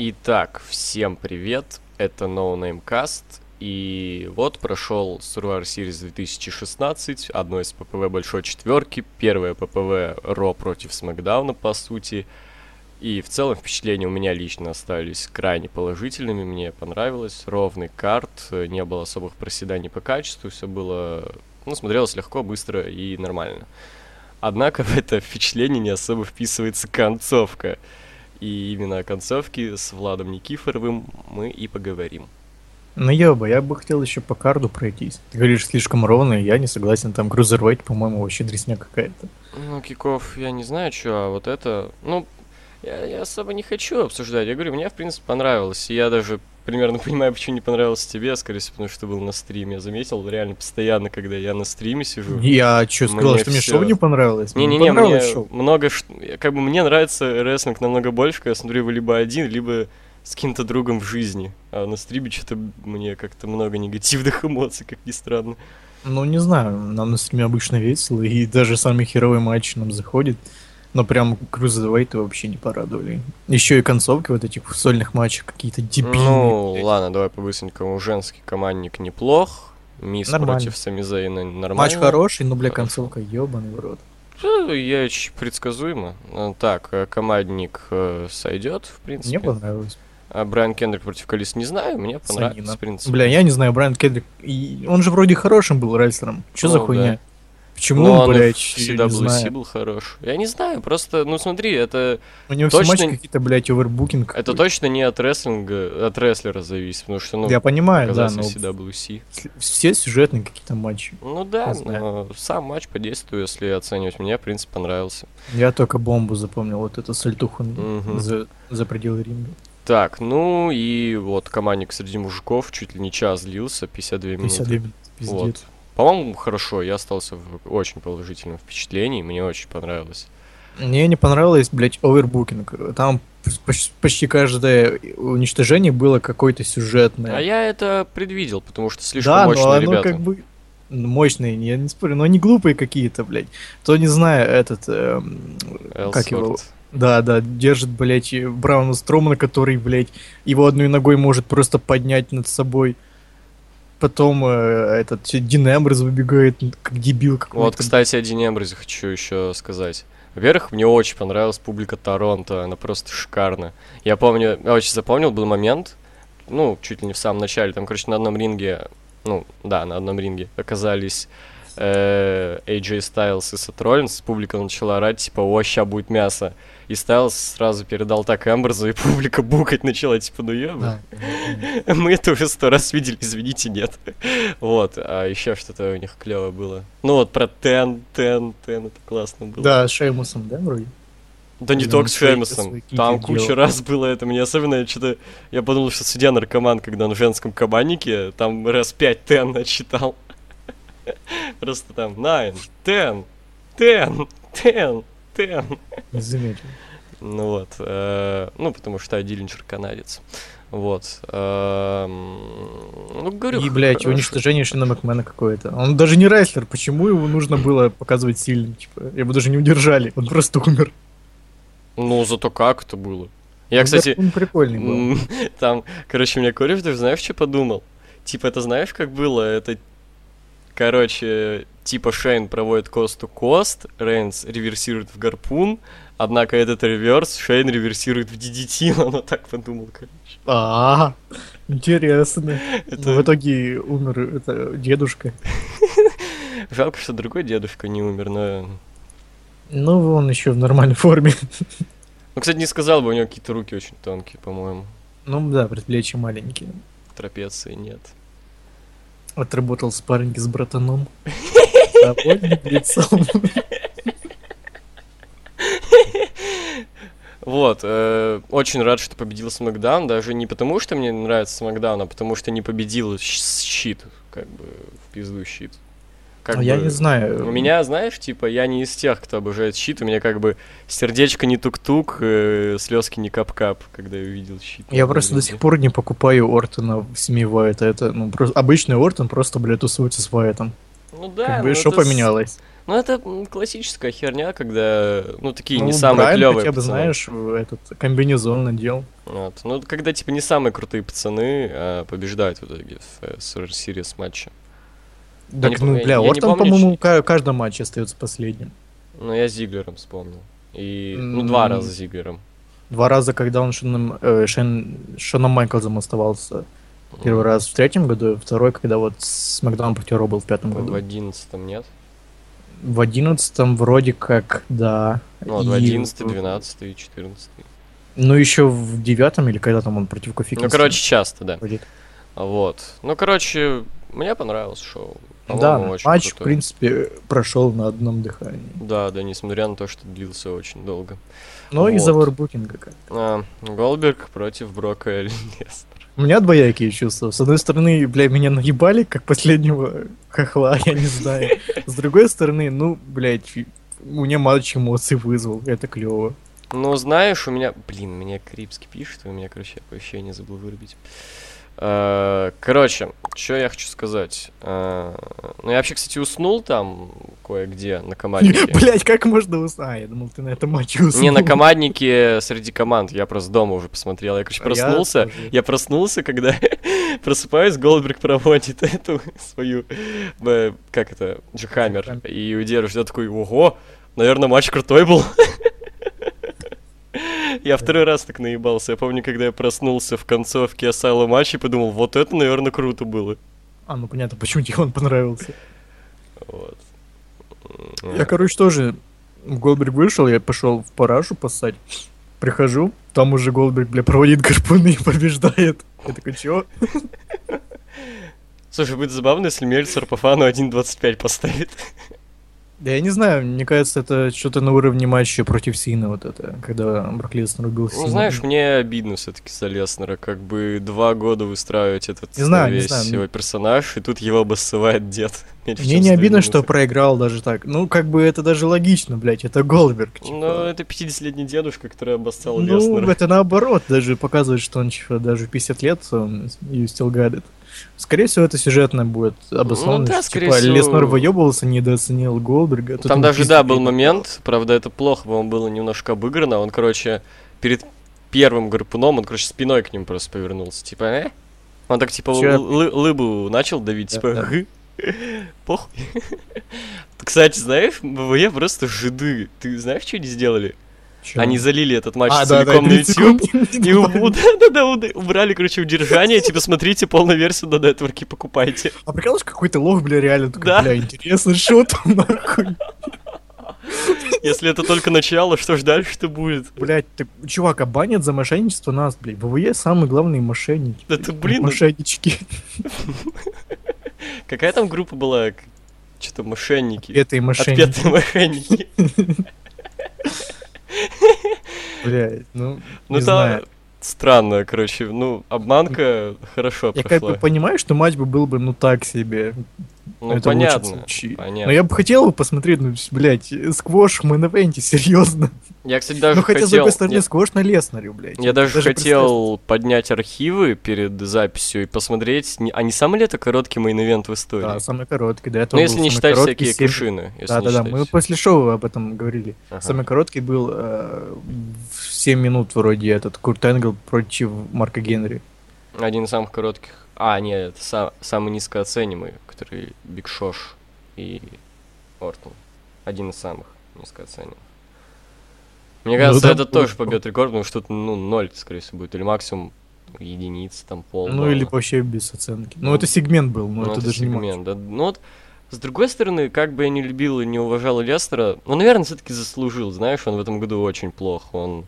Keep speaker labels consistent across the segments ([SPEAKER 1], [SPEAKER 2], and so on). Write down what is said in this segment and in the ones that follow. [SPEAKER 1] Итак, всем привет, это No Name Cast, и вот прошел Survivor Series 2016, одно из ППВ большой четверки, первое ППВ Ро против Смакдауна, по сути, и в целом впечатления у меня лично остались крайне положительными, мне понравилось, ровный карт, не было особых проседаний по качеству, все было, ну, смотрелось легко, быстро и нормально. Однако в это впечатление не особо вписывается концовка. И именно о концовке с Владом Никифоровым мы и поговорим.
[SPEAKER 2] Ну, ёба, я бы хотел еще по карду пройтись. Ты говоришь, слишком ровно, и я не согласен, там Крузервейт, по-моему, вообще дресня какая-то.
[SPEAKER 1] Ну, Киков, я не знаю, что, а вот это... Ну, я, я особо не хочу обсуждать. Я говорю, мне, в принципе, понравилось. И я даже примерно понимаю, почему не понравилось тебе, скорее всего, потому что ты был на стриме. Я заметил реально постоянно, когда я на стриме сижу.
[SPEAKER 2] Я что, сказал, что мне
[SPEAKER 1] всё-
[SPEAKER 2] шоу не понравилось?
[SPEAKER 1] Не-не-не, мне
[SPEAKER 2] понравилось шоу.
[SPEAKER 1] много... ш- Как бы мне нравится рестлинг намного больше, когда я смотрю его либо один, либо с каким-то другом в жизни. А на стриме что-то мне как-то много негативных эмоций, как ни странно.
[SPEAKER 2] Ну, не знаю, нам на стриме обычно весело, и даже самый херовый матч нам заходит. Но прям Крузервейта вообще не порадовали. Еще и концовки вот этих сольных матчей какие-то дебильные.
[SPEAKER 1] Ну,
[SPEAKER 2] блядь.
[SPEAKER 1] ладно, давай по-быстренькому. Женский командник неплох. Мисс
[SPEAKER 2] Нормально.
[SPEAKER 1] против Самизейна нормально.
[SPEAKER 2] Матч хороший, но, бля,
[SPEAKER 1] Ну, Хорошо.
[SPEAKER 2] концовка ёбаный в рот.
[SPEAKER 1] Ну, Я ч- предсказуемо. А, Так, э, командник сойдет, в принципе.
[SPEAKER 2] Мне понравилось.
[SPEAKER 1] А Брайан Кендрик против колес не знаю, мне понравилось,
[SPEAKER 2] Санина.
[SPEAKER 1] в принципе.
[SPEAKER 2] Бля, я не знаю, Брайан Кендрик, и он же вроде хорошим был рестлером. Че за
[SPEAKER 1] Ну,
[SPEAKER 2] хуйня?
[SPEAKER 1] да.
[SPEAKER 2] Почему
[SPEAKER 1] Но
[SPEAKER 2] он,
[SPEAKER 1] он и
[SPEAKER 2] блядь,
[SPEAKER 1] в
[SPEAKER 2] я не
[SPEAKER 1] CWC
[SPEAKER 2] знаю.
[SPEAKER 1] был хорош. Я не знаю, просто, ну смотри, это,
[SPEAKER 2] У него
[SPEAKER 1] Точно-
[SPEAKER 2] все матчи какие-то, блядь, овербукинг.
[SPEAKER 1] это
[SPEAKER 2] какой-то.
[SPEAKER 1] точно не от рестлинга, от рестлера зависит, потому что, ну,
[SPEAKER 2] Я понимаю, да,
[SPEAKER 1] оказался
[SPEAKER 2] но
[SPEAKER 1] CWC.
[SPEAKER 2] в- все сюжетные какие-то матчи.
[SPEAKER 1] Ну да,
[SPEAKER 2] Не знаю.
[SPEAKER 1] но сам матч по действию, если оценивать, мне, в принципе, понравился.
[SPEAKER 2] Я только бомбу запомнил, вот эту сальтуху
[SPEAKER 1] Мгм.
[SPEAKER 2] за, за пределы Ринга.
[SPEAKER 1] Так, ну и вот командник среди мужиков чуть ли не час длился, 52 минуты.
[SPEAKER 2] 52 минуты, пиздец.
[SPEAKER 1] Ну Вот. По-моему, хорошо, я остался в очень положительном впечатлении, мне очень понравилось.
[SPEAKER 2] Мне не понравилось, блядь, овербукинг. Там поч- почти каждое уничтожение было какое-то сюжетное.
[SPEAKER 1] А я это предвидел, потому что слишком
[SPEAKER 2] да,
[SPEAKER 1] мощные
[SPEAKER 2] но оно
[SPEAKER 1] ребята.
[SPEAKER 2] как бы ну, мощные, я не спорю, но они глупые какие-то, блядь. То не знаю, этот, эм, как его,
[SPEAKER 1] Элсворт.
[SPEAKER 2] да, да, держит, блядь, и Брауна Стромана, который, блядь, его одной ногой может просто поднять над собой. Потом э, этот Динембрс выбегает, ну, как дебил какой-то.
[SPEAKER 1] Вот, кстати, о Дине Эмброзе хочу еще сказать. Во-первых, мне очень понравилась публика Торонто, она просто шикарна. Я помню, я очень запомнил, был момент, ну, чуть ли не в самом начале, там, короче, на одном ринге, ну, да, на одном ринге оказались э, AJ Styles и Сет Роллинс, публика начала орать, типа, о, ща будет мясо. И Стайлз сразу передал так Эмброзу, и публика букать начала, типа, ну ёб.
[SPEAKER 2] Да.
[SPEAKER 1] Мы это уже сто раз видели, извините, нет. Вот, а еще что-то у них клевое было. Ну вот про Тен, Тен, Тен, это классно было.
[SPEAKER 2] Да, с Шеймусом, да, вроде?
[SPEAKER 1] Да не
[SPEAKER 2] Да,
[SPEAKER 1] только
[SPEAKER 2] он
[SPEAKER 1] с
[SPEAKER 2] свои-
[SPEAKER 1] Шеймусом.
[SPEAKER 2] свои
[SPEAKER 1] Там
[SPEAKER 2] кики
[SPEAKER 1] куча
[SPEAKER 2] делал.
[SPEAKER 1] раз было это. Мне особенно я что-то... Я подумал, что судья наркоман, когда он в женском кабаннике, там раз пять Тен отчитал. Просто там Найн, Тен, Тен, Тен, Тен.
[SPEAKER 2] Не заметил.
[SPEAKER 1] Ну вот, э, ну потому что Диллинджер канадец. Вот. эм, ну, говорю,
[SPEAKER 2] И, блядь,
[SPEAKER 1] хорошо.
[SPEAKER 2] уничтожение Шина Макмена какое-то. Он даже не рестлер, почему его нужно было показывать сильным? Типа, его даже не удержали, он просто умер.
[SPEAKER 1] Ну, зато как это было. Я,
[SPEAKER 2] Он
[SPEAKER 1] кстати,
[SPEAKER 2] даже- Он прикольный был.
[SPEAKER 1] м, там, короче, у меня кореш даже знаешь, что подумал? Типа, это знаешь, как было? Это, короче, типа Шейн проводит кост-ту-кост, Рейнс реверсирует в гарпун, однако этот реверс Шейн реверсирует в DDT, он вот так подумал, короче.
[SPEAKER 2] А, интересно.
[SPEAKER 1] Это
[SPEAKER 2] Но Ну, В итоге умер это дедушка.
[SPEAKER 1] жалко, что другой дедушка не умер, но...
[SPEAKER 2] Ну, он еще в нормальной форме.
[SPEAKER 1] Ну, кстати, не сказал бы, у него какие-то руки очень тонкие, по-моему.
[SPEAKER 2] Ну да, предплечья маленькие.
[SPEAKER 1] Трапеции нет.
[SPEAKER 2] Отработал спарринги с братаном. Довольным лицом.
[SPEAKER 1] Вот, э, очень рад, что победил Смакдаун, даже не потому, что мне нравится Смакдаун, а потому, что не победил щ- щит, как бы, в пизду щит. Как
[SPEAKER 2] А Я
[SPEAKER 1] бы,
[SPEAKER 2] не знаю.
[SPEAKER 1] У меня, знаешь, типа, я не из тех, кто обожает щит, у меня как бы сердечко не тук-тук, э, слезки не кап-кап, когда я увидел щит.
[SPEAKER 2] Я просто до сих пор не покупаю Ортона в семье Вайта. Это, ну, просто обычный Ортон просто, блядь, тусуется с Вайтом.
[SPEAKER 1] Ну да.
[SPEAKER 2] Как бы
[SPEAKER 1] ну
[SPEAKER 2] что
[SPEAKER 1] это с-
[SPEAKER 2] поменялось?
[SPEAKER 1] Ну это м, классическая херня, когда, ну такие не
[SPEAKER 2] Ну,
[SPEAKER 1] самые
[SPEAKER 2] Брайан
[SPEAKER 1] клевые
[SPEAKER 2] хотя бы, знаешь, в этот комбинезон надел.
[SPEAKER 1] Вот. Ну когда типа не самые крутые пацаны а, побеждают в итоге в э, Survivor Series матче.
[SPEAKER 2] Так,
[SPEAKER 1] не
[SPEAKER 2] ну,
[SPEAKER 1] помню,
[SPEAKER 2] бля,
[SPEAKER 1] я не
[SPEAKER 2] Ортон,
[SPEAKER 1] помню,
[SPEAKER 2] по-моему, в каждом матче остается последним.
[SPEAKER 1] Но Ну, я с Зиглером вспомнил. И ну два
[SPEAKER 2] М.
[SPEAKER 1] раза с Зиглером.
[SPEAKER 2] Два раза, когда он Шоном, э, Шен- Шоном Майклзом оставался. Первый раз в третьем году, второй, когда вот с Макдаун против Ро был в пятом
[SPEAKER 1] В
[SPEAKER 2] году.
[SPEAKER 1] одиннадцатом нет.
[SPEAKER 2] В одиннадцатом вроде как, да.
[SPEAKER 1] Ну, вот в
[SPEAKER 2] И-
[SPEAKER 1] одиннадцатый, двенадцатый, четырнадцатый.
[SPEAKER 2] Ну, еще в девятом или когда там он против Кофи
[SPEAKER 1] Ну,
[SPEAKER 2] Кингстона
[SPEAKER 1] короче, часто, да.
[SPEAKER 2] выходит.
[SPEAKER 1] Вот. Ну, короче, мне понравилось шоу. По-моему,
[SPEAKER 2] Да,
[SPEAKER 1] очень
[SPEAKER 2] матч, в
[SPEAKER 1] крутое.
[SPEAKER 2] принципе, прошел на одном дыхании.
[SPEAKER 1] Да, да, несмотря на то, что длился очень долго.
[SPEAKER 2] Но из-за
[SPEAKER 1] Вот.
[SPEAKER 2] варбукинга как.
[SPEAKER 1] А, Голдберг против Брока Леснера.
[SPEAKER 2] У меня двоякие чувства. С одной стороны, бля, меня наебали, как последнего хохла, я не знаю. С другой стороны, ну, блядь, у меня матч эмоций вызвал, это клево.
[SPEAKER 1] Ну, знаешь, у меня... Блин, меня Крипский пишет, и у меня, короче, оповещение забыл вырубить. Э, Короче, что я хочу сказать. Э, Ну, я вообще, кстати, уснул там кое-где на команде.
[SPEAKER 2] Блять, как можно уснуть? А, я думал, ты на этом матче уснул.
[SPEAKER 1] Не, на команднике среди команд. Я просто дома уже посмотрел. Я, короче,
[SPEAKER 2] А я
[SPEAKER 1] проснулся.
[SPEAKER 2] тоже.
[SPEAKER 1] Я проснулся, когда просыпаюсь, Голдберг проводит эту свою, э, как это, джихаммер,
[SPEAKER 2] Джекхаммер.
[SPEAKER 1] и удерживает. Я такой, ого, наверное, матч крутой был. Я второй раз так наебался. Я помню, когда я проснулся в концовке Асайла матча и подумал, вот это, наверное, круто было.
[SPEAKER 2] А, ну понятно, почему тебе он понравился.
[SPEAKER 1] Вот.
[SPEAKER 2] Я, короче, тоже в Голдберг вышел, я пошел в парашу поссать. Прихожу, там уже Голдберг, бля, проводит гарпуны и побеждает. Я такой, чё?
[SPEAKER 1] Слушай, будет забавно, если Мельцер по фану 1.25 поставит.
[SPEAKER 2] Да я не знаю, мне кажется, это что-то на уровне матча против Сина вот это, когда Брок Леснер убил
[SPEAKER 1] Ну,
[SPEAKER 2] Сину.
[SPEAKER 1] знаешь, мне обидно все-таки за Леснера. Как бы два года выстраивать этот э,
[SPEAKER 2] Не знаю, не
[SPEAKER 1] весь
[SPEAKER 2] знаю.
[SPEAKER 1] его персонаж, и тут его обоссывает дед. меньше,
[SPEAKER 2] Мне
[SPEAKER 1] чем
[SPEAKER 2] не
[SPEAKER 1] за две
[SPEAKER 2] обидно, что
[SPEAKER 1] минуты.
[SPEAKER 2] проиграл даже так. Ну, как бы это даже логично, блядь, это Голдберг. типа.
[SPEAKER 1] Ну, это 50-летний дедушка, который обоссал
[SPEAKER 2] ну,
[SPEAKER 1] Леснера.
[SPEAKER 2] это наоборот, даже показывает, что он типа, даже в 50 лет он и still got it. Скорее всего, это сюжетно будет обосновано,
[SPEAKER 1] Ну да,
[SPEAKER 2] что,
[SPEAKER 1] скорее
[SPEAKER 2] типа,
[SPEAKER 1] всего.
[SPEAKER 2] Леснер выебывался, недооценил Голдберга. а тут
[SPEAKER 1] Там
[SPEAKER 2] он
[SPEAKER 1] даже,
[SPEAKER 2] 50
[SPEAKER 1] да, был
[SPEAKER 2] лет.
[SPEAKER 1] момент, правда, это плохо, по-моему, было немножко обыграно. Он, короче, перед первым гарпуном, он, короче, спиной к ним просто повернулся. Типа, э? Он так, типа,
[SPEAKER 2] Чё я-
[SPEAKER 1] лы- лыбу начал давить,
[SPEAKER 2] Да,
[SPEAKER 1] типа,
[SPEAKER 2] да.
[SPEAKER 1] «Гы». Похуй. Кстати, знаешь, ВВЕ просто жиды. Ты знаешь, что они сделали?
[SPEAKER 2] Чё?
[SPEAKER 1] Они залили этот матч
[SPEAKER 2] А, да, да,
[SPEAKER 1] целиком на
[SPEAKER 2] 30
[SPEAKER 1] YouTube.
[SPEAKER 2] секунд.
[SPEAKER 1] И у- да, да, да, уда- убрали, короче, удержание. Типа, смотрите полную версию на нетворке, покупайте.
[SPEAKER 2] А прикалываешь, какой-то лох, бля, реально такой,
[SPEAKER 1] Да.
[SPEAKER 2] бля, интересно, что там, нахуй?
[SPEAKER 1] Если это только начало, что ж дальше-то будет?
[SPEAKER 2] Блять, ты, чувак, а банят за мошенничество нас, блядь. ВВЕ самые главные мошенники.
[SPEAKER 1] Да
[SPEAKER 2] блядь.
[SPEAKER 1] ты, блин, ну-
[SPEAKER 2] Мошеннички.
[SPEAKER 1] Какая там группа была? Что-то мошенники.
[SPEAKER 2] Это и мошенники,
[SPEAKER 1] Отпетые мошенники.
[SPEAKER 2] блядь. Ну,
[SPEAKER 1] Ну
[SPEAKER 2] не
[SPEAKER 1] там
[SPEAKER 2] знаю.
[SPEAKER 1] странно, короче. Ну, обманка хорошо
[SPEAKER 2] Я как
[SPEAKER 1] прошла.
[SPEAKER 2] бы понимаю, что матч бы был бы, ну, так себе.
[SPEAKER 1] Ну,
[SPEAKER 2] это в лучшем
[SPEAKER 1] понятно.
[SPEAKER 2] случае. Но
[SPEAKER 1] Понятно.
[SPEAKER 2] я бы хотел бы посмотреть, ну, блядь, сквош в мейн-эвенте, серьезно.
[SPEAKER 1] Я, кстати, даже
[SPEAKER 2] Ну, хотя, с
[SPEAKER 1] хотел...
[SPEAKER 2] другой стороны,
[SPEAKER 1] я-
[SPEAKER 2] сквош на Леснарю, блядь.
[SPEAKER 1] Я даже,
[SPEAKER 2] представь-
[SPEAKER 1] хотел поднять архивы перед записью и посмотреть, не- а не самый ли это короткий мейн-эвент в истории?
[SPEAKER 2] Да, самый короткий, да, это
[SPEAKER 1] ну, если не считать всякие кушины. если не
[SPEAKER 2] Да-да-да, мы
[SPEAKER 1] считать.
[SPEAKER 2] после шоу об этом говорили.
[SPEAKER 1] Ага.
[SPEAKER 2] Самый короткий был э, в 7 минут вроде этот Курт Энгл против Марка Генри.
[SPEAKER 1] Один из самых коротких. А, нет, это са- самый низкооценимый, который Биг Шош и Ортон. Один из самых низкооценимых. Мне
[SPEAKER 2] Ну,
[SPEAKER 1] кажется,
[SPEAKER 2] там
[SPEAKER 1] это
[SPEAKER 2] был-
[SPEAKER 1] тоже побьет рекорд, потому что тут, ну, ноль, скорее всего, будет, или максимум единица, там, пол.
[SPEAKER 2] Ну или вообще без оценки. Ну, это сегмент был, но это даже не матч.
[SPEAKER 1] сегмент, да. Ну вот, с другой стороны, как бы я не любил и не уважал Лестера, он, наверное, все-таки заслужил, знаешь, он в этом году очень плох, он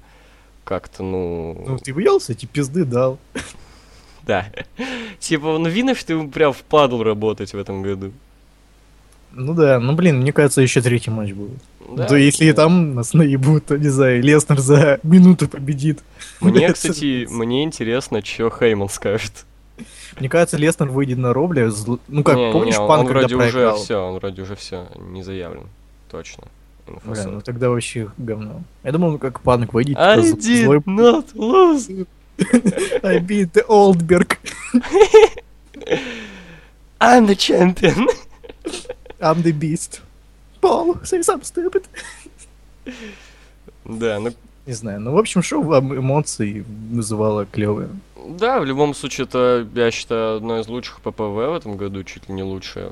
[SPEAKER 1] как-то,
[SPEAKER 2] Ну ты выелся, эти пизды дал.
[SPEAKER 1] Да. Типа, ну видно, что ему прям впадло работать в этом году.
[SPEAKER 2] Ну да, ну блин, мне кажется, еще третий матч будет. Да, если и
[SPEAKER 1] это...
[SPEAKER 2] там нас наебут, то не знаю, Леснер за минуту победит.
[SPEAKER 1] Мне,
[SPEAKER 2] Это
[SPEAKER 1] кстати,
[SPEAKER 2] пиздец.
[SPEAKER 1] мне интересно, что Хейман скажет.
[SPEAKER 2] Мне кажется, Леснер выйдет на Робля. зл- Ну как,
[SPEAKER 1] Не,
[SPEAKER 2] помнишь,
[SPEAKER 1] не, он-
[SPEAKER 2] Панк
[SPEAKER 1] он
[SPEAKER 2] когда
[SPEAKER 1] вроде уже
[SPEAKER 2] проиграл?
[SPEAKER 1] все, он вроде уже все не заявлен. Точно.
[SPEAKER 2] Бля, ну
[SPEAKER 1] Инфосорт.
[SPEAKER 2] тогда вообще говно. Я думал, как Панк выйдет,
[SPEAKER 1] I
[SPEAKER 2] типа, з-
[SPEAKER 1] did
[SPEAKER 2] злой
[SPEAKER 1] not lose.
[SPEAKER 2] I beat the Oldberg.
[SPEAKER 1] I'm the champion.
[SPEAKER 2] I'm the beast. Paul, say something stupid.
[SPEAKER 1] Да, ну
[SPEAKER 2] Не знаю, ну, в общем, шоу вам эмоции вызывало клевые.
[SPEAKER 1] да, в любом случае, это, я считаю, одно из лучших ППВ в этом году, чуть ли не лучшее.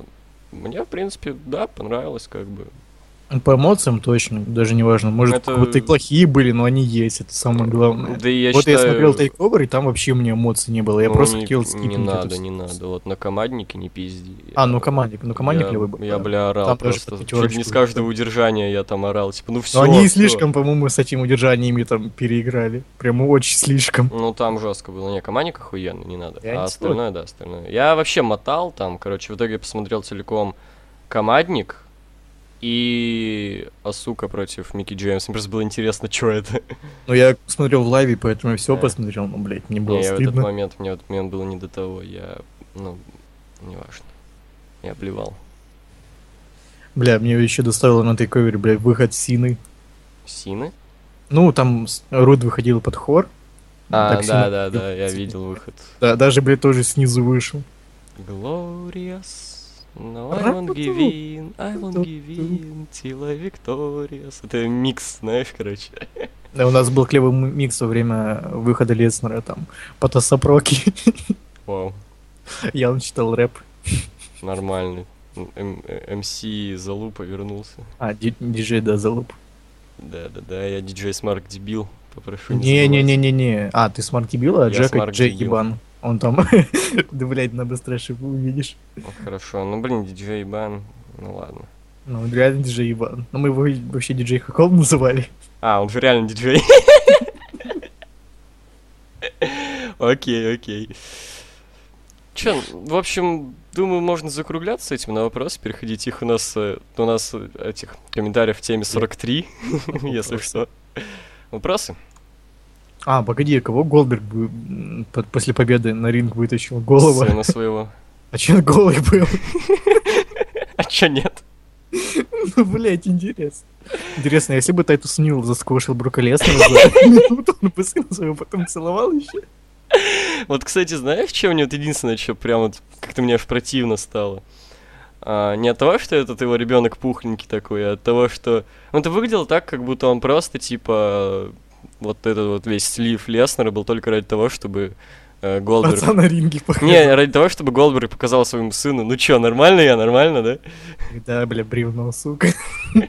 [SPEAKER 1] Мне, в принципе, да, понравилось, как бы.
[SPEAKER 2] По эмоциям точно, даже не важно. Может,
[SPEAKER 1] Это-
[SPEAKER 2] как будто и плохие были, но они есть, это самое главное.
[SPEAKER 1] Да и я
[SPEAKER 2] вот
[SPEAKER 1] считаю...
[SPEAKER 2] я смотрел Тейковер, и там вообще у меня эмоций не было. Я
[SPEAKER 1] ну,
[SPEAKER 2] просто
[SPEAKER 1] не,
[SPEAKER 2] хотел
[SPEAKER 1] Не
[SPEAKER 2] скипнуть
[SPEAKER 1] надо,
[SPEAKER 2] эту
[SPEAKER 1] не
[SPEAKER 2] сцену.
[SPEAKER 1] надо. Вот на команднике не пизди.
[SPEAKER 2] А, ну командник, ну командник
[SPEAKER 1] я,
[SPEAKER 2] клевый был.
[SPEAKER 1] Я,
[SPEAKER 2] да.
[SPEAKER 1] бля, орал
[SPEAKER 2] Там даже
[SPEAKER 1] просто.
[SPEAKER 2] под
[SPEAKER 1] Чуть не с
[SPEAKER 2] пятерочку.
[SPEAKER 1] каждого удержания я там орал. Типа, ну все.
[SPEAKER 2] Но они и слишком, по-моему, с этим удержаниями там переиграли. Прямо очень слишком.
[SPEAKER 1] Ну, там жестко было. Не, командник охуенно, не надо.
[SPEAKER 2] Я
[SPEAKER 1] а
[SPEAKER 2] не спорю.
[SPEAKER 1] остальное, да, остальное. Я вообще мотал там, короче, в итоге посмотрел целиком командник и Асука против Микки Джеймса. Мне просто было интересно, что это.
[SPEAKER 2] Но я смотрел в лайве, поэтому я все
[SPEAKER 1] Да.
[SPEAKER 2] посмотрел, но, блядь, мне
[SPEAKER 1] Э.
[SPEAKER 2] было
[SPEAKER 1] Не, я в этот
[SPEAKER 2] стыдно.
[SPEAKER 1] момент, мне в этот момент было не до того. Я, ну, неважно. Я плевал.
[SPEAKER 2] Бля, мне еще доставило на тейковере, бля, выход Сины.
[SPEAKER 1] Сины?
[SPEAKER 2] Ну, там с- Руд выходил под хор.
[SPEAKER 1] А,
[SPEAKER 2] Так Сина-
[SPEAKER 1] да, да, да, я видел выход.
[SPEAKER 2] Да, даже, блядь, тоже снизу вышел.
[SPEAKER 1] Glorious. No, I won't give in, I won't give in till I victorious. Это микс, знаешь, короче.
[SPEAKER 2] Да, у нас был клевый м- микс во время выхода Леснера, там, Потасапроки.
[SPEAKER 1] Вау,
[SPEAKER 2] Я он читал рэп.
[SPEAKER 1] нормально. эм, э, МС Залупа вернулся.
[SPEAKER 2] А, ди- диджей, да, залуп.
[SPEAKER 1] Да-да-да, я диджей Смарк дебил, попрошу забывать.
[SPEAKER 2] Не-не-не-не-не. А, ты Смарт Дебил, а
[SPEAKER 1] Я
[SPEAKER 2] Джека
[SPEAKER 1] Смарт
[SPEAKER 2] Джей
[SPEAKER 1] Дебил.
[SPEAKER 2] Ебан. Он там, да, блядь, на быстрейший увидишь.
[SPEAKER 1] Ну, Хорошо, ну блин, диджей бан, ну ладно.
[SPEAKER 2] Ну, он реально диджей Ебан. Ну, мы его вообще диджей Хаком называли.
[SPEAKER 1] А, он же реально диджей. Окей, окей. Че, в общем, думаю, можно закругляться этим на вопрос, переходить их у нас, э, у нас э, этих комментариев в теме 43, если
[SPEAKER 2] Вопросы.
[SPEAKER 1] что. Вопросы?
[SPEAKER 2] А, погоди, кого Голдберг бы, м, по- после победы на ринг вытащил? Голова.
[SPEAKER 1] Сына своего.
[SPEAKER 2] А че он голый был?
[SPEAKER 1] А че нет?
[SPEAKER 2] Ну, блядь, интересно. Интересно, а если бы Тайтус Нил заскошил Брука Леснера за минуту, он бы сына своего потом целовал еще.
[SPEAKER 1] Вот, кстати, знаешь, чем мне вот единственное, что прям вот как-то мне аж противно стало? А, не от того, что этот его ребенок пухленький такой, а от того, что... Он это выглядел так, как будто он просто, типа, вот этот вот весь слив Леснера был только ради того, чтобы э, Голдберг...
[SPEAKER 2] Пацан на ринге похож.
[SPEAKER 1] Не, ради того, чтобы Голдберг показал своему сыну, ну чё, нормально я, нормально, да?
[SPEAKER 2] Да, бля, бревно, сука.
[SPEAKER 1] Ну,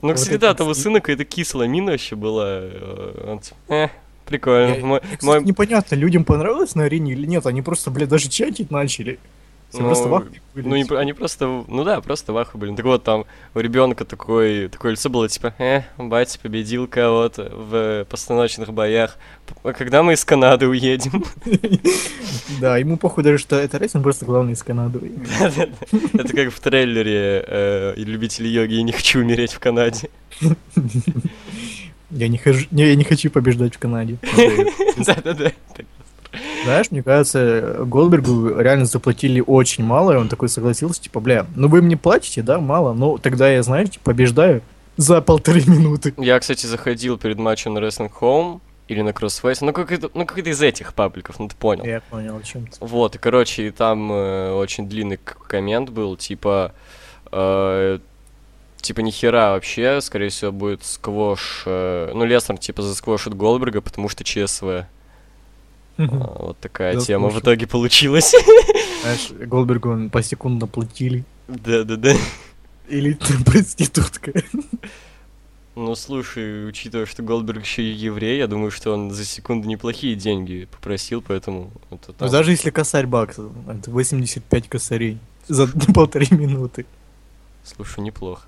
[SPEAKER 2] Вот
[SPEAKER 1] кстати,
[SPEAKER 2] это
[SPEAKER 1] да, того
[SPEAKER 2] сли-
[SPEAKER 1] сына какая-то кислая мина вообще была. э, он типа, «Э, прикольно.
[SPEAKER 2] Я-
[SPEAKER 1] Мой-
[SPEAKER 2] Кстати,
[SPEAKER 1] мой-
[SPEAKER 2] непонятно, людям понравилось на арене или нет, они просто, бля, даже чатить начали. Все
[SPEAKER 1] Ну,
[SPEAKER 2] просто в ахуе были.
[SPEAKER 1] Ну, не
[SPEAKER 2] типа.
[SPEAKER 1] про- они просто, ну да, просто ваху были. Так вот, там у ребенка такой, такое лицо было, типа, э, батя победил кого-то в постановочных боях. П- а Когда мы из Канады уедем?
[SPEAKER 2] Да, ему похуй даже, что это рейс, он просто главный из Канады. блин.
[SPEAKER 1] Это как в трейлере э, и «Любители йоги, я не хочу умереть в Канаде».
[SPEAKER 2] Я не, хожу, не, я не хочу побеждать в Канаде.
[SPEAKER 1] Да-да-да.
[SPEAKER 2] Знаешь, мне кажется, Голдбергу реально заплатили очень мало, и он такой согласился, типа, бля, ну вы мне платите, да, мало, но тогда я, знаете, побеждаю за полторы минуты.
[SPEAKER 1] Я, кстати, заходил перед матчем на Wrestling Home или на Crossface, ну какой-то ну, какой-то из этих пабликов, ну ты понял.
[SPEAKER 2] Я понял, о чем ты.
[SPEAKER 1] Вот, и, короче, и там э, очень длинный к- коммент был, типа, э, типа, нихера вообще, скорее всего, будет сквош, э, ну, Леснер, типа, засквошит Голдберга, потому что ЧСВ. А, вот такая тема в
[SPEAKER 2] Засквошил.
[SPEAKER 1] итоге получилась.
[SPEAKER 2] Знаешь, Голдбергу он посекундно платили.
[SPEAKER 1] Да-да-да.
[SPEAKER 2] Или ты проститутка.
[SPEAKER 1] Ну, слушай, учитывая, что Голдберг еще и еврей, я думаю, что он за секунду неплохие деньги попросил, поэтому... это
[SPEAKER 2] Ну,
[SPEAKER 1] там.
[SPEAKER 2] даже если косарь баксов, это 85 косарей за полторы минуты.
[SPEAKER 1] Слушай, неплохо.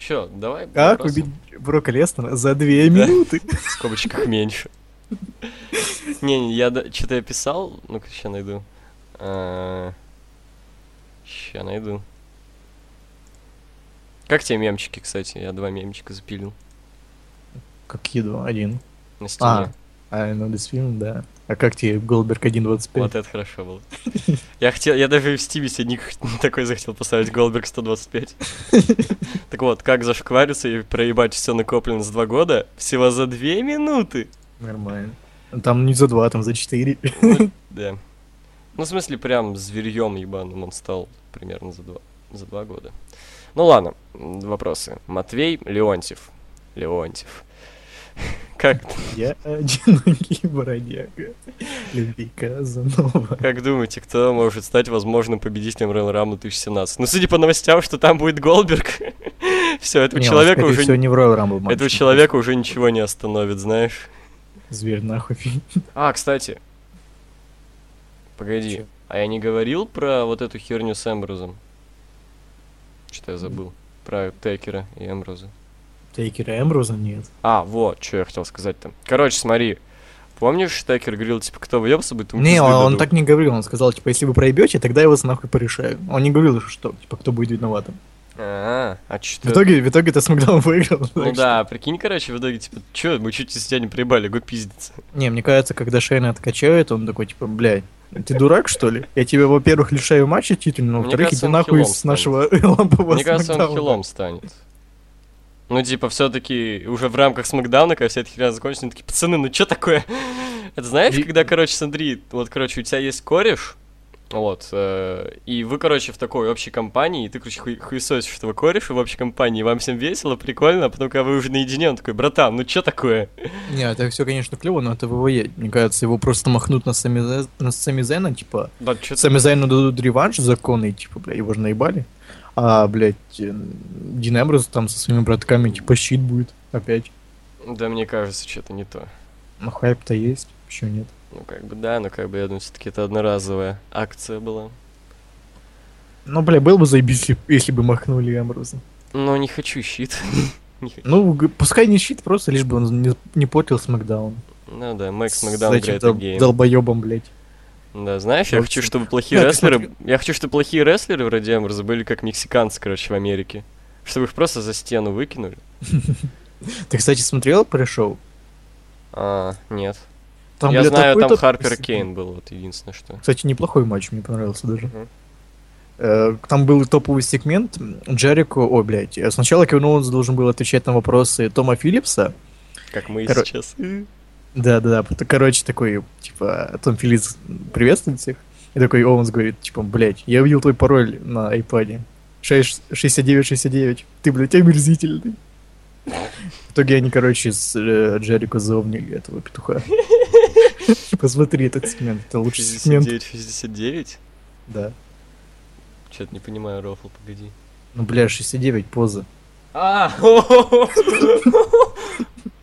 [SPEAKER 1] Че, давай...
[SPEAKER 2] Как
[SPEAKER 1] вопросы?
[SPEAKER 2] убить Брока Лестера за две
[SPEAKER 1] Да.
[SPEAKER 2] минуты?
[SPEAKER 1] В скобочках меньше. Не, не, я что-то я писал. Ну-ка, сейчас найду. Сейчас найду. Как тебе мемчики, кстати? Я два мемчика запилил
[SPEAKER 2] Как еду, один.
[SPEAKER 1] на
[SPEAKER 2] А,
[SPEAKER 1] стене.
[SPEAKER 2] I know this film, да. А как тебе Голдберг 1.25?
[SPEAKER 1] Вот это хорошо было. Я хотел, я даже в стиме сегодня ник такой захотел поставить Голдберг 125. Так вот, как зашквариться и проебать все накоплено за два года всего за две минуты.
[SPEAKER 2] Нормально. Там не за два, там за четыре.
[SPEAKER 1] Ну, Да. Ну, в смысле, прям зверьем ебаным он стал примерно за два. За два года. Ну ладно, м, вопросы. Матвей Леонтьев. Леонтьев. Как,
[SPEAKER 2] Я одинокий бродяга. Люби Казанова.
[SPEAKER 1] как думаете, кто может стать возможным победителем Royal Rumble 2017? Ну, судя по новостям, что там будет Голдберг, все, этого
[SPEAKER 2] Не, он,
[SPEAKER 1] человека
[SPEAKER 2] скорее
[SPEAKER 1] уже...
[SPEAKER 2] всего, не в Royal Rumble матче.
[SPEAKER 1] Этого человека уже ничего не остановит, знаешь.
[SPEAKER 2] Зверь нахуй.
[SPEAKER 1] А, кстати. Погоди. А я не говорил про вот эту херню с Эмброзом? Что я забыл? Про Текера и Эмброза.
[SPEAKER 2] Тейкера Эмброза нет.
[SPEAKER 1] А, вот, что я хотел сказать там. Короче, смотри. Помнишь, Текер говорил, типа, кто въебся бы, тому
[SPEAKER 2] Не,
[SPEAKER 1] пизды
[SPEAKER 2] он, он
[SPEAKER 1] дадут?
[SPEAKER 2] так не говорил, он сказал, типа, если вы проебете, тогда я вас нахуй порешаю. Он не говорил, что, типа, кто будет виноватым.
[SPEAKER 1] А, а что?
[SPEAKER 2] В итоге, в итоге-то Смакдаун выиграл.
[SPEAKER 1] Ну
[SPEAKER 2] так
[SPEAKER 1] да, прикинь, короче, в итоге, типа, чё, мы чуть из тебя не проебали, го пиздец.
[SPEAKER 2] что- Не, мне кажется, когда Шейна откачает, он такой, типа, блядь, ты дурак, что ли? Я тебя, во-первых, лишаю матча титульного,
[SPEAKER 1] Мне
[SPEAKER 2] во-вторых,
[SPEAKER 1] кажется,
[SPEAKER 2] иди
[SPEAKER 1] он
[SPEAKER 2] нахуй
[SPEAKER 1] хилом
[SPEAKER 2] с нашего лампового
[SPEAKER 1] Мне кажется, он
[SPEAKER 2] Смакдауна».
[SPEAKER 1] хилом станет. Ну, типа, все-таки уже в рамках Смакдауна, когда вся эта херня закончится, они такие, пацаны, ну что такое? Это знаешь,
[SPEAKER 2] И-
[SPEAKER 1] когда, короче, смотри, вот, короче, у тебя есть кореш, вот, э, и вы, короче, в такой общей компании, и ты, короче, хуй- хуесосишь этого кореша в общей компании, и вам всем весело, прикольно, а потом, когда вы уже наедине, он такой, братан, ну что такое?
[SPEAKER 2] Не, это все, конечно, клево, но это ВВЕ. Мне кажется, его просто махнут на Сами Зе- на Сами Зена, типа,
[SPEAKER 1] Да, что
[SPEAKER 2] Сами Зену дадут реванш законный, типа, бля, его же наебали. А, блядь, э, Дин Эмброс там со своими братками, типа, щит будет опять.
[SPEAKER 1] Да, мне кажется, что-то не то.
[SPEAKER 2] Ну, хайп-то есть, почему нет?
[SPEAKER 1] Ну, как бы, да, но, как бы, я думаю, все-таки это одноразовая акция была.
[SPEAKER 2] Ну, бля, был бы заебись, если- если бы махнули Эмброзом.
[SPEAKER 1] Но не хочу щит. Не хочу.
[SPEAKER 2] Ну, г- пускай не щит, просто лишь бы он не, не портил Смакдаун.
[SPEAKER 1] Ну да, Макс
[SPEAKER 2] С
[SPEAKER 1] Макдаун
[SPEAKER 2] этим
[SPEAKER 1] играет
[SPEAKER 2] дол-
[SPEAKER 1] в гейм.
[SPEAKER 2] долбоебом, блядь.
[SPEAKER 1] Да, знаешь, я
[SPEAKER 2] Макс
[SPEAKER 1] хочу,
[SPEAKER 2] Мак-
[SPEAKER 1] чтобы плохие
[SPEAKER 2] Да,
[SPEAKER 1] рестлеры...
[SPEAKER 2] кстати.
[SPEAKER 1] Я хочу, чтобы плохие рестлеры вроде Эмберза были как мексиканцы, короче, в Америке. Чтобы их просто за стену выкинули.
[SPEAKER 2] Ты, кстати, смотрел пришел?
[SPEAKER 1] А, нет.
[SPEAKER 2] Там,
[SPEAKER 1] я
[SPEAKER 2] бля,
[SPEAKER 1] знаю, там
[SPEAKER 2] такой-то
[SPEAKER 1] Харпер
[SPEAKER 2] пиздец.
[SPEAKER 1] Кейн был, вот единственное, что...
[SPEAKER 2] Кстати, неплохой матч, мне понравился даже.
[SPEAKER 1] Мгм.
[SPEAKER 2] Э, Там был топовый сегмент м, Джерико, ой, блядь, э, сначала Кевин Оуэнс должен был отвечать на вопросы Тома Филлипса,
[SPEAKER 1] Как мы и
[SPEAKER 2] Коро-
[SPEAKER 1] сейчас. Э.
[SPEAKER 2] Да-да-да, пот- короче, такой, типа, Том Филлипс приветствует всех. И такой Оуэнс говорит, типа, блядь, я видел твой пароль на айпаде. 69-69. Ты, блядь, омерзительный. В итоге они, короче, с э, Джерико заумнили этого петуха. Посмотри этот сегмент, это лучший сегмент.
[SPEAKER 1] 69-69?
[SPEAKER 2] Да.
[SPEAKER 1] Чё-то не понимаю, Рофл, погоди.
[SPEAKER 2] Ну, бля, 69 поза.
[SPEAKER 1] А!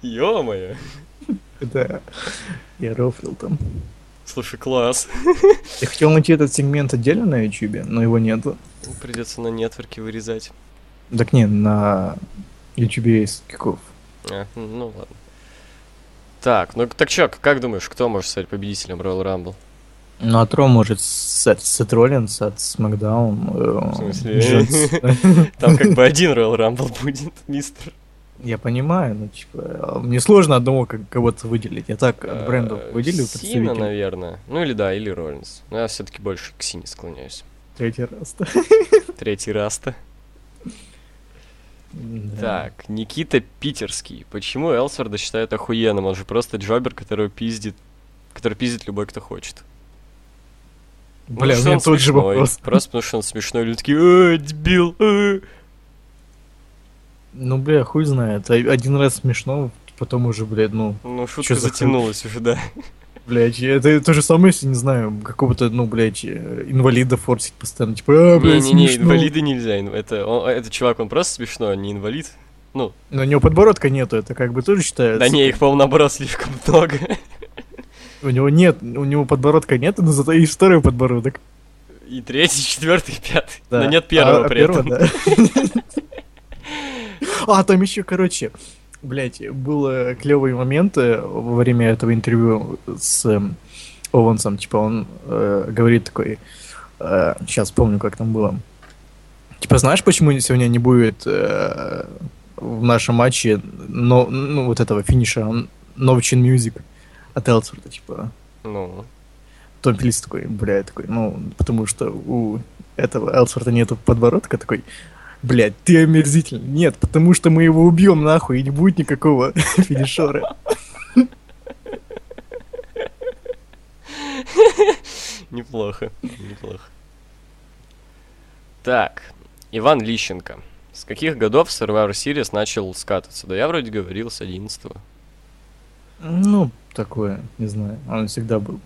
[SPEAKER 1] Ё-моё!
[SPEAKER 2] Да. Я рофлил там.
[SPEAKER 1] Слушай, класс.
[SPEAKER 2] Я хотел найти этот сегмент отдельно на ютюбе, но его нету.
[SPEAKER 1] Ну, Придется на нетворке вырезать.
[SPEAKER 2] Так не, на ютюбе есть киков.
[SPEAKER 1] А, ну ладно. Так, ну так чё, как думаешь, кто может стать победителем Royal Rumble?
[SPEAKER 2] Ну, а Тро может Сет, Сет Роллинс от Смакдаун. э,
[SPEAKER 1] В смысле?
[SPEAKER 2] Джонс.
[SPEAKER 1] Там как бы один Royal Rumble будет, мистер.
[SPEAKER 2] Я понимаю, но типа э, мне сложно одного как кого-то выделить. Я так
[SPEAKER 1] Э,
[SPEAKER 2] от брендов выделил
[SPEAKER 1] Сина,
[SPEAKER 2] представителей.
[SPEAKER 1] наверное. Ну или да, или Роллинс. Но я все таки больше к Сине склоняюсь.
[SPEAKER 2] Третий раз.
[SPEAKER 1] Третий раз-то.
[SPEAKER 2] Да.
[SPEAKER 1] Так, Никита Питерский. Почему Элсфорда считают охуенным? Он же просто джобер, которого пиздит который пиздит любой, кто хочет. Ну,
[SPEAKER 2] Бля,
[SPEAKER 1] потому
[SPEAKER 2] у
[SPEAKER 1] что
[SPEAKER 2] меня
[SPEAKER 1] он
[SPEAKER 2] тот же
[SPEAKER 1] смешной.
[SPEAKER 2] вопрос.
[SPEAKER 1] Просто потому что он смешной, люди такие, «Э, дебил, э».
[SPEAKER 2] Ну, бля, хуй знает. А- Один раз смешно, потом уже, блядь, ну,
[SPEAKER 1] Ну, шутка
[SPEAKER 2] Чё за хуй?
[SPEAKER 1] затянулась уже, да.
[SPEAKER 2] блядь, это то же самое, если, не знаю, какого-то, ну, блядь, э, инвалида форсить постоянно. Типа, а, блядь,
[SPEAKER 1] Не-не-не,
[SPEAKER 2] смешно.
[SPEAKER 1] инвалиды нельзя. инв- Это, он- этот чувак, он просто смешной, он не инвалид.
[SPEAKER 2] Но у него подбородка нету, это как бы тоже считается.
[SPEAKER 1] Да не, их, по-моему, наоборот, слишком много.
[SPEAKER 2] У него нет, у него подбородка нету, но зато есть второй подбородок.
[SPEAKER 1] И третий, четвертый, пятый.
[SPEAKER 2] Да.
[SPEAKER 1] Но нет первого
[SPEAKER 2] А,
[SPEAKER 1] при этом.
[SPEAKER 2] первого, да. А, там еще, короче, блять, был э, клевый момент э, во время этого интервью с эм, Оуэнсом. Типа он э, говорит такой, сейчас помню, как там было. Типа, знаешь, почему сегодня не будет э, в нашем матче но, ну, вот этого финиша он- Новчин Мьюзик от Элсфорда, типа.
[SPEAKER 1] Ну,
[SPEAKER 2] Том Филлипс такой, бля, я такой, ну, потому что у этого Элсфорта нету подбородка, такой, блядь, ты омерзительный. Нет, потому что мы его убьем нахуй, и не будет никакого финишера.
[SPEAKER 1] неплохо, неплохо. Так, Иван Лищенко. С каких годов Survivor Series начал скатываться? Да я вроде говорил с 11
[SPEAKER 2] Ну, такое, не знаю. Он всегда был.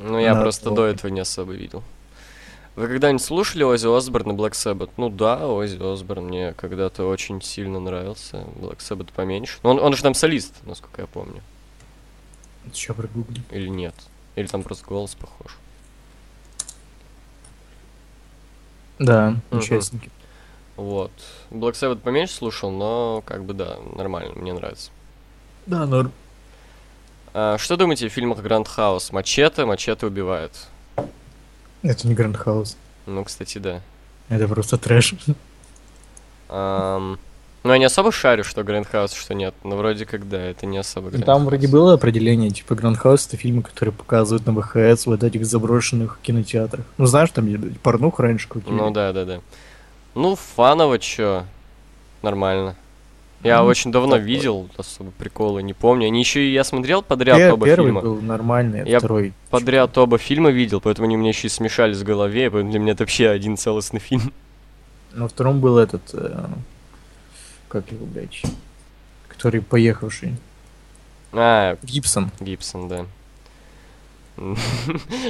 [SPEAKER 1] Ну, я
[SPEAKER 2] Да,
[SPEAKER 1] просто до
[SPEAKER 2] здорово.
[SPEAKER 1] этого не особо видел. Вы когда-нибудь слушали Оззи Осборн и Black Sabbath? Ну да, Оззи Осборн мне когда-то очень сильно нравился. Black Sabbath поменьше. Но он, он же там солист, насколько я помню.
[SPEAKER 2] Сейчас прогуглим.
[SPEAKER 1] Или нет? Или там просто голос похож.
[SPEAKER 2] Да,
[SPEAKER 1] Мгм.
[SPEAKER 2] участники.
[SPEAKER 1] Вот. Black Sabbath поменьше слушал, но как бы да, нормально, мне нравится.
[SPEAKER 2] Да, норм.
[SPEAKER 1] А, что думаете о фильмах Гранд Хаус? Мачете, мачете убивает.
[SPEAKER 2] Это не Гранд Хаус.
[SPEAKER 1] Ну, кстати, да.
[SPEAKER 2] Это просто трэш.
[SPEAKER 1] Ам, ну, я не особо шарю, что Гранд Хаус, что нет. Но вроде как да, это не особо Grand
[SPEAKER 2] Там вроде
[SPEAKER 1] House.
[SPEAKER 2] было определение, типа Гранд Хаус это фильмы, которые показывают на ВХС вот этих заброшенных кинотеатрах. Ну знаешь, там где-то порнух раньше крутили.
[SPEAKER 1] Ну да, да, да. Ну, фаново чё. Нормально. Я
[SPEAKER 2] Ну,
[SPEAKER 1] очень давно
[SPEAKER 2] такое.
[SPEAKER 1] видел, особо приколы не помню. Они еще и я смотрел подряд
[SPEAKER 2] Пе-
[SPEAKER 1] оба
[SPEAKER 2] первый
[SPEAKER 1] фильма.
[SPEAKER 2] был нормальный, а
[SPEAKER 1] Я
[SPEAKER 2] второй.
[SPEAKER 1] Подряд оба фильма видел, поэтому они у меня еще и смешались в голове, и поэтому для меня это вообще один целостный фильм.
[SPEAKER 2] На втором был этот. э, как его, блядь? Который поехавший.
[SPEAKER 1] А,
[SPEAKER 2] Гибсон.
[SPEAKER 1] Гибсон, да. М.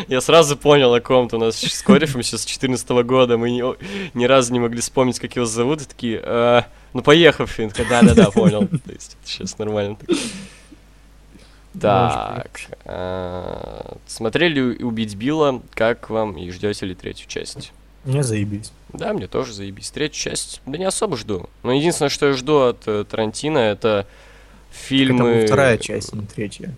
[SPEAKER 1] Я сразу понял о ком-то. У нас щ- с корешем сейчас с 14 года. Мы ни, о- ни разу не могли вспомнить, как его зовут. И такие, «А, ну поехавший. Да-да-да, понял. То есть сейчас нормально. так. Так. а, Смотрели «Убить Билла», как вам, и ждете ли третью часть?
[SPEAKER 2] Не заебись.
[SPEAKER 1] Да, мне тоже заебись. Третью часть, да не особо жду. Но единственное, что я жду от э, Тарантино, это
[SPEAKER 2] Это
[SPEAKER 1] фильмы...
[SPEAKER 2] была вторая часть, а не третья.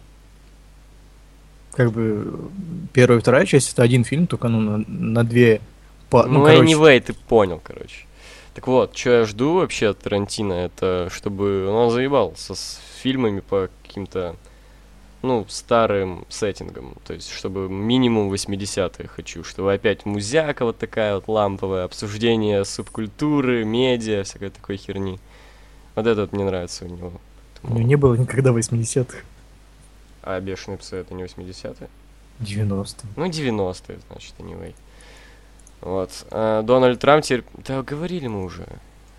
[SPEAKER 2] Как бы э, первая и вторая часть это один фильм, только ну на, на две по.
[SPEAKER 1] Ну,
[SPEAKER 2] Ну, короче,
[SPEAKER 1] anyway, ты понял, короче. Так вот, что я жду вообще от Тарантино, это чтобы ну, он заебался с фильмами по каким-то, ну, старым сеттингам. То есть, чтобы минимум 80-е хочу, чтобы опять музяка вот такая вот ламповая, обсуждение субкультуры, медиа, всякой такой херни. Вот это вот мне нравится у него.
[SPEAKER 2] у неё Ну, не было никогда 80-х.
[SPEAKER 1] А «Бешеные псы» — это не 80-е?
[SPEAKER 2] 90
[SPEAKER 1] Ну, 90-е, значит, anyway. Вот. А, Дональд Трамп теперь... Да, говорили мы уже.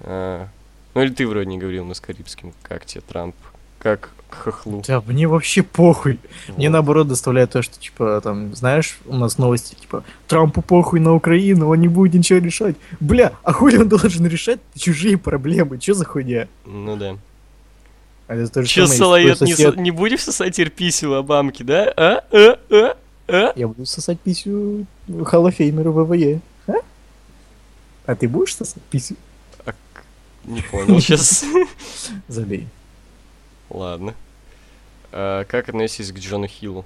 [SPEAKER 1] А, ну, или ты вроде не говорил, мы с Карибским. Как тебе Трамп? Как к хохлу?
[SPEAKER 2] Да, мне вообще похуй. Мне
[SPEAKER 1] Вот.
[SPEAKER 2] наоборот доставляет то, что, типа, там, знаешь, у нас новости, типа, Трампу похуй на Украину, он не будет ничего решать. Бля, а хули он должен решать чужие проблемы? Че за хуйня?
[SPEAKER 1] Ну да.
[SPEAKER 2] А это то же
[SPEAKER 1] Че,
[SPEAKER 2] самое, если
[SPEAKER 1] Соловьев,
[SPEAKER 2] твой
[SPEAKER 1] не,
[SPEAKER 2] сосед-
[SPEAKER 1] со- не будешь сосать терпись у Обамки, да? А? А? А? А?
[SPEAKER 2] Я буду сосать писю Холофеймеру ВВЕ. А? А ты будешь сосать писю?
[SPEAKER 1] Не понял сейчас.
[SPEAKER 2] Забей.
[SPEAKER 1] Ладно. А, как относитесь к Джону Хиллу?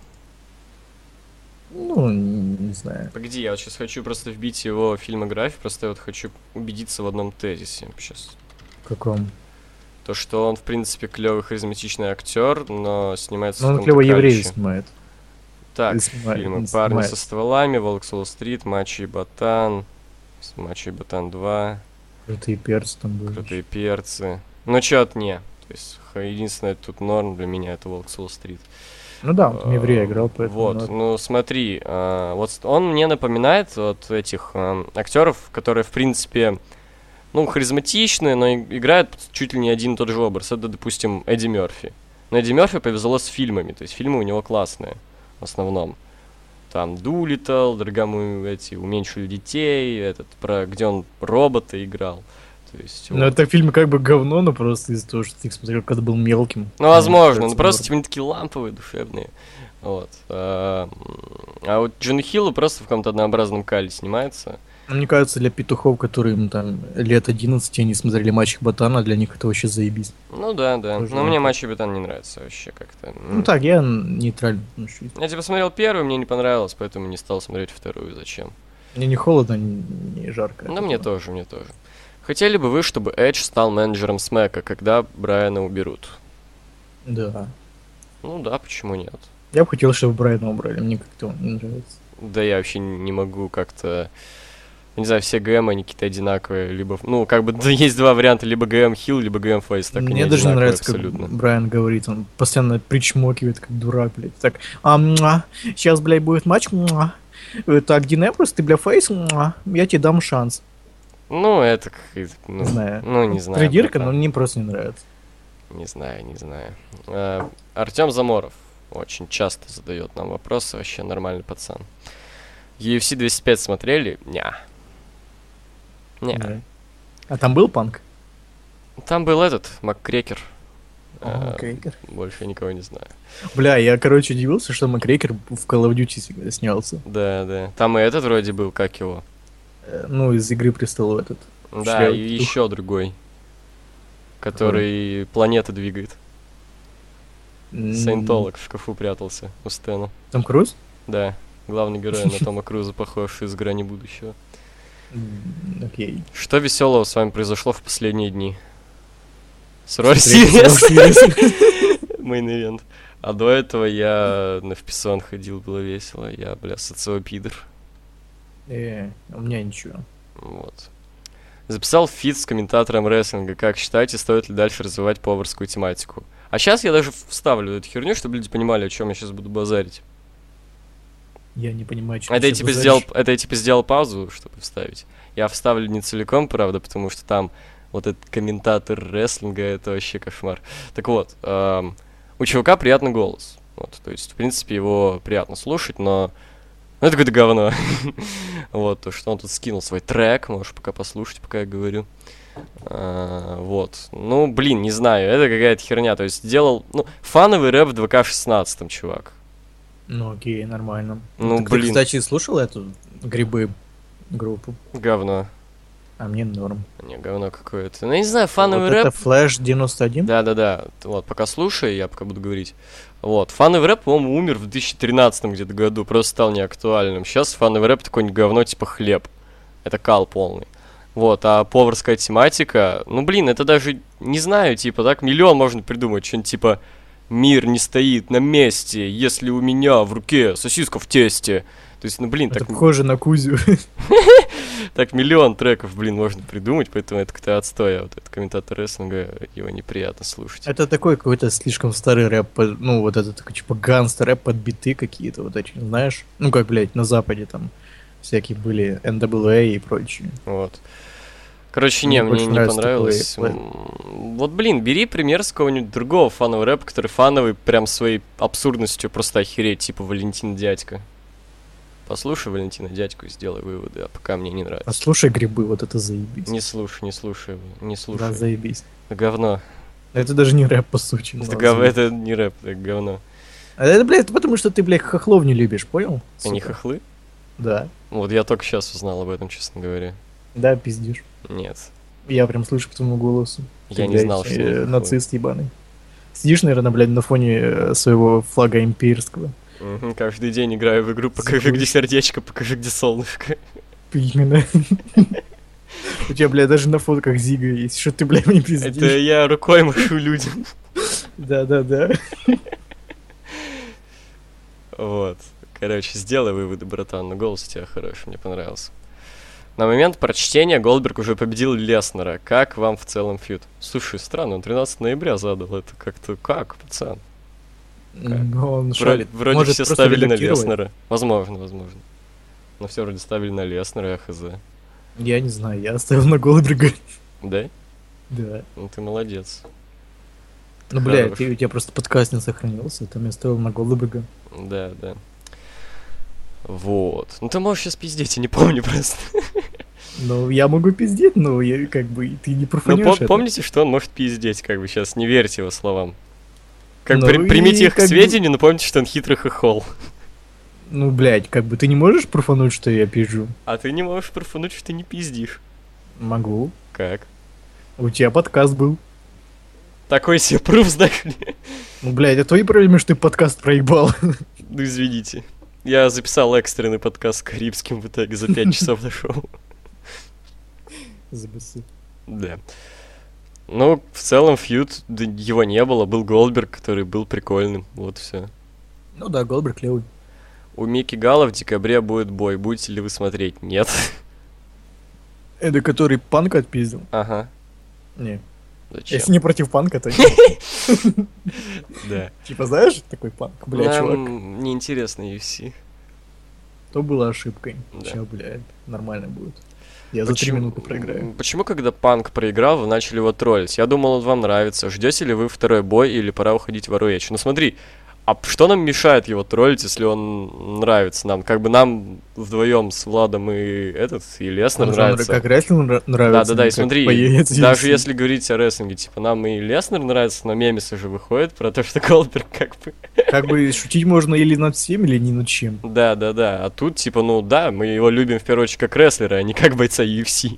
[SPEAKER 2] Ну, не знаю.
[SPEAKER 1] Погоди, я вот сейчас хочу просто вбить его фильмографию, просто я вот хочу убедиться в одном тезисе. Сейчас
[SPEAKER 2] В каком?
[SPEAKER 1] То, что он, в принципе, клевый харизматичный актер, но снимается
[SPEAKER 2] Ну,
[SPEAKER 1] в
[SPEAKER 2] он
[SPEAKER 1] каком-то
[SPEAKER 2] клево евреи
[SPEAKER 1] кальче.
[SPEAKER 2] снимает.
[SPEAKER 1] Так,
[SPEAKER 2] и снимает,
[SPEAKER 1] фильмы
[SPEAKER 2] и
[SPEAKER 1] «Парни
[SPEAKER 2] снимает.
[SPEAKER 1] со стволами», «Волк с Уолл-стрит», «Мачо и Ботан», с «Мачо и Ботан 2»,
[SPEAKER 2] Крутые перцы там были.
[SPEAKER 1] «Крутые перцы». Ну, чё от не. То есть, х- единственное тут норм для меня — это «Волк с Уолл-стрит».
[SPEAKER 2] Ну да, он там еврея
[SPEAKER 1] Эм,
[SPEAKER 2] играл, поэтому...
[SPEAKER 1] Вот,
[SPEAKER 2] ну,
[SPEAKER 1] ну смотри, а, вот с- он мне напоминает вот этих ам, актеров, которые, в принципе, ну, харизматичны, но и- играют чуть ли не один и тот же образ. Это, допустим, Эдди Мерфи. Но Эдди Мерфи повезло с фильмами, то есть фильмы у него классные в основном. Там Дулитл, Дорогому эти уменьшили детей, этот про где он робота играл. То есть,
[SPEAKER 2] Ну,
[SPEAKER 1] вот.
[SPEAKER 2] это фильм как бы говно, но просто из-за того, что ты их смотрел, когда был мелким.
[SPEAKER 1] Ну, возможно, ну
[SPEAKER 2] Поэтому
[SPEAKER 1] просто типа они такие ламповые, душевные. Вот. А м, а вот Джон Хилл просто в каком-то однообразном кале снимается.
[SPEAKER 2] ну, Мне кажется, для петухов, которым там лет 11, и они смотрели матч Ботана, для них это вообще заебись.
[SPEAKER 1] Ну да, да.
[SPEAKER 2] Тоже
[SPEAKER 1] Но мне
[SPEAKER 2] ламповый.
[SPEAKER 1] Мачо Бетан не нравится вообще как-то. М.
[SPEAKER 2] Ну так, я ну, нейтрально отношусь.
[SPEAKER 1] Я типа смотрел первую, мне не понравилось, поэтому не стал смотреть вторую. Зачем?
[SPEAKER 2] Мне не холодно, не не жарко.
[SPEAKER 1] Ну мне тоже, мне тоже. Хотели бы вы, чтобы Эдж стал менеджером Смека, когда Брайана уберут?
[SPEAKER 2] Да.
[SPEAKER 1] Ну да, почему нет?
[SPEAKER 2] Я бы хотел, чтобы Брайана убрали, мне как-то он не нравится.
[SPEAKER 1] Да я вообще не могу как-то... Не знаю, все ГМ, они какие-то одинаковые. Либо, ну, как бы, да, есть два варианта. Либо ГМ Хилл, либо ГМ Фейс. Так
[SPEAKER 2] мне
[SPEAKER 1] они
[SPEAKER 2] даже не
[SPEAKER 1] одинаковые
[SPEAKER 2] нравится,
[SPEAKER 1] абсолютно.
[SPEAKER 2] как Брайан говорит, он постоянно причмокивает, как дурак, блядь. Так, а, сейчас, блядь, будет матч, муа. Э, Так, Динепрус, ты, бля, фейс, муа. я тебе дам шанс.
[SPEAKER 1] Ну, это как... Ну,
[SPEAKER 2] Не знаю.
[SPEAKER 1] ну, не знаю.
[SPEAKER 2] Придирка, но
[SPEAKER 1] братан.
[SPEAKER 2] мне просто не нравится.
[SPEAKER 1] Не знаю, не знаю. Артем Заморов очень часто задает нам вопросы, вообще нормальный пацан. UFC 205 смотрели? Ня. Не.
[SPEAKER 2] Да. А там был панк?
[SPEAKER 1] Там был этот, МакКрекер.
[SPEAKER 2] О,
[SPEAKER 1] Э,
[SPEAKER 2] Крейкер.
[SPEAKER 1] Больше я никого не знаю.
[SPEAKER 2] Бля, я, короче, удивился, что Макрейкер в Call of Duty с- снялся.
[SPEAKER 1] Да, да. Там и этот вроде был, как его.
[SPEAKER 2] Э, Ну, из «Игры престолов» этот.
[SPEAKER 1] Да, и
[SPEAKER 2] Шлёпнув.
[SPEAKER 1] еще другой. Который планеты двигает.
[SPEAKER 2] М,
[SPEAKER 1] Саентолог в шкафу прятался у Стэна.
[SPEAKER 2] Том Круз?
[SPEAKER 1] Да, главный герой на Тома Круза, похож из «Грани будущего».
[SPEAKER 2] М, Окей.
[SPEAKER 1] Что веселого с вами произошло в последние дни? Сурор мейн ивент. А до этого я на вписон ходил, было весело. Я, бля, социопидор.
[SPEAKER 2] Э, У меня ничего.
[SPEAKER 1] Вот. Записал фит с комментатором рестлинга. Как считаете, стоит ли дальше развивать поварскую тематику? А сейчас я даже вставлю эту херню, чтобы люди понимали, о чем я сейчас буду базарить.
[SPEAKER 2] Я не понимаю, что
[SPEAKER 1] Это
[SPEAKER 2] ты
[SPEAKER 1] я, типа
[SPEAKER 2] базаришь.
[SPEAKER 1] сделал, это я типа сделал паузу, чтобы вставить. Я вставлю не целиком, правда, потому что там вот этот комментатор рестлинга, это вообще кошмар. Так вот, эм, у чувака приятный голос. Вот, то есть, в принципе, его приятно слушать, но ну, это какое-то говно. вот, то, что он тут скинул свой трек, можешь пока послушать, пока я говорю. А, вот. Ну, блин, не знаю, это какая-то херня. То есть, сделал, ну, фановый рэп в 2К16, чувак.
[SPEAKER 2] Ну, окей, нормально.
[SPEAKER 1] Ну,
[SPEAKER 2] Так
[SPEAKER 1] блин.
[SPEAKER 2] Ты, кстати, слушал эту «Грибы» группу?
[SPEAKER 1] Говно.
[SPEAKER 2] А мне норм.
[SPEAKER 1] Не, говно какое-то. Ну, я не знаю, фановый
[SPEAKER 2] вот
[SPEAKER 1] рэп.
[SPEAKER 2] это «Флэш 91»?
[SPEAKER 1] Да, да, да. Вот, пока слушай, я пока буду говорить. Вот, фановый рэп, по-моему, умер в 2013 где-то году, просто стал неактуальным. Сейчас фановый рэп такой говно типа хлеб. Это кал полный. Вот, а поварская тематика, ну, блин, это даже, не знаю, типа, так миллион можно придумать, что-нибудь типа «Мир не стоит на месте, если у меня в руке сосиска в тесте». То есть, ну, блин,
[SPEAKER 2] Это
[SPEAKER 1] так,
[SPEAKER 2] похоже на Кузю.
[SPEAKER 1] так миллион треков, блин, можно придумать, поэтому это как-то отстой, а вот этот комментатор рестлинга, его неприятно слушать.
[SPEAKER 2] Это такой какой-то слишком старый рэп, под- ну вот это такой типа гангстер рэп под биты какие-то вот эти, знаешь? Ну как, блядь, на Западе там всякие были NWA и прочие.
[SPEAKER 1] Вот. Короче, не,
[SPEAKER 2] Мне
[SPEAKER 1] мне
[SPEAKER 2] больше
[SPEAKER 1] не
[SPEAKER 2] нравится
[SPEAKER 1] понравилось.
[SPEAKER 2] такой,
[SPEAKER 1] М, Вот, блин, бери пример с какого-нибудь другого фанового рэпа, который фановый прям своей абсурдностью просто охереть, типа Валентин Дядька. Послушай Валентина Дядьку и сделай выводы, а пока мне не
[SPEAKER 2] А
[SPEAKER 1] нравится.
[SPEAKER 2] слушай грибы, вот это заебись.
[SPEAKER 1] Не слушай, не слушай, его, не
[SPEAKER 2] да,
[SPEAKER 1] слушай.
[SPEAKER 2] заебись.
[SPEAKER 1] Говно.
[SPEAKER 2] Это даже не рэп, по сути.
[SPEAKER 1] Это,
[SPEAKER 2] ну,
[SPEAKER 1] гов-
[SPEAKER 2] извини.
[SPEAKER 1] это не рэп, это говно.
[SPEAKER 2] А Это, блядь, потому что ты, блядь, хохлов не любишь, понял?
[SPEAKER 1] Они
[SPEAKER 2] сука?
[SPEAKER 1] хохлы?
[SPEAKER 2] Да.
[SPEAKER 1] Вот я только сейчас узнал об этом, честно говоря.
[SPEAKER 2] Да, пиздишь.
[SPEAKER 1] Нет.
[SPEAKER 2] Я прям слышу по твоему голосу.
[SPEAKER 1] Я
[SPEAKER 2] Ты,
[SPEAKER 1] не
[SPEAKER 2] блядь,
[SPEAKER 1] знал, что
[SPEAKER 2] э,
[SPEAKER 1] они хохлы.
[SPEAKER 2] Нацист ебаный. Сидишь, наверное, блядь, на фоне э, своего флага имперского.
[SPEAKER 1] Мгм, Каждый день играю в игру, покажи, где
[SPEAKER 2] Забудь.
[SPEAKER 1] сердечко, покажи, где солнышко.
[SPEAKER 2] Именно. У тебя, блядь, даже на фотках Зига есть, что ты, блядь, мне пиздишь.
[SPEAKER 1] Это я рукой машу людям.
[SPEAKER 2] Да-да-да.
[SPEAKER 1] Вот. Короче, сделай выводы, братан, но голос у тебя хороший, мне понравился. На момент прочтения Голдберг уже победил Леснера. Как вам в целом фьюд? Слушай, странно, он 13 ноября задал это как-то. Как, пацан?
[SPEAKER 2] Ну, Он
[SPEAKER 1] Вро-
[SPEAKER 2] шарит.
[SPEAKER 1] Вроде
[SPEAKER 2] Может,
[SPEAKER 1] все
[SPEAKER 2] просто
[SPEAKER 1] ставили на
[SPEAKER 2] редактировать?
[SPEAKER 1] Леснера. Возможно, возможно. Но все вроде ставили на Леснера, я хз.
[SPEAKER 2] Я не знаю, я оставил на Голдберга.
[SPEAKER 1] Да?
[SPEAKER 2] Да.
[SPEAKER 1] Ну ты молодец.
[SPEAKER 2] Ну, бля,
[SPEAKER 1] Хорош.
[SPEAKER 2] ты, у тебя просто подкаст не сохранился, там я оставил на Голдберга.
[SPEAKER 1] Да, да. Вот. Ну ты можешь сейчас пиздеть, я не помню просто.
[SPEAKER 2] Ну, я могу пиздеть, но я, как бы ты не
[SPEAKER 1] Ну,
[SPEAKER 2] профанешь
[SPEAKER 1] пом-
[SPEAKER 2] это.
[SPEAKER 1] помните, что он может пиздеть, как бы сейчас не верьте его словам. Как бы
[SPEAKER 2] Ну
[SPEAKER 1] при-
[SPEAKER 2] и
[SPEAKER 1] примите их к
[SPEAKER 2] как бы-
[SPEAKER 1] сведению, но помните, что он хитрый хохол.
[SPEAKER 2] Ну, блядь, как бы ты не можешь профануть, что я пизжу?
[SPEAKER 1] А ты не можешь профануть, что ты не пиздишь.
[SPEAKER 2] Могу.
[SPEAKER 1] Как?
[SPEAKER 2] У тебя подкаст был.
[SPEAKER 1] Такой себе пруф, знаешь ли?
[SPEAKER 2] Ну, блядь, это твои проблемы, что ты подкаст проебал.
[SPEAKER 1] Ну, извините. Я записал экстренный подкаст с Карибским в итоге за 5 часов нашел.
[SPEAKER 2] Забесы.
[SPEAKER 1] Да. Ну, в целом, фьюд, да его не было. Был Голдберг, который был прикольным. Вот все.
[SPEAKER 2] Ну да, Голдберг клевый.
[SPEAKER 1] У Микки Гала в декабре будет бой. Будете ли вы смотреть? Нет.
[SPEAKER 2] Это который панк отпиздил?
[SPEAKER 1] Ага.
[SPEAKER 2] Не.
[SPEAKER 1] Зачем?
[SPEAKER 2] Если не против панка, то
[SPEAKER 1] Да.
[SPEAKER 2] типа знаешь, такой панк, бля,
[SPEAKER 1] Нам
[SPEAKER 2] чувак.
[SPEAKER 1] неинтересно UFC.
[SPEAKER 2] то было ошибкой.
[SPEAKER 1] Да.
[SPEAKER 2] Сейчас, блядь, нормально будет. Я за три минуты проиграю.
[SPEAKER 1] Почему, когда Панк проиграл, вы начали его троллить? Я думал, он вам нравится. Ждете ли вы второй бой или пора уходить в ROH? Ну смотри, а п- что нам мешает его троллить, если он нравится нам? Как бы нам вдвоем с Владом и этот, и Леснер
[SPEAKER 2] Нам же
[SPEAKER 1] нравится.
[SPEAKER 2] Как рестлинг нра- нравится.
[SPEAKER 1] Да, да, да,
[SPEAKER 2] не
[SPEAKER 1] и
[SPEAKER 2] как
[SPEAKER 1] смотри,
[SPEAKER 2] поедет
[SPEAKER 1] даже
[SPEAKER 2] UFC.
[SPEAKER 1] если говорить о рестлинге, типа, нам и Леснер нравится, но мемесы же выходят про то, что Голдберг как бы...
[SPEAKER 2] Как бы шутить можно или над всем, или ни над чем.
[SPEAKER 1] Да, да, да, а тут, типа, ну да, мы его любим в первую очередь как рестлера, а не как бойца UFC.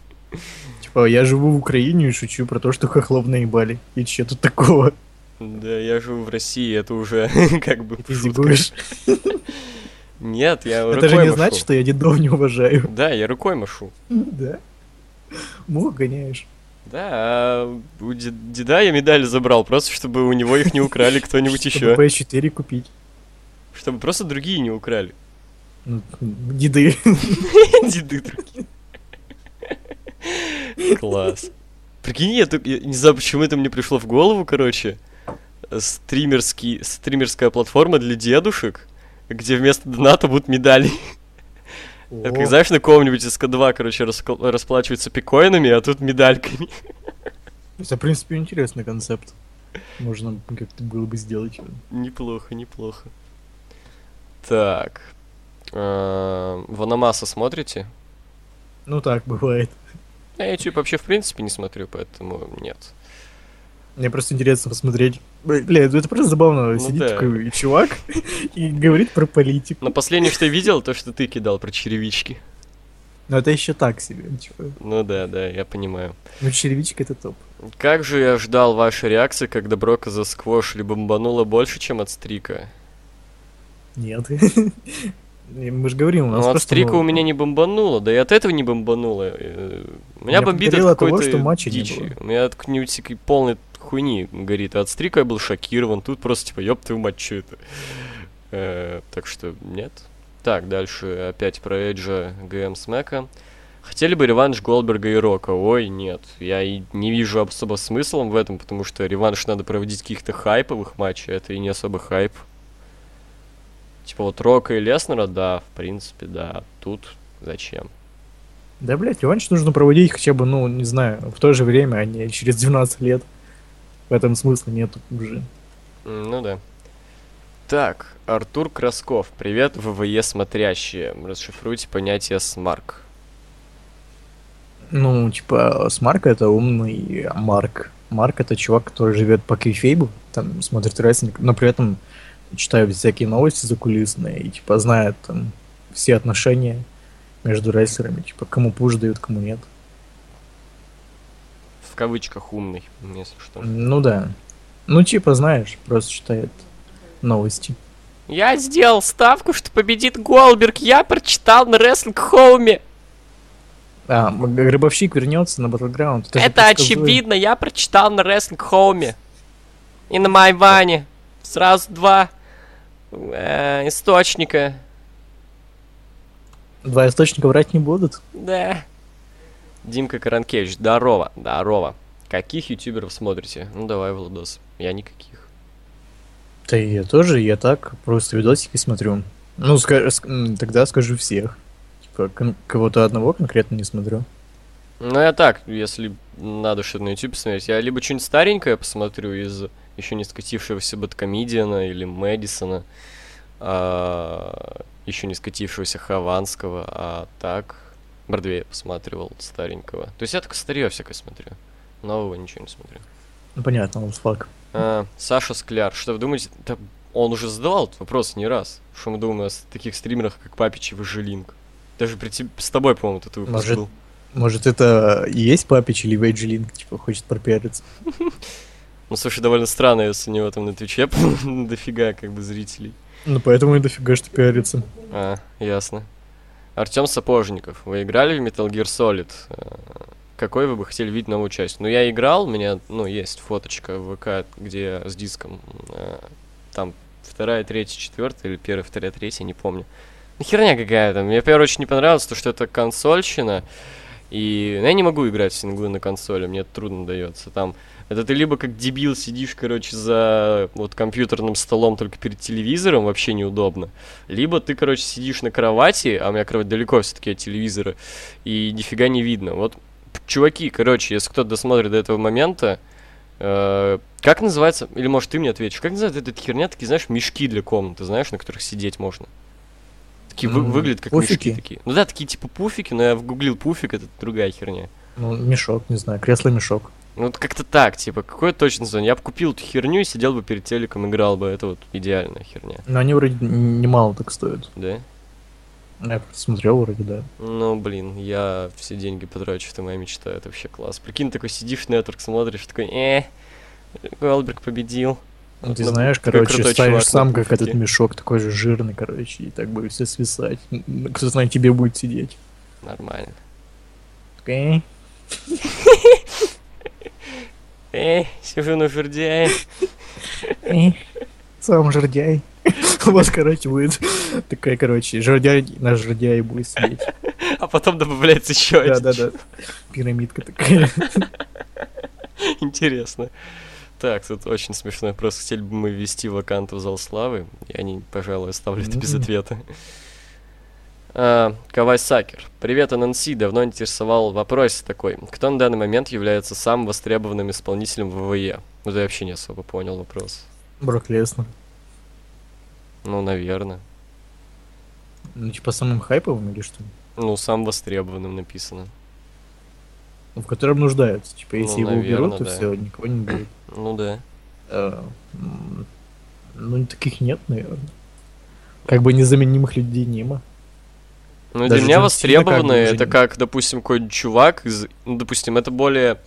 [SPEAKER 2] Типа, я живу в Украине и шучу про то, что хохлов наебали. И че тут такого?
[SPEAKER 1] Да, я живу в России, это уже как бы
[SPEAKER 2] Ты
[SPEAKER 1] шутка.
[SPEAKER 2] зебуешь.
[SPEAKER 1] Нет, я
[SPEAKER 2] Это
[SPEAKER 1] рукой
[SPEAKER 2] же не
[SPEAKER 1] машу.
[SPEAKER 2] значит, что я дедов не уважаю.
[SPEAKER 1] Да, я рукой машу.
[SPEAKER 2] Да? Мух гоняешь.
[SPEAKER 1] Да, а у Ди- Дида я медали забрал, просто чтобы у него их не украли кто-нибудь
[SPEAKER 2] Чтобы
[SPEAKER 1] еще.
[SPEAKER 2] PS4 купить.
[SPEAKER 1] Чтобы просто другие не украли.
[SPEAKER 2] Ну, деды.
[SPEAKER 1] Деды другие. Класс. Прикинь, я, тут- я не знаю, почему это мне пришло в голову, короче. Стримерский, стримерская платформа для дедушек, где вместо доната будут медали. Это Как, знаешь, на ком-нибудь СК-2, короче, раскол- расплачиваются пикоинами, а тут медальками.
[SPEAKER 2] Это, а, в принципе, интересный концепт. Можно как-то было бы сделать. его.
[SPEAKER 1] Неплохо, неплохо. Так. Эм, Ваномаса смотрите?
[SPEAKER 2] Ну, так бывает.
[SPEAKER 1] А Я YouTube вообще в принципе не смотрю, поэтому нет.
[SPEAKER 2] Мне просто интересно посмотреть. Бля, ну это просто забавно.
[SPEAKER 1] Ну
[SPEAKER 2] Сидит
[SPEAKER 1] да.
[SPEAKER 2] такой чувак и говорит про политику.
[SPEAKER 1] Но последнее, что я видел, то, что ты кидал про черевички.
[SPEAKER 2] Но это еще так себе. типа.
[SPEAKER 1] Ну да, да, я понимаю.
[SPEAKER 2] Ну, черевичек это топ.
[SPEAKER 1] Как же я ждал вашей реакции, когда Брока за сквош либо бомбануло больше, чем от стрика?
[SPEAKER 2] Нет. Не, Мы же говорим, у нас
[SPEAKER 1] Ну, от
[SPEAKER 2] просто,
[SPEAKER 1] стрика
[SPEAKER 2] ну,
[SPEAKER 1] у меня не бомбануло, да и от этого не бомбануло. Э, Меня
[SPEAKER 2] Меня
[SPEAKER 1] бомбит
[SPEAKER 2] покорило
[SPEAKER 1] от
[SPEAKER 2] от того,
[SPEAKER 1] какой-то
[SPEAKER 2] что матча не
[SPEAKER 1] дичи. У меня от какой-нибудь всякой полной хуйни горит. От стрика я был шокирован, тут просто типа, ёб твою мать, что это? Э, Так что нет. Так, дальше опять про Эджа ГМ Смека. Хотели бы реванш Голдберга и Рока? Ой, нет. Я и не вижу особо смысла в этом, потому что реванш надо проводить в каких-то хайповых матчах, это и не особо хайп. Типа вот Рока и Леснера, да, в принципе, да. Тут зачем?
[SPEAKER 2] Да, блядь, реванш нужно проводить хотя бы, ну, не знаю, в то же время, а не через 12 лет. В этом смысла нету уже.
[SPEAKER 1] М, Ну да. Так, Артур Красков. Привет, ВВЕ смотрящие. Расшифруйте понятие смарк.
[SPEAKER 2] Ну, типа, Смарк это умный Марк. Марк это чувак, который живет по кейфейбу, там смотрит рестлинг, но при этом читает всякие новости закулисные и, типа, знает там все отношения между рестлерами, типа, кому пуш дают, кому нет.
[SPEAKER 1] В кавычках умный, если что.
[SPEAKER 2] Ну да. Ну, типа, знаешь, просто читает новости.
[SPEAKER 1] Я сделал ставку, что победит Голберг. Я прочитал на Wrestling Хоуме.
[SPEAKER 2] А, м, Гробовщик вернется на Battleground. же предсказуемо.
[SPEAKER 1] Я прочитал на Wrestling Хоуме. И на Майване. Сразу два э, источника.
[SPEAKER 2] Два источника врать не будут.
[SPEAKER 1] Да. Димка Каранкевич, здорово, здорово. Каких ютуберов смотрите? Ну давай, Владос. Я никаких.
[SPEAKER 2] Да и я тоже, я так просто видосики смотрю. Ну, ска- ск- м, тогда скажу всех. Типа, кон- кого-то одного конкретно не смотрю.
[SPEAKER 1] Ну я так, если надо что-то на ютубе смотреть, я либо что-нибудь старенькое посмотрю из еще не скатившегося Бэткомедиана или Мэдисона, а, еще не скатившегося Хованского, а так Бродвея посматривал старенького. То есть я только старье всякое смотрю. Нового ничего не смотрю.
[SPEAKER 2] Ну, понятно, лутфак.
[SPEAKER 1] А, Саша Скляр, что вы думаете? Да он уже задавал этот вопрос не раз. Что мы думаем о с- таких стримерах, как Папич и Выжилинг? Даже при тебе- с тобой, по-моему, этот выпуск
[SPEAKER 2] Может,
[SPEAKER 1] был.
[SPEAKER 2] Может, это и есть Папич или Вейджелинг, типа, хочет пропиариться.
[SPEAKER 1] Ну, слушай, довольно странно, если у него там на Твиче дофига как бы зрителей.
[SPEAKER 2] Ну, поэтому и дофига, что пиарится.
[SPEAKER 1] А, ясно. Артем Сапожников, вы играли в Metal Gear Solid? Э, Какой вы бы хотели видеть новую часть? Ну, я играл, у меня, ну, есть фоточка в ВК, где я с диском. э, Там вторая, третья, четвертая, или первая, вторая, третья, не помню. Ну, херня какая-то. Мне, первое, очень не понравилось то, что это консольщина. И ну, я не могу играть в синглы на консоли, мне это трудно дается. Там Это ты либо как дебил сидишь, короче, за вот компьютерным столом только перед телевизором, вообще неудобно. Либо ты, короче, сидишь на кровати, а у меня кровать далеко все-таки от телевизора, и нифига не видно. Вот, чуваки, короче, если кто-то досмотрит до этого момента, э, как называется, или может ты мне ответишь, как называется эта херня, такие, знаешь, мешки для комнаты, знаешь, на которых сидеть можно? Такие вы-
[SPEAKER 2] М,
[SPEAKER 1] выглядят как
[SPEAKER 2] пуфики?
[SPEAKER 1] мешки такие. Ну да, такие типа пуфики, но я вгуглил пуфик, это другая херня.
[SPEAKER 2] Ну, мешок, не знаю, кресло-мешок.
[SPEAKER 1] Ну, вот как-то так, типа, какое точно название? Я бы купил эту херню и сидел бы перед телеком, играл бы. Это вот идеальная херня,
[SPEAKER 2] Но они вроде н- немало так стоят. Ну,
[SPEAKER 1] да?
[SPEAKER 2] Я просто смотрел вроде, да.
[SPEAKER 1] Ну, блин, я все деньги потрачу, ты моя мечта, это вообще класс. Прикинь, такой сидишь, нетворк смотришь, такой, э, Голдберг победил.
[SPEAKER 2] Ну, Ты
[SPEAKER 1] Ну,
[SPEAKER 2] знаешь,
[SPEAKER 1] такой
[SPEAKER 2] короче,
[SPEAKER 1] крутой
[SPEAKER 2] ставишь
[SPEAKER 1] чувак на
[SPEAKER 2] сам, как
[SPEAKER 1] пуфике.
[SPEAKER 2] этот мешок, такой же жирный, короче, и так будет все свисать. М, Кто-то на тебе будет сидеть.
[SPEAKER 1] Нормально.
[SPEAKER 2] Окей.
[SPEAKER 1] Э, сижу на жерде, э.
[SPEAKER 2] Э, Сам жердяй. У вас, короче, будет такая, короче, жердяй, наш жердяй будет сидеть.
[SPEAKER 1] а потом добавляется еще один.
[SPEAKER 2] Да-да-да. Пирамидка такая.
[SPEAKER 1] Интересно. Так, тут очень смешной вопрос. Хотели бы мы ввести ваканты в зал славы? Я не, пожалуй, оставлю это без
[SPEAKER 2] Мгм.
[SPEAKER 1] ответа. А, Кавай Сакер. Привет, ННС. Давно интересовал вопрос такой. Кто на данный момент является самым востребованным исполнителем ВВЕ? Ну, да я вообще не особо понял вопрос.
[SPEAKER 2] Брок Леснер.
[SPEAKER 1] Ну, наверное.
[SPEAKER 2] Ну, типа, самым хайповым или что?
[SPEAKER 1] Ну, самым востребованным написано.
[SPEAKER 2] Ну, В котором нуждаются. Типа,
[SPEAKER 1] Ну,
[SPEAKER 2] если его
[SPEAKER 1] наверно,
[SPEAKER 2] уберут, то
[SPEAKER 1] да.
[SPEAKER 2] все, никого не будет.
[SPEAKER 1] Ну да.
[SPEAKER 2] Э, м, Ну, таких нет, наверное. Как бы незаменимых людей нема.
[SPEAKER 1] Ну,
[SPEAKER 2] Даже
[SPEAKER 1] для меня
[SPEAKER 2] Джон Сина как бы
[SPEAKER 1] востребованные
[SPEAKER 2] уже
[SPEAKER 1] это
[SPEAKER 2] нет.
[SPEAKER 1] как, допустим, какой-нибудь чувак из... Ну, допустим, это более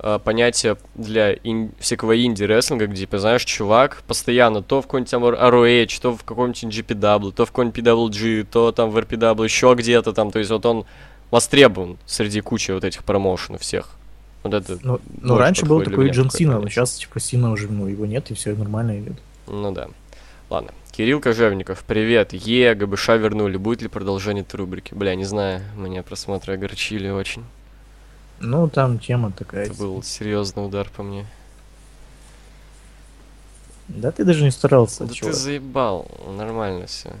[SPEAKER 1] э, понятие для ин- всякого инди-рестлинга, где, типа, знаешь, чувак постоянно то в какой-нибудь там ROH, то в каком-нибудь NGPW, то в какой-нибудь PWG, то там в RPW, еще где-то там. То есть вот он востребован среди кучи вот этих промоушенов всех. Вот это,
[SPEAKER 2] Ну, ну,
[SPEAKER 1] Больше
[SPEAKER 2] раньше был
[SPEAKER 1] подходит для
[SPEAKER 2] такой
[SPEAKER 1] меня
[SPEAKER 2] Джон
[SPEAKER 1] такое
[SPEAKER 2] Сина, но
[SPEAKER 1] понятие.
[SPEAKER 2] сейчас, типа, Сина уже, ну, его нет, и все нормально идет.
[SPEAKER 1] ну да. Ладно. Кирилл Кожевников, привет. Е, ГБШ вернули. Будет ли продолжение этой рубрики? Бля, не знаю. Меня просмотры огорчили очень.
[SPEAKER 2] Ну, там тема такая.
[SPEAKER 1] Это был серьезный удар по мне.
[SPEAKER 2] Да ты даже не старался,
[SPEAKER 1] Да
[SPEAKER 2] чувак.
[SPEAKER 1] ты заебал, нормально все.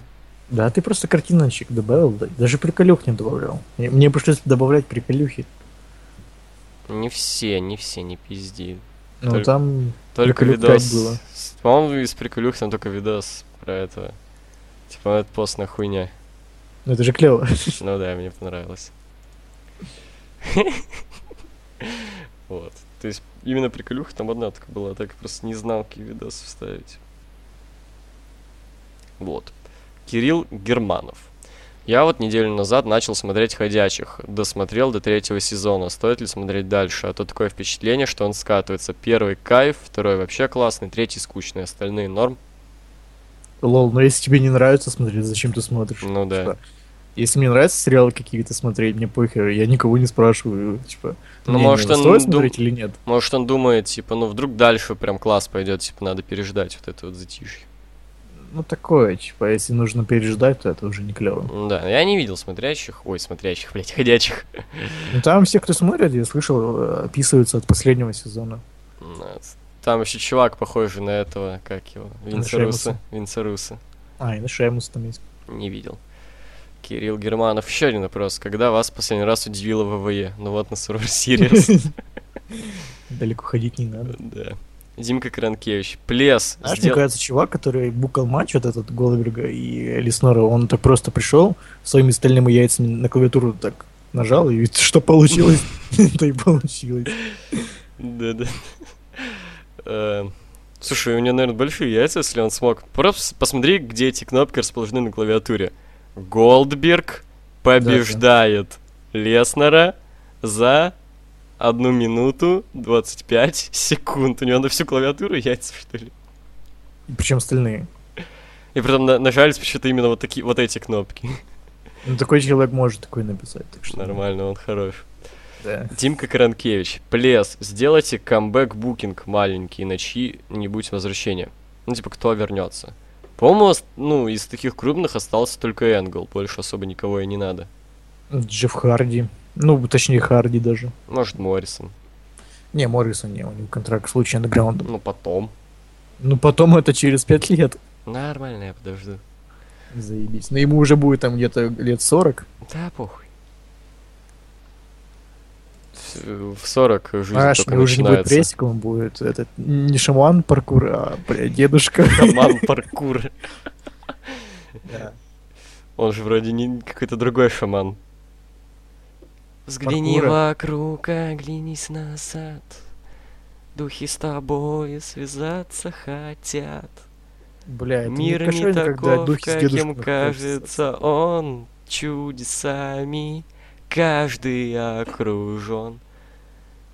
[SPEAKER 2] Да, ты просто картиночек добавил, да, даже приколюх не добавлял. Мне, мне пришлось добавлять приколюхи.
[SPEAKER 1] Не все, не все, не пизди.
[SPEAKER 2] Ну,
[SPEAKER 1] Только-
[SPEAKER 2] там...
[SPEAKER 1] Только
[SPEAKER 2] Приколюх
[SPEAKER 1] видос.
[SPEAKER 2] пять было.
[SPEAKER 1] с- По-моему, из приколюх там только видос про это. Типа, это постная хуйня.
[SPEAKER 2] Ну, это же клево.
[SPEAKER 1] Ну да, мне понравилось. Вот. То есть именно приколюха там одна такая была, так я просто не знал, какие видосы вставить. Вот. Кирилл Германов. Я вот неделю назад начал смотреть «Ходячих». Досмотрел до третьего сезона. Стоит ли смотреть дальше? А то такое впечатление, что он скатывается. Первый кайф, второй вообще классный, третий скучный, остальные норм.
[SPEAKER 2] Лол, но если тебе не нравится смотреть, зачем ты смотришь?
[SPEAKER 1] Ну да.
[SPEAKER 2] Типа, Если мне нравятся сериалы какие-то смотреть, мне похер, я никого не спрашиваю, типа,
[SPEAKER 1] Ну,
[SPEAKER 2] мнение,
[SPEAKER 1] может,
[SPEAKER 2] вы
[SPEAKER 1] он
[SPEAKER 2] стоит
[SPEAKER 1] дум-
[SPEAKER 2] смотреть или нет.
[SPEAKER 1] Может, он думает, типа, ну вдруг дальше прям класс пойдет, типа, надо переждать вот это вот затишье.
[SPEAKER 2] Ну, такое, типа, если нужно переждать, то это уже не клево.
[SPEAKER 1] Да, я не видел смотрящих, ой, смотрящих, блядь, ходячих.
[SPEAKER 2] Ну, там все, кто смотрит, я слышал, э, описываются от последнего сезона.
[SPEAKER 1] Вот. Там еще чувак, похожий на этого, как его, Винцеруса.
[SPEAKER 2] Шеймуса.
[SPEAKER 1] Винцеруса.
[SPEAKER 2] А, и на Шаймус там есть.
[SPEAKER 1] Не видел. Кирилл Германов. Еще один вопрос. Когда вас последний раз удивило ВВЕ? Ну вот на Survivor Series.
[SPEAKER 2] Далеко ходить не надо.
[SPEAKER 1] Да. Димка Кранкевич. Плес.
[SPEAKER 2] Знаешь,
[SPEAKER 1] сдел-
[SPEAKER 2] мне кажется, чувак, который букал матч, вот этот Голдберга и Леснора, он так просто пришел, своими стальными яйцами на клавиатуру так нажал, и что получилось, то и получилось.
[SPEAKER 1] Да-да. Э, Слушай, у него, наверное, большие яйца, если он смог. Просто посмотри, где эти кнопки расположены на клавиатуре. Голдберг побеждает Леснера за 1 минуту 25 секунд. У него на всю клавиатуру яйца, что ли?
[SPEAKER 2] Причем стальные.
[SPEAKER 1] И притом на- нажались почему-то именно вот такие вот эти кнопки.
[SPEAKER 2] Ну, такой человек может такой написать, так что...
[SPEAKER 1] Нормально, он хорош.
[SPEAKER 2] Да.
[SPEAKER 1] Тимка Кранкевич. Плес, сделайте камбэк-букинг маленький на чьи-нибудь возвращения. Ну, типа, кто вернется. По-моему, ос- ну, из таких крупных остался только Энгл. Больше особо никого и не надо.
[SPEAKER 2] Джефф Харди. Ну, точнее, Харди даже.
[SPEAKER 1] Может, Моррисон.
[SPEAKER 2] Не, Моррисон не, у него контракт в случае андеграунда.
[SPEAKER 1] Ну, потом.
[SPEAKER 2] Ну потом это через пять лет.
[SPEAKER 1] Нормально, я подожду.
[SPEAKER 2] Заебись. Но ему уже будет там где-то лет 40.
[SPEAKER 1] Да, похуй. В в 40 жизнь
[SPEAKER 2] Знаешь, у
[SPEAKER 1] только
[SPEAKER 2] него уже не будет
[SPEAKER 1] начинается.
[SPEAKER 2] прессик, он будет этот не шаман паркур, а бля, дедушка.
[SPEAKER 1] Роман паркур. Он же вроде не какой-то другой шаман. Взгляни
[SPEAKER 2] Паркура.
[SPEAKER 1] вокруг, оглянись назад. Духи с тобой связаться хотят.
[SPEAKER 2] Бля, А это
[SPEAKER 1] Мир
[SPEAKER 2] мне
[SPEAKER 1] не
[SPEAKER 2] кошелька, когда
[SPEAKER 1] таков,
[SPEAKER 2] духи с дедушкой
[SPEAKER 1] каким кажется он. Чудесами каждый окружен.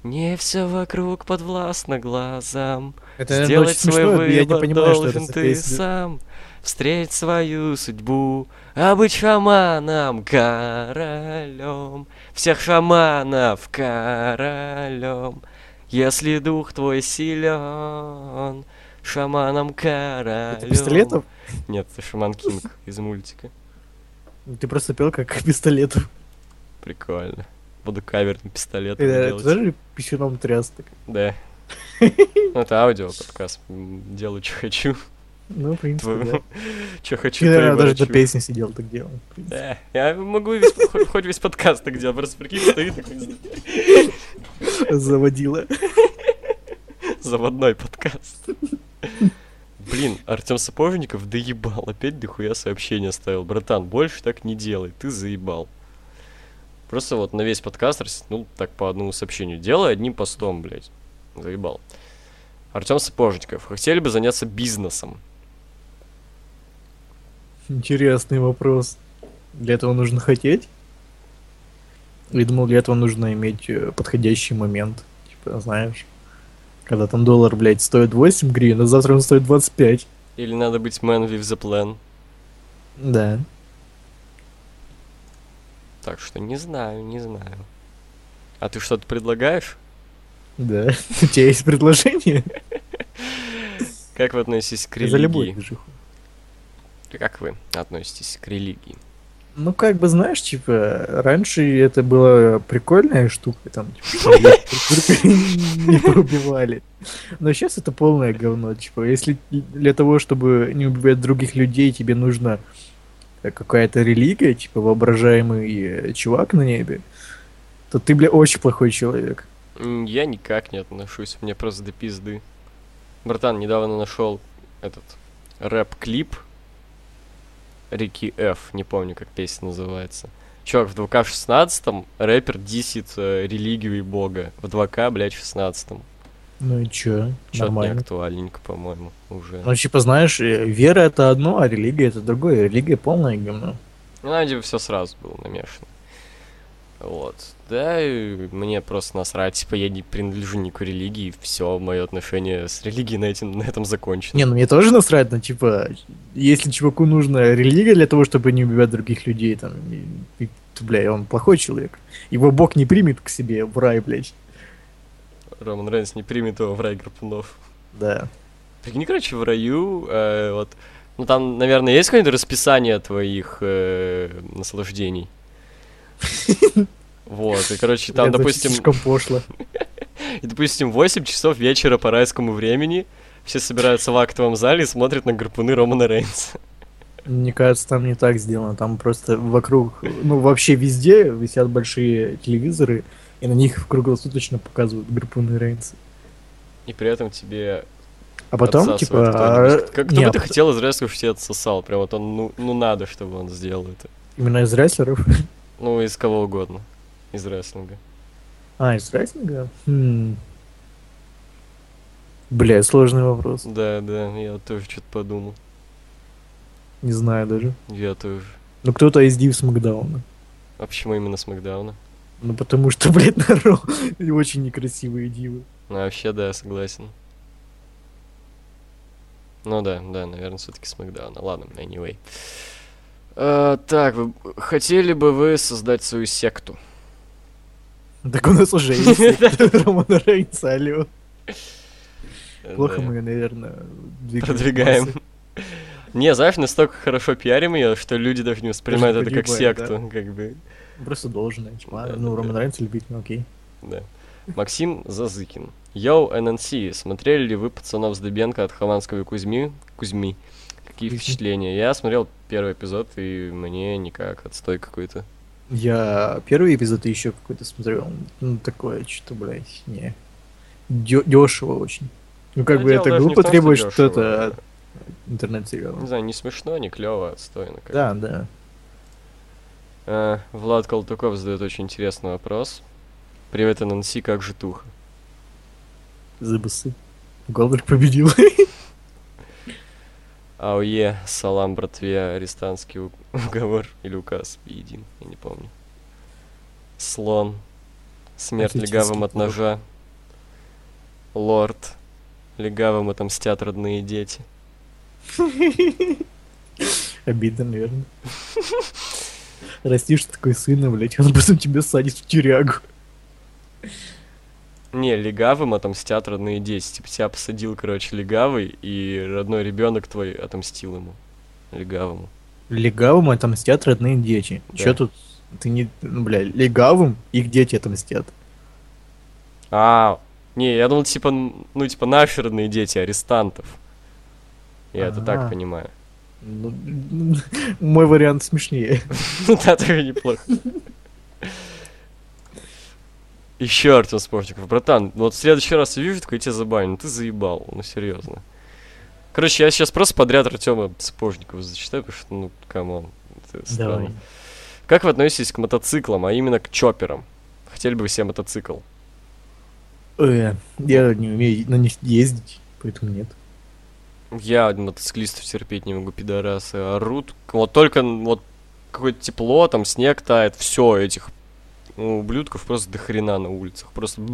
[SPEAKER 1] Не все вокруг подвластно глазам.
[SPEAKER 2] Это, наверное,
[SPEAKER 1] Сделать
[SPEAKER 2] очень
[SPEAKER 1] свой
[SPEAKER 2] смешно,
[SPEAKER 1] выбор
[SPEAKER 2] я не понимаю, что это
[SPEAKER 1] должен
[SPEAKER 2] за
[SPEAKER 1] ты
[SPEAKER 2] песня.
[SPEAKER 1] сам. Встреть свою судьбу, а быть шаманом королем. Всех шаманов королем. Если дух твой силен, шаманом королем.
[SPEAKER 2] Это типа пистолетов?
[SPEAKER 1] Нет, это шаман Кинг из мультика.
[SPEAKER 2] Ну, Ты просто пел как пистолетов.
[SPEAKER 1] Прикольно. Буду кавер на пистолет
[SPEAKER 2] Это
[SPEAKER 1] делать.
[SPEAKER 2] Э, тоже писюном тряс так.
[SPEAKER 1] Да. Ну, это аудио подкаст. М, Делаю, что хочу.
[SPEAKER 2] Ну, в принципе, да.
[SPEAKER 1] Что хочу,
[SPEAKER 2] Ты,
[SPEAKER 1] то и
[SPEAKER 2] наверное, даже до
[SPEAKER 1] ворочу.
[SPEAKER 2] песни сидел так делал. в принципе.
[SPEAKER 1] Да, я могу весь, хоть, хоть весь подкаст так делать, просто прикинь, стою такой
[SPEAKER 2] Заводила.
[SPEAKER 1] заводной подкаст. Блин, Артем Сапожников доебал, опять дохуя сообщение оставил. Братан, больше так не делай, ты заебал. Просто вот на весь подкаст растянул так по одному сообщению. Делай одним постом, блядь. Заебал. Артем Сапожников, хотели бы заняться бизнесом.
[SPEAKER 2] Интересный вопрос. Для этого нужно хотеть? И думал, для этого нужно иметь э, подходящий момент. Типа, знаешь, когда там доллар, блядь, стоит 8 гривен, а завтра он стоит 25.
[SPEAKER 1] Или надо быть man with the plan.
[SPEAKER 2] Да.
[SPEAKER 1] Так что не знаю, не знаю. А ты что-то предлагаешь?
[SPEAKER 2] Да. У тебя есть предложение?
[SPEAKER 1] Как вы относитесь к
[SPEAKER 2] За любую
[SPEAKER 1] религии?
[SPEAKER 2] движуху.
[SPEAKER 1] Как вы относитесь к религии?
[SPEAKER 2] Ну, как бы, знаешь, типа, раньше это была прикольная штука, там, типа, людей друг друга не убивали. Но сейчас это полное говно, типа, если для того, чтобы не убивать других людей, тебе нужна э, какая-то религия, типа, воображаемый э, чувак на небе, то ты, бля, очень плохой человек.
[SPEAKER 1] М, Я никак не отношусь, мне просто до пизды. Братан, недавно нашел этот рэп-клип Рики Ф, не помню, как песня называется. Чувак, в 2К16 рэпер дисит э, религию и бога. В 2К, блядь, 16
[SPEAKER 2] Ну и чё,
[SPEAKER 1] Чё-то не
[SPEAKER 2] нормально.
[SPEAKER 1] актуальненько, по-моему, уже.
[SPEAKER 2] Ну, типа, знаешь, э, вера это одно, а религия это другое. Религия полное говно.
[SPEAKER 1] Ну, Надя все сразу было намешано. Вот. Да, и мне просто насрать, типа, я не принадлежу никакой религии, все, мое отношение с религией на, этим, на этом закончено.
[SPEAKER 2] Не, ну мне тоже насрать, но типа, если чуваку нужна религия для того, чтобы не убивать других людей, там, и- и, то, бля, он плохой человек. Его бог не примет к себе в рай, блядь.
[SPEAKER 1] Роман Рейнс не примет его в рай гарпунов.
[SPEAKER 2] Да.
[SPEAKER 1] Прикинь, короче, в раю, э, вот, ну там, наверное, есть какое-нибудь расписание твоих э, наслаждений? Вот, и, короче, там,
[SPEAKER 2] Бля, это
[SPEAKER 1] допустим,
[SPEAKER 2] Слишком пошло.
[SPEAKER 1] и, допустим, 8 часов вечера по райскому времени все собираются в актовом зале и смотрят на гарпуны Романа Рейнса.
[SPEAKER 2] Мне кажется, там не так сделано. Там просто вокруг, ну вообще везде висят большие телевизоры, и на них круглосуточно показывают гарпуны Рейнса.
[SPEAKER 1] И при этом тебе
[SPEAKER 2] А потом,
[SPEAKER 1] отсасывает
[SPEAKER 2] типа...
[SPEAKER 1] кто-нибудь.
[SPEAKER 2] а,
[SPEAKER 1] Как- Кто
[SPEAKER 2] не,
[SPEAKER 1] бы
[SPEAKER 2] а
[SPEAKER 1] ты
[SPEAKER 2] пот-
[SPEAKER 1] хотел из рестлеров, чтобы тебе отсосал? Прям вот он, ну, ну надо, чтобы он сделал это.
[SPEAKER 2] Именно из рестлеров.
[SPEAKER 1] Ну, из кого угодно. Из рестлинга.
[SPEAKER 2] А, из рестлинга? Хм. Бля, сложный вопрос.
[SPEAKER 1] Да, да, я тоже что-то подумал.
[SPEAKER 2] Не знаю даже.
[SPEAKER 1] Я тоже.
[SPEAKER 2] Ну, кто-то из Див с Макдауна.
[SPEAKER 1] А почему именно с Макдауна?
[SPEAKER 2] Ну, потому что, блядь, на Ро и очень некрасивые дивы.
[SPEAKER 1] Ну, вообще, да, согласен. Ну да, да, наверное, все-таки с Макдауна. Ладно, anyway. Э, так, вы- хотели бы вы создать свою секту?
[SPEAKER 2] Так у нас уже есть секта Романа Рейнса, алло. Плохо
[SPEAKER 1] Да.
[SPEAKER 2] мы, наверное, двигаем.
[SPEAKER 1] Продвигаем.
[SPEAKER 2] массы.
[SPEAKER 1] Не, знаешь, настолько хорошо пиарим ее, что люди даже не воспринимают это как
[SPEAKER 2] погибает, да?
[SPEAKER 1] секту, как бы.
[SPEAKER 2] Просто должен, типа, а,
[SPEAKER 1] Да,
[SPEAKER 2] ну,
[SPEAKER 1] да,
[SPEAKER 2] Роман
[SPEAKER 1] да.
[SPEAKER 2] Рейнс любить, ну окей.
[SPEAKER 1] Да. Максим Зазыкин. Йоу, ННС, смотрели ли вы «Пацанов с Дыбенко» от Хованского и Кузьми? Кузьми. Какие
[SPEAKER 2] Кузьми.
[SPEAKER 1] впечатления? Я смотрел первый эпизод, и мне никак, отстой какой-то.
[SPEAKER 2] Я первый эпизод еще какой-то смотрел. Ну, такое что-то, блядь, не. Дё- дешево очень. Ну, как
[SPEAKER 1] Да
[SPEAKER 2] бы
[SPEAKER 1] дело
[SPEAKER 2] это
[SPEAKER 1] даже не в том,
[SPEAKER 2] глупо
[SPEAKER 1] что Ну,
[SPEAKER 2] требует
[SPEAKER 1] дешево.
[SPEAKER 2] что-то а от
[SPEAKER 1] Не
[SPEAKER 2] интернет-сериала.
[SPEAKER 1] знаю, не смешно, не клево, отстойно. как-то.
[SPEAKER 2] Да, да.
[SPEAKER 1] Э, Влад Колтуков задает очень интересный вопрос. Привет, ННС, как же туха?
[SPEAKER 2] Забасы. Голдер победил.
[SPEAKER 1] Ауе, А салам, братве, арестантский у- уговор или указ, един, я не помню. Слон, смерть
[SPEAKER 2] Офигенский
[SPEAKER 1] легавым от
[SPEAKER 2] клуб.
[SPEAKER 1] ножа. Лорд, легавым отомстят родные дети.
[SPEAKER 2] Обидно, наверное. Растишь ты такой сына, блядь, он потом тебя садит в тюрягу.
[SPEAKER 1] Не, легавым отомстят родные дети. Типа тебя посадил, короче, легавый, и родной ребенок твой отомстил ему. Легавому.
[SPEAKER 2] Легавым отомстят родные дети.
[SPEAKER 1] Да.
[SPEAKER 2] Че тут? Ты не... Ну, бля, легавым их дети отомстят.
[SPEAKER 1] А, не, я думал, типа, н- ну, типа, нафиг родные дети арестантов. Я это так
[SPEAKER 2] Ага.
[SPEAKER 1] понимаю.
[SPEAKER 2] Ну, мой вариант смешнее.
[SPEAKER 1] Ну да, тоже неплохо. Еще Артем Спортиков. Братан, ну вот в следующий раз я вижу, такой я тебя забаню. Ну Ты заебал, ну серьезно. Короче, я сейчас просто подряд Артема Спожникова зачитаю, потому что, ну, камон, это странно.
[SPEAKER 2] Давай.
[SPEAKER 1] Как вы относитесь к мотоциклам, а именно к чоперам? Хотели бы вы себе мотоцикл?
[SPEAKER 2] Э, я не умею на них ездить, поэтому нет.
[SPEAKER 1] Я мотоциклистов терпеть не могу, пидорасы орут. Вот только н- вот какое-то тепло, там снег тает, все этих ну, ублюдков просто до хрена на улицах. Просто...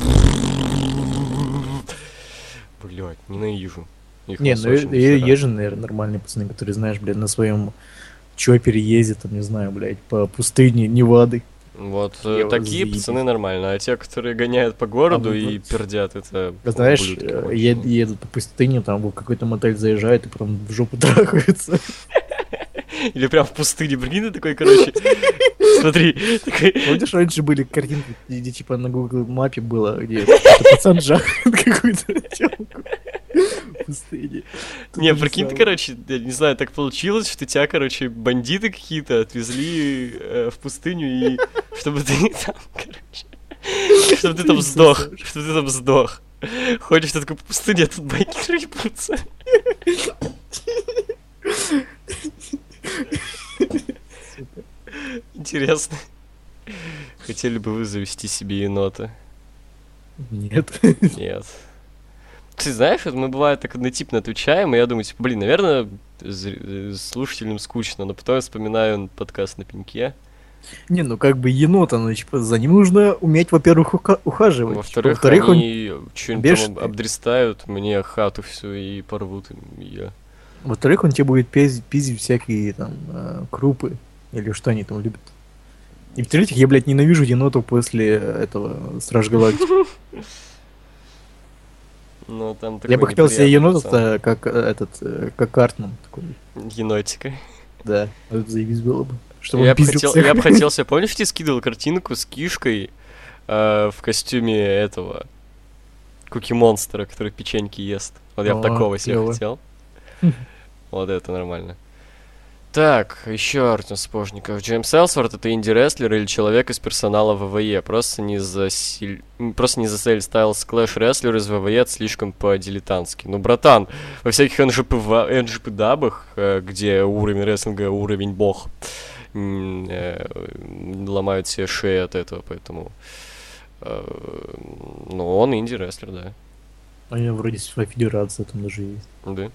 [SPEAKER 1] Блять, ненавижу. Их
[SPEAKER 2] не,
[SPEAKER 1] на
[SPEAKER 2] ну
[SPEAKER 1] Сочи
[SPEAKER 2] е-
[SPEAKER 1] ни
[SPEAKER 2] е-
[SPEAKER 1] хера.
[SPEAKER 2] езжу, наверное, нормальные пацаны, которые, знаешь, блядь, на своем чопере ездят, там, не знаю, блядь, по пустыне Невады.
[SPEAKER 1] Вот
[SPEAKER 2] Я
[SPEAKER 1] э,
[SPEAKER 2] вот
[SPEAKER 1] такие
[SPEAKER 2] заебись.
[SPEAKER 1] пацаны нормально, а те, которые гоняют по городу
[SPEAKER 2] А, ну,
[SPEAKER 1] и
[SPEAKER 2] вот.
[SPEAKER 1] пердят, это
[SPEAKER 2] А Знаешь,
[SPEAKER 1] ублюдки
[SPEAKER 2] э,
[SPEAKER 1] конченые.
[SPEAKER 2] е- едут по пустыне, там в какой-то мотель заезжают и потом в жопу трахаются.
[SPEAKER 1] Или прям в пустыне, прикинь, ты такой, короче, смотри, такой,
[SPEAKER 2] Помнишь, раньше были картинки, где типа на Google мапе было, где какой-то пацан жахает какую-то телку в пустыне. Тут
[SPEAKER 1] Не,
[SPEAKER 2] то же
[SPEAKER 1] прикинь, ты,
[SPEAKER 2] самое.
[SPEAKER 1] короче, я не знаю, так получилось, что тебя, короче, бандиты какие-то отвезли э, в пустыню, и чтобы ты там, короче, чтобы ты там сдох, чтобы ты там сдох. Ходишь ты такой по пустыне, а тут байкеры ебутся. Интересно. Хотели бы вы завести себе енота?
[SPEAKER 2] Нет.
[SPEAKER 1] Нет. Ты знаешь, вот мы бывает так однотипно отвечаем, и я думаю, типа, блин, наверное, зр- э, слушателям скучно, но потом я вспоминаю н- подкаст на пеньке.
[SPEAKER 2] Не, ну как бы енот, оно, типа, за ним нужно уметь, во-первых, ука- ухаживать. типа,
[SPEAKER 1] Во-вторых,
[SPEAKER 2] он-
[SPEAKER 1] они что-нибудь там
[SPEAKER 2] бешеный.
[SPEAKER 1] об- обдрестают, мне хату всю и порвут им её.
[SPEAKER 2] Во-вторых, он тебе будет пиз- пиздить всякие там э, крупы или что они там любят. И в-третьих, я, блядь, ненавижу енотов после этого Страж Галактики.
[SPEAKER 1] Но Ну, там
[SPEAKER 2] Я бы
[SPEAKER 1] такой
[SPEAKER 2] хотел себе
[SPEAKER 1] неприятный пацан.
[SPEAKER 2] енота, как э, этот, э, как Артман такой.
[SPEAKER 1] Енотика.
[SPEAKER 2] Да. Это заебись было бы. Чтобы
[SPEAKER 1] Я бы
[SPEAKER 2] он пиздил
[SPEAKER 1] хотел,
[SPEAKER 2] всех.
[SPEAKER 1] я бы хотел себе, помнишь, я тебе скидывал картинку с кишкой э, в костюме этого куки-монстра, который печеньки ест. Вот я бы
[SPEAKER 2] О,
[SPEAKER 1] такого себе
[SPEAKER 2] клёво.
[SPEAKER 1] хотел. Вот это нормально. Так, еще Артем Спожников. Джеймс Элсворт это инди-рестлер или человек из персонала ВВЕ. Просто не за силь- м, просто не за Стайлс Clash рестлер из ВВЕ это слишком по-дилетантски. Ну, братан, во всяких NGPW NGPW-дабах, э, где уровень рестлинга, уровень бог, м, э, м, ломают себе шеи от этого, поэтому... э, Ну, он инди-рестлер, да.
[SPEAKER 2] А я вроде своя федерация там даже есть.
[SPEAKER 1] Да.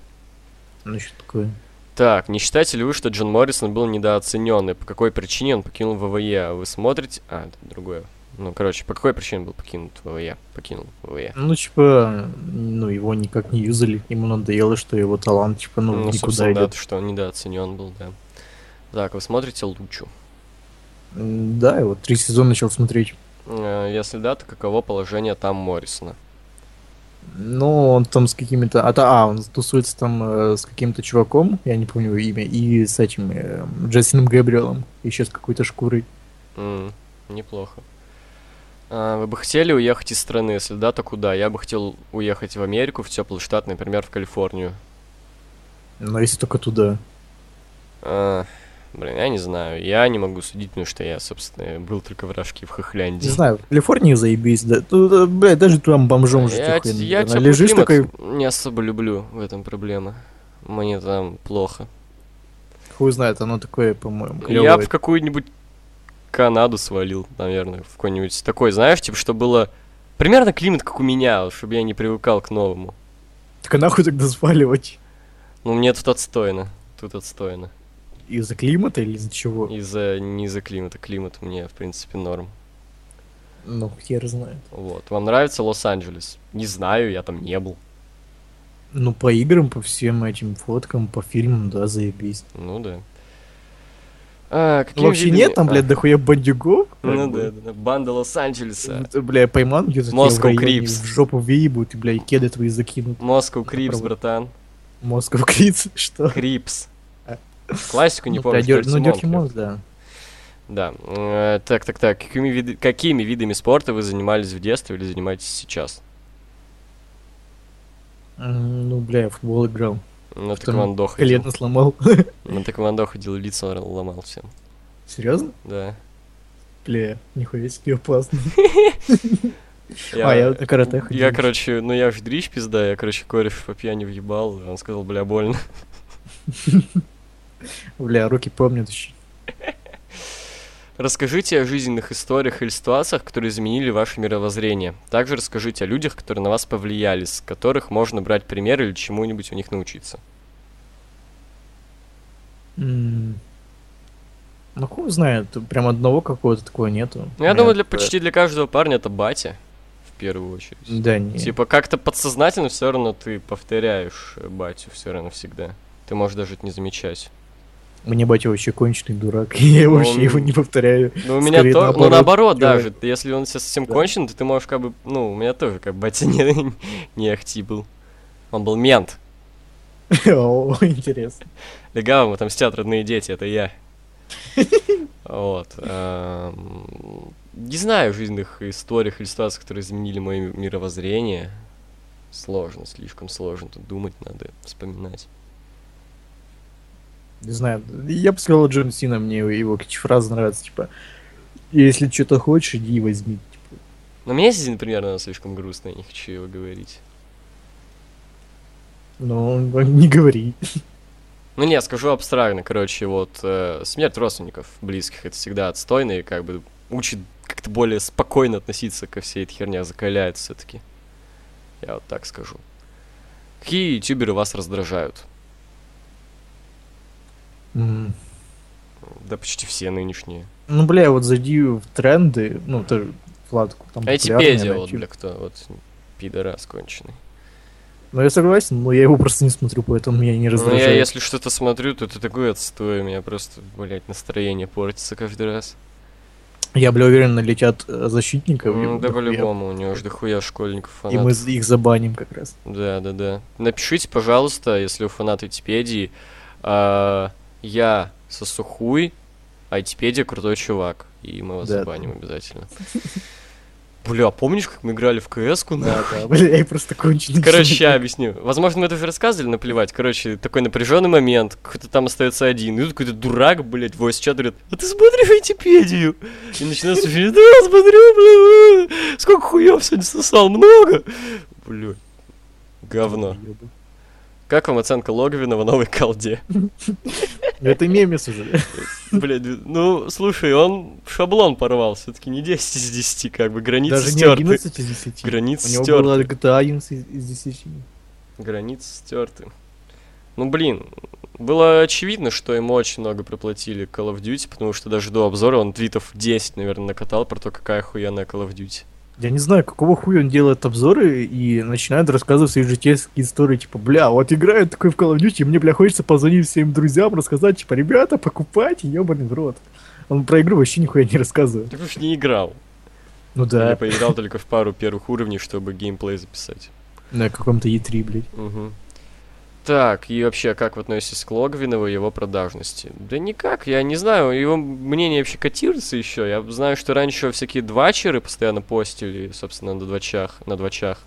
[SPEAKER 2] Ну, что такое?
[SPEAKER 1] Так, не считаете ли вы, что Джон Моррисон был недооценен, и по какой причине он покинул ВВЕ? Вы смотрите... А, это другое. Ну, короче, по какой причине был покинут ВВЕ? Покинул ВВЕ.
[SPEAKER 2] Ну, типа, ну, его никак не юзали. Ему надоело, что его талант, типа, ну,
[SPEAKER 1] Ну,
[SPEAKER 2] никуда
[SPEAKER 1] собственно, да,
[SPEAKER 2] идет.
[SPEAKER 1] то, что он недооценен был, да. Так, вы смотрите Лучу?
[SPEAKER 2] М, Да, его три сезона начал смотреть.
[SPEAKER 1] Э, Если да, то каково положение там Моррисона?
[SPEAKER 2] Ну, он там с какими-то... А, та- а, он тусуется там э, с каким-то чуваком, я не помню его имя, и с этим э, Джастином Гэбриэлом, еще с какой-то шкурой.
[SPEAKER 1] М, Неплохо. А, Вы бы хотели уехать из страны? Если да, то куда? Я бы хотел уехать в Америку, в теплый штат, например, в Калифорнию.
[SPEAKER 2] Но если только туда.
[SPEAKER 1] А, блин, я не знаю. Я не могу судить, потому что я, собственно, был только в Рашке, в Хохлянде.
[SPEAKER 2] Не знаю, в Калифорнии заебись, да. Тут, э, блядь, даже там бомжом же
[SPEAKER 1] Я,
[SPEAKER 2] ты хрен,
[SPEAKER 1] я
[SPEAKER 2] наверное,
[SPEAKER 1] теплый
[SPEAKER 2] лежишь
[SPEAKER 1] климат
[SPEAKER 2] такой,
[SPEAKER 1] не особо люблю, в этом проблема. Мне там плохо.
[SPEAKER 2] хуй знает, оно такое, по-моему,
[SPEAKER 1] Я
[SPEAKER 2] клевое.
[SPEAKER 1] бы в какую-нибудь Канаду свалил, наверное, в какой-нибудь такой, знаешь, типа, что было примерно климат, как у меня, вот, чтобы я не привыкал к новому.
[SPEAKER 2] Так а нахуй тогда сваливать?
[SPEAKER 1] Ну, мне тут отстойно. Тут отстойно.
[SPEAKER 2] Из-за климата или из-за чего?
[SPEAKER 1] Из-за не из-за климата. Климат мне, в принципе, норм.
[SPEAKER 2] Ну, хер знает.
[SPEAKER 1] Вот. Вам нравится Лос-Анджелес? Не знаю, я там не был.
[SPEAKER 2] Ну, по играм, по всем этим фоткам, по фильмам, да, заебись.
[SPEAKER 1] Ну да. А, какими
[SPEAKER 2] Ну, вообще
[SPEAKER 1] видами-
[SPEAKER 2] нет, там,
[SPEAKER 1] А,
[SPEAKER 2] блядь, дохуя бандюгов. как
[SPEAKER 1] Ну
[SPEAKER 2] бы.
[SPEAKER 1] да, да, да. Банда Лос-Анджелеса.
[SPEAKER 2] Вот, Бля, пойман где-то тебя в
[SPEAKER 1] Moscow
[SPEAKER 2] районе,
[SPEAKER 1] Crips.
[SPEAKER 2] в жопу выебут, и, бля, и кеды твои закинут.
[SPEAKER 1] Москва Крипс,
[SPEAKER 2] попробуй.
[SPEAKER 1] братан.
[SPEAKER 2] Москва Криц, что?
[SPEAKER 1] Крипс.
[SPEAKER 2] А.
[SPEAKER 1] Классику не
[SPEAKER 2] Ну,
[SPEAKER 1] помню.
[SPEAKER 2] да, дёр-
[SPEAKER 1] Dirty
[SPEAKER 2] Ну, Dirty
[SPEAKER 1] Monk.
[SPEAKER 2] Monk, да.
[SPEAKER 1] Да. Э, Так, так, так. Какими, виды- какими видами спорта вы занимались в детстве или занимаетесь сейчас?
[SPEAKER 2] М, Ну, бля, я в футбол играл.
[SPEAKER 1] На
[SPEAKER 2] Потом
[SPEAKER 1] тэквондо ходил.
[SPEAKER 2] Колено сломал.
[SPEAKER 1] На тэквондо ходил, лицо ломал всем.
[SPEAKER 2] Серьезно?
[SPEAKER 1] Да.
[SPEAKER 2] Бля, нихуя себе опасно.
[SPEAKER 1] Я,
[SPEAKER 2] А, я на карате ходил.
[SPEAKER 1] Я, короче, ну я же дрищ пизда, я, короче, кореш по пьяни въебал, и он сказал, бля, больно.
[SPEAKER 2] Бля, руки помнят еще.
[SPEAKER 1] Расскажите о жизненных историях или ситуациях, которые изменили ваше мировоззрение. Также расскажите о людях, которые на вас повлияли, с которых можно брать пример или чему-нибудь у них научиться.
[SPEAKER 2] М, Ну, хуй знает, прям одного какого-то такого нету.
[SPEAKER 1] Ну, я думаю, для,
[SPEAKER 2] Э,
[SPEAKER 1] почти для каждого парня это батя, в первую очередь.
[SPEAKER 2] Да, не.
[SPEAKER 1] Типа, как-то подсознательно все равно ты повторяешь э, батю все равно всегда. Ты можешь даже это не замечать.
[SPEAKER 2] Мне батя вообще конченый дурак, я
[SPEAKER 1] Ну,
[SPEAKER 2] вообще
[SPEAKER 1] он-
[SPEAKER 2] его не повторяю.
[SPEAKER 1] Ну, у меня
[SPEAKER 2] Скорее
[SPEAKER 1] тоже, ну,
[SPEAKER 2] наоборот
[SPEAKER 1] наоборот, даже,
[SPEAKER 2] делает.
[SPEAKER 1] если он сейчас совсем
[SPEAKER 2] Да.
[SPEAKER 1] кончен, то ты можешь как бы, ну, у меня тоже как бы батя не, не ахти был. Он был мент.
[SPEAKER 2] О, интересно.
[SPEAKER 1] Легавым ему отомстят родные дети, это я. Вот. эм, Не знаю жизненных историях или ситуациях, которые изменили мое ми- мировоззрение. Сложно, слишком сложно тут думать надо, вспоминать.
[SPEAKER 2] Не знаю, я бы сказал Джон Сина, мне его какие фразы нравятся, типа, если что-то хочешь, иди и возьми.
[SPEAKER 1] Но мне здесь, например, она слишком грустная, я не хочу его говорить.
[SPEAKER 2] Но не говори.
[SPEAKER 1] Ну не, скажу абстрактно, короче, вот э, смерть родственников близких это всегда отстойно и как бы учит как-то более спокойно относиться ко всей этой херне, закаляет все-таки. Я вот так скажу. Какие ютуберы вас раздражают?
[SPEAKER 2] М.
[SPEAKER 1] Да почти все нынешние.
[SPEAKER 2] Ну, бля, вот зайди в тренды, ну, ты вкладку там
[SPEAKER 1] Айтипедия,
[SPEAKER 2] популярная,
[SPEAKER 1] А вот,
[SPEAKER 2] да, типа.
[SPEAKER 1] бля, кто, вот, пидорас конченый.
[SPEAKER 2] Ну, я согласен, но я его просто не смотрю, поэтому меня не
[SPEAKER 1] Ну,
[SPEAKER 2] раздражает.
[SPEAKER 1] я если что-то смотрю, то это такой отстой, у меня просто, блядь, настроение портится каждый раз.
[SPEAKER 2] Я, бля, уверен, налетят э, защитников. и
[SPEAKER 1] Ну, да
[SPEAKER 2] дохуя.
[SPEAKER 1] по-любому, у него же дохуя школьников,
[SPEAKER 2] И
[SPEAKER 1] фанатов.
[SPEAKER 2] мы з- их забаним как раз.
[SPEAKER 1] Да, да, да. Напишите, пожалуйста, если вы фанат Айтипедии. а, я сосухуй, Айтипедия крутой чувак. И мы вас
[SPEAKER 2] Да.
[SPEAKER 1] забаним обязательно. Бля, а помнишь, как мы играли в КС-ку?
[SPEAKER 2] Да, да, бля, я просто конченый.
[SPEAKER 1] Короче, я объясню. Возможно, мы это уже рассказывали, наплевать. Короче, такой напряженный момент, кто-то там остается один. И тут какой-то дурак, блядь, в чат говорит, а ты смотришь Айтипедию? И начинается фильм, да, смотрю, бля, э, сколько хуев сегодня сосал, много? Блядь, говно.
[SPEAKER 2] Ёбать.
[SPEAKER 1] Как вам оценка Логовина в новой колде?
[SPEAKER 2] Ну, Это мемес уже.
[SPEAKER 1] Блядь, ну, слушай, он шаблон порвал, все-таки не 10 из 10, как бы, границы
[SPEAKER 2] Даже не
[SPEAKER 1] стерты.
[SPEAKER 2] 11 из 10.
[SPEAKER 1] Границы
[SPEAKER 2] У него
[SPEAKER 1] стерты.
[SPEAKER 2] было GTA 11 из- из 10.
[SPEAKER 1] Границы стерты. Ну, блин, было очевидно, что ему очень много проплатили Call of Duty, потому что даже до обзора он твитов 10, наверное, накатал про то, какая хуяная Call of Duty.
[SPEAKER 2] Я не знаю, какого хуя он делает обзоры и начинает рассказывать свои житейские истории, типа, бля, вот играет такой в Call of Duty, и мне, бля, хочется позвонить всем друзьям, рассказать, типа, ребята, покупайте, ёбаный в рот. Он про игру вообще нихуя не
[SPEAKER 1] Ты
[SPEAKER 2] рассказывает.
[SPEAKER 1] потому что не играл.
[SPEAKER 2] Ну
[SPEAKER 1] Или
[SPEAKER 2] да,
[SPEAKER 1] поиграл только в пару первых уровней, чтобы геймплей записать.
[SPEAKER 2] E на каком-то E3, блядь.
[SPEAKER 1] Мгм. Так, и вообще, как вы относитесь к Логвинову и его продажности? Да никак, я не знаю, его мнение вообще котируется еще. Я знаю, что раньше всякие двачеры постоянно постили, собственно, на двачах, на двачах.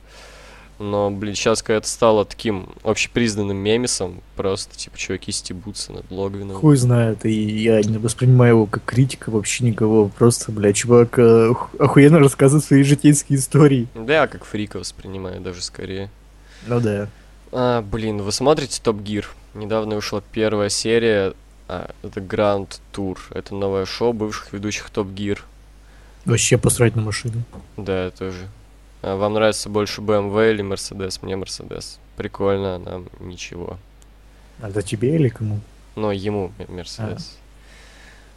[SPEAKER 1] Но, блин, сейчас когда это стало таким общепризнанным мемисом, просто, типа, чуваки стебутся над Логвиновым.
[SPEAKER 2] Хуй знает, и я не воспринимаю его как критика вообще никого. Просто, бля, чувак э, оху- охуенно рассказывает свои житейские истории.
[SPEAKER 1] Да, я как фрика воспринимаю даже скорее.
[SPEAKER 2] Ну да.
[SPEAKER 1] А, блин, вы смотрите Топ Гир? Недавно вышла первая серия. а, это Гранд Тур. Это новое шоу бывших ведущих Топ Гир.
[SPEAKER 2] Вообще посрать на машину.
[SPEAKER 1] Да, я тоже. А вам нравится больше BMW или Mercedes? Мне Mercedes. Прикольно, а нам ничего.
[SPEAKER 2] А это тебе или кому?
[SPEAKER 1] Но ему м- Mercedes.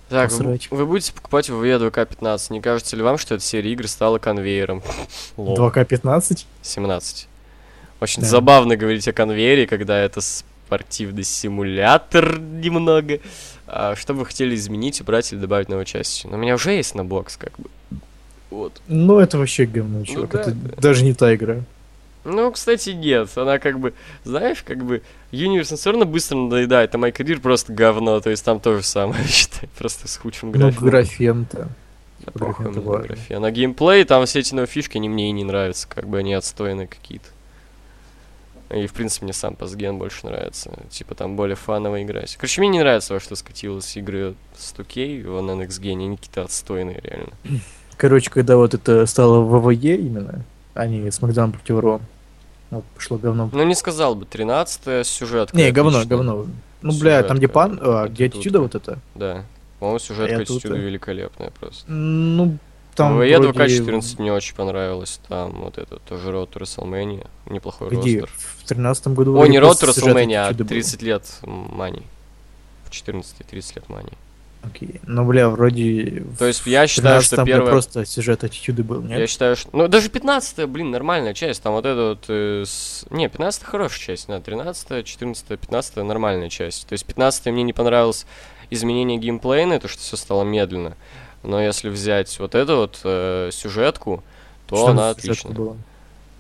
[SPEAKER 1] Так, вы, бу-
[SPEAKER 2] Посрать.
[SPEAKER 1] вы будете покупать VW 2К15. Не кажется ли вам, что эта серия игр стала конвейером? Лол.
[SPEAKER 2] 2К15?
[SPEAKER 1] 17. Очень
[SPEAKER 2] Да.
[SPEAKER 1] забавно говорить о конвейере, когда это спортивный симулятор немного. А что бы хотели изменить, убрать или добавить новой части? Но у меня уже есть на бокс, как бы. Вот.
[SPEAKER 2] Ну это вообще говно, чувак.
[SPEAKER 1] да,
[SPEAKER 2] это
[SPEAKER 1] да.
[SPEAKER 2] даже не та игра.
[SPEAKER 1] Ну, кстати, нет. Она как бы, знаешь, как бы Universe все равно быстро надоедает, а My Career просто говно, то есть там то же самое, считай, просто с худшим графиком.
[SPEAKER 2] Ну, графен-то.
[SPEAKER 1] Да
[SPEAKER 2] графен
[SPEAKER 1] похуй мне на
[SPEAKER 2] добавили.
[SPEAKER 1] графен. А геймплей, там все эти новые фишки, они мне и не нравятся, как бы они отстойные какие-то. И, в принципе, мне сам пасген больше нравится. Типа, там более фаново играть. Короче, мне не нравится, во что скатилась игры с 2K, вон NXG, они какие-то отстойные, реально.
[SPEAKER 2] Короче, когда вот это стало ВВЕ именно, а не Смакдаун против Ро, вот пошло говном.
[SPEAKER 1] Ну, не сказал бы, 13 сюжет.
[SPEAKER 2] Не, говно, говно. Ну, бля, там где
[SPEAKER 1] Сюжетка,
[SPEAKER 2] пан, а,
[SPEAKER 1] это
[SPEAKER 2] где
[SPEAKER 1] тут.
[SPEAKER 2] аттитюда вот это?
[SPEAKER 1] Да. По-моему, сюжет
[SPEAKER 2] Я
[SPEAKER 1] к
[SPEAKER 2] тут,
[SPEAKER 1] Attitude
[SPEAKER 2] э,
[SPEAKER 1] великолепная просто.
[SPEAKER 2] Ну,
[SPEAKER 1] Там
[SPEAKER 2] там
[SPEAKER 1] VE
[SPEAKER 2] вроде-
[SPEAKER 1] 2К14 мне очень понравилось. Там вот это тоже Road to WrestleMania. Неплохой
[SPEAKER 2] Где?
[SPEAKER 1] ростер.
[SPEAKER 2] В тринадцатом году...
[SPEAKER 1] О,
[SPEAKER 2] вроде
[SPEAKER 1] не Road
[SPEAKER 2] просто
[SPEAKER 1] to
[SPEAKER 2] сюжет
[SPEAKER 1] WrestleMania, а
[SPEAKER 2] «Аттитюда» был.
[SPEAKER 1] 30 лет мани. В 14 и 30 лет мани.
[SPEAKER 2] Окей. Ну, бля, вроде...
[SPEAKER 1] То есть
[SPEAKER 2] в
[SPEAKER 1] я считаю, что
[SPEAKER 2] 13-м, бля,
[SPEAKER 1] первое-
[SPEAKER 2] просто сюжет аттитюды был,
[SPEAKER 1] Я
[SPEAKER 2] нет?
[SPEAKER 1] считаю, что... Ну, даже 15 блин, нормальная часть. Там вот эта вот... э, с- Не, 15 хорошая часть. Да, 13 14 15 нормальная часть. То есть 15 мне не понравилось изменение геймплейна, то, что все стало медленно. Но если взять вот эту вот э, сюжетку, то
[SPEAKER 2] Что там
[SPEAKER 1] она
[SPEAKER 2] за сюжетка
[SPEAKER 1] отличная.
[SPEAKER 2] была?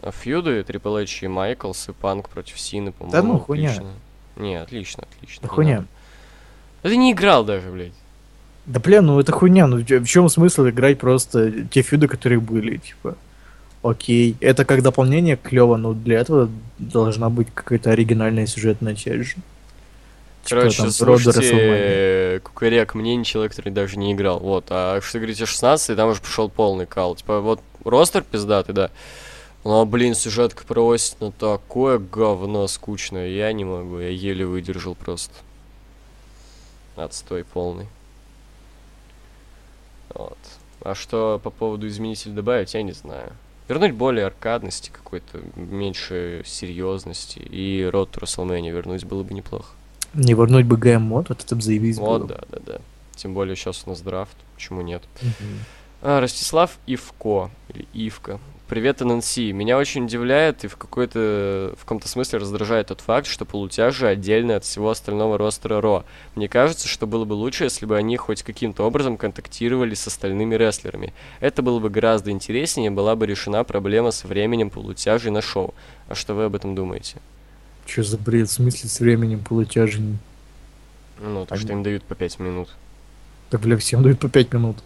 [SPEAKER 1] А Фьюды, Трипл Эйч и Майклс, и Панк против Сины, по-моему,
[SPEAKER 2] Да ну, хуйня.
[SPEAKER 1] отлично. Не, отлично, отлично.
[SPEAKER 2] Да
[SPEAKER 1] не
[SPEAKER 2] хуйня.
[SPEAKER 1] надо. Да ты не играл даже, блядь.
[SPEAKER 2] Да, бля, ну это хуйня. Ну в чё- в чем смысл играть просто те фьюды, которые были, типа? Окей, это как дополнение клево, но для этого должна быть какая-то оригинальная сюжетная часть же. Типа,
[SPEAKER 1] Короче,
[SPEAKER 2] там, Road to WrestleMania.
[SPEAKER 1] слушайте, Кукарек, мне не человек, который даже не играл. Вот, а что говорите, 16, там уже пошел полный кал. Типа, вот ростер пиздатый, да. Но, блин, сюжетка про Остина такое говно скучное. Я не могу, я еле выдержал просто. Отстой полный. Вот. А что по поводу изменителя добавить, я не знаю. Вернуть более аркадности какой-то, меньше серьезности. И Road to WrestleMania вернуть было бы неплохо.
[SPEAKER 2] Не вернуть бы ГМ-мод, вот это бы заебись
[SPEAKER 1] Вот,
[SPEAKER 2] было.
[SPEAKER 1] да, да, да. Тем более сейчас у нас драфт, почему нет?
[SPEAKER 2] Мгм.
[SPEAKER 1] А, Ростислав Ивко, или Ивка. Привет, ННС. Меня очень удивляет и в какой-то, в каком-то смысле раздражает тот факт, что полутяжи отдельно от всего остального ростера Ро. Мне кажется, что было бы лучше, если бы они хоть каким-то образом контактировали с остальными рестлерами. Это было бы гораздо интереснее, была бы решена проблема с временем полутяжей на шоу. А что вы об этом думаете?
[SPEAKER 2] Чё за бред, в смысле с временем полутяжень?
[SPEAKER 1] Ну, то,
[SPEAKER 2] Они-
[SPEAKER 1] что им дают по 5 минут.
[SPEAKER 2] Да, бля, всем дают по 5 минут.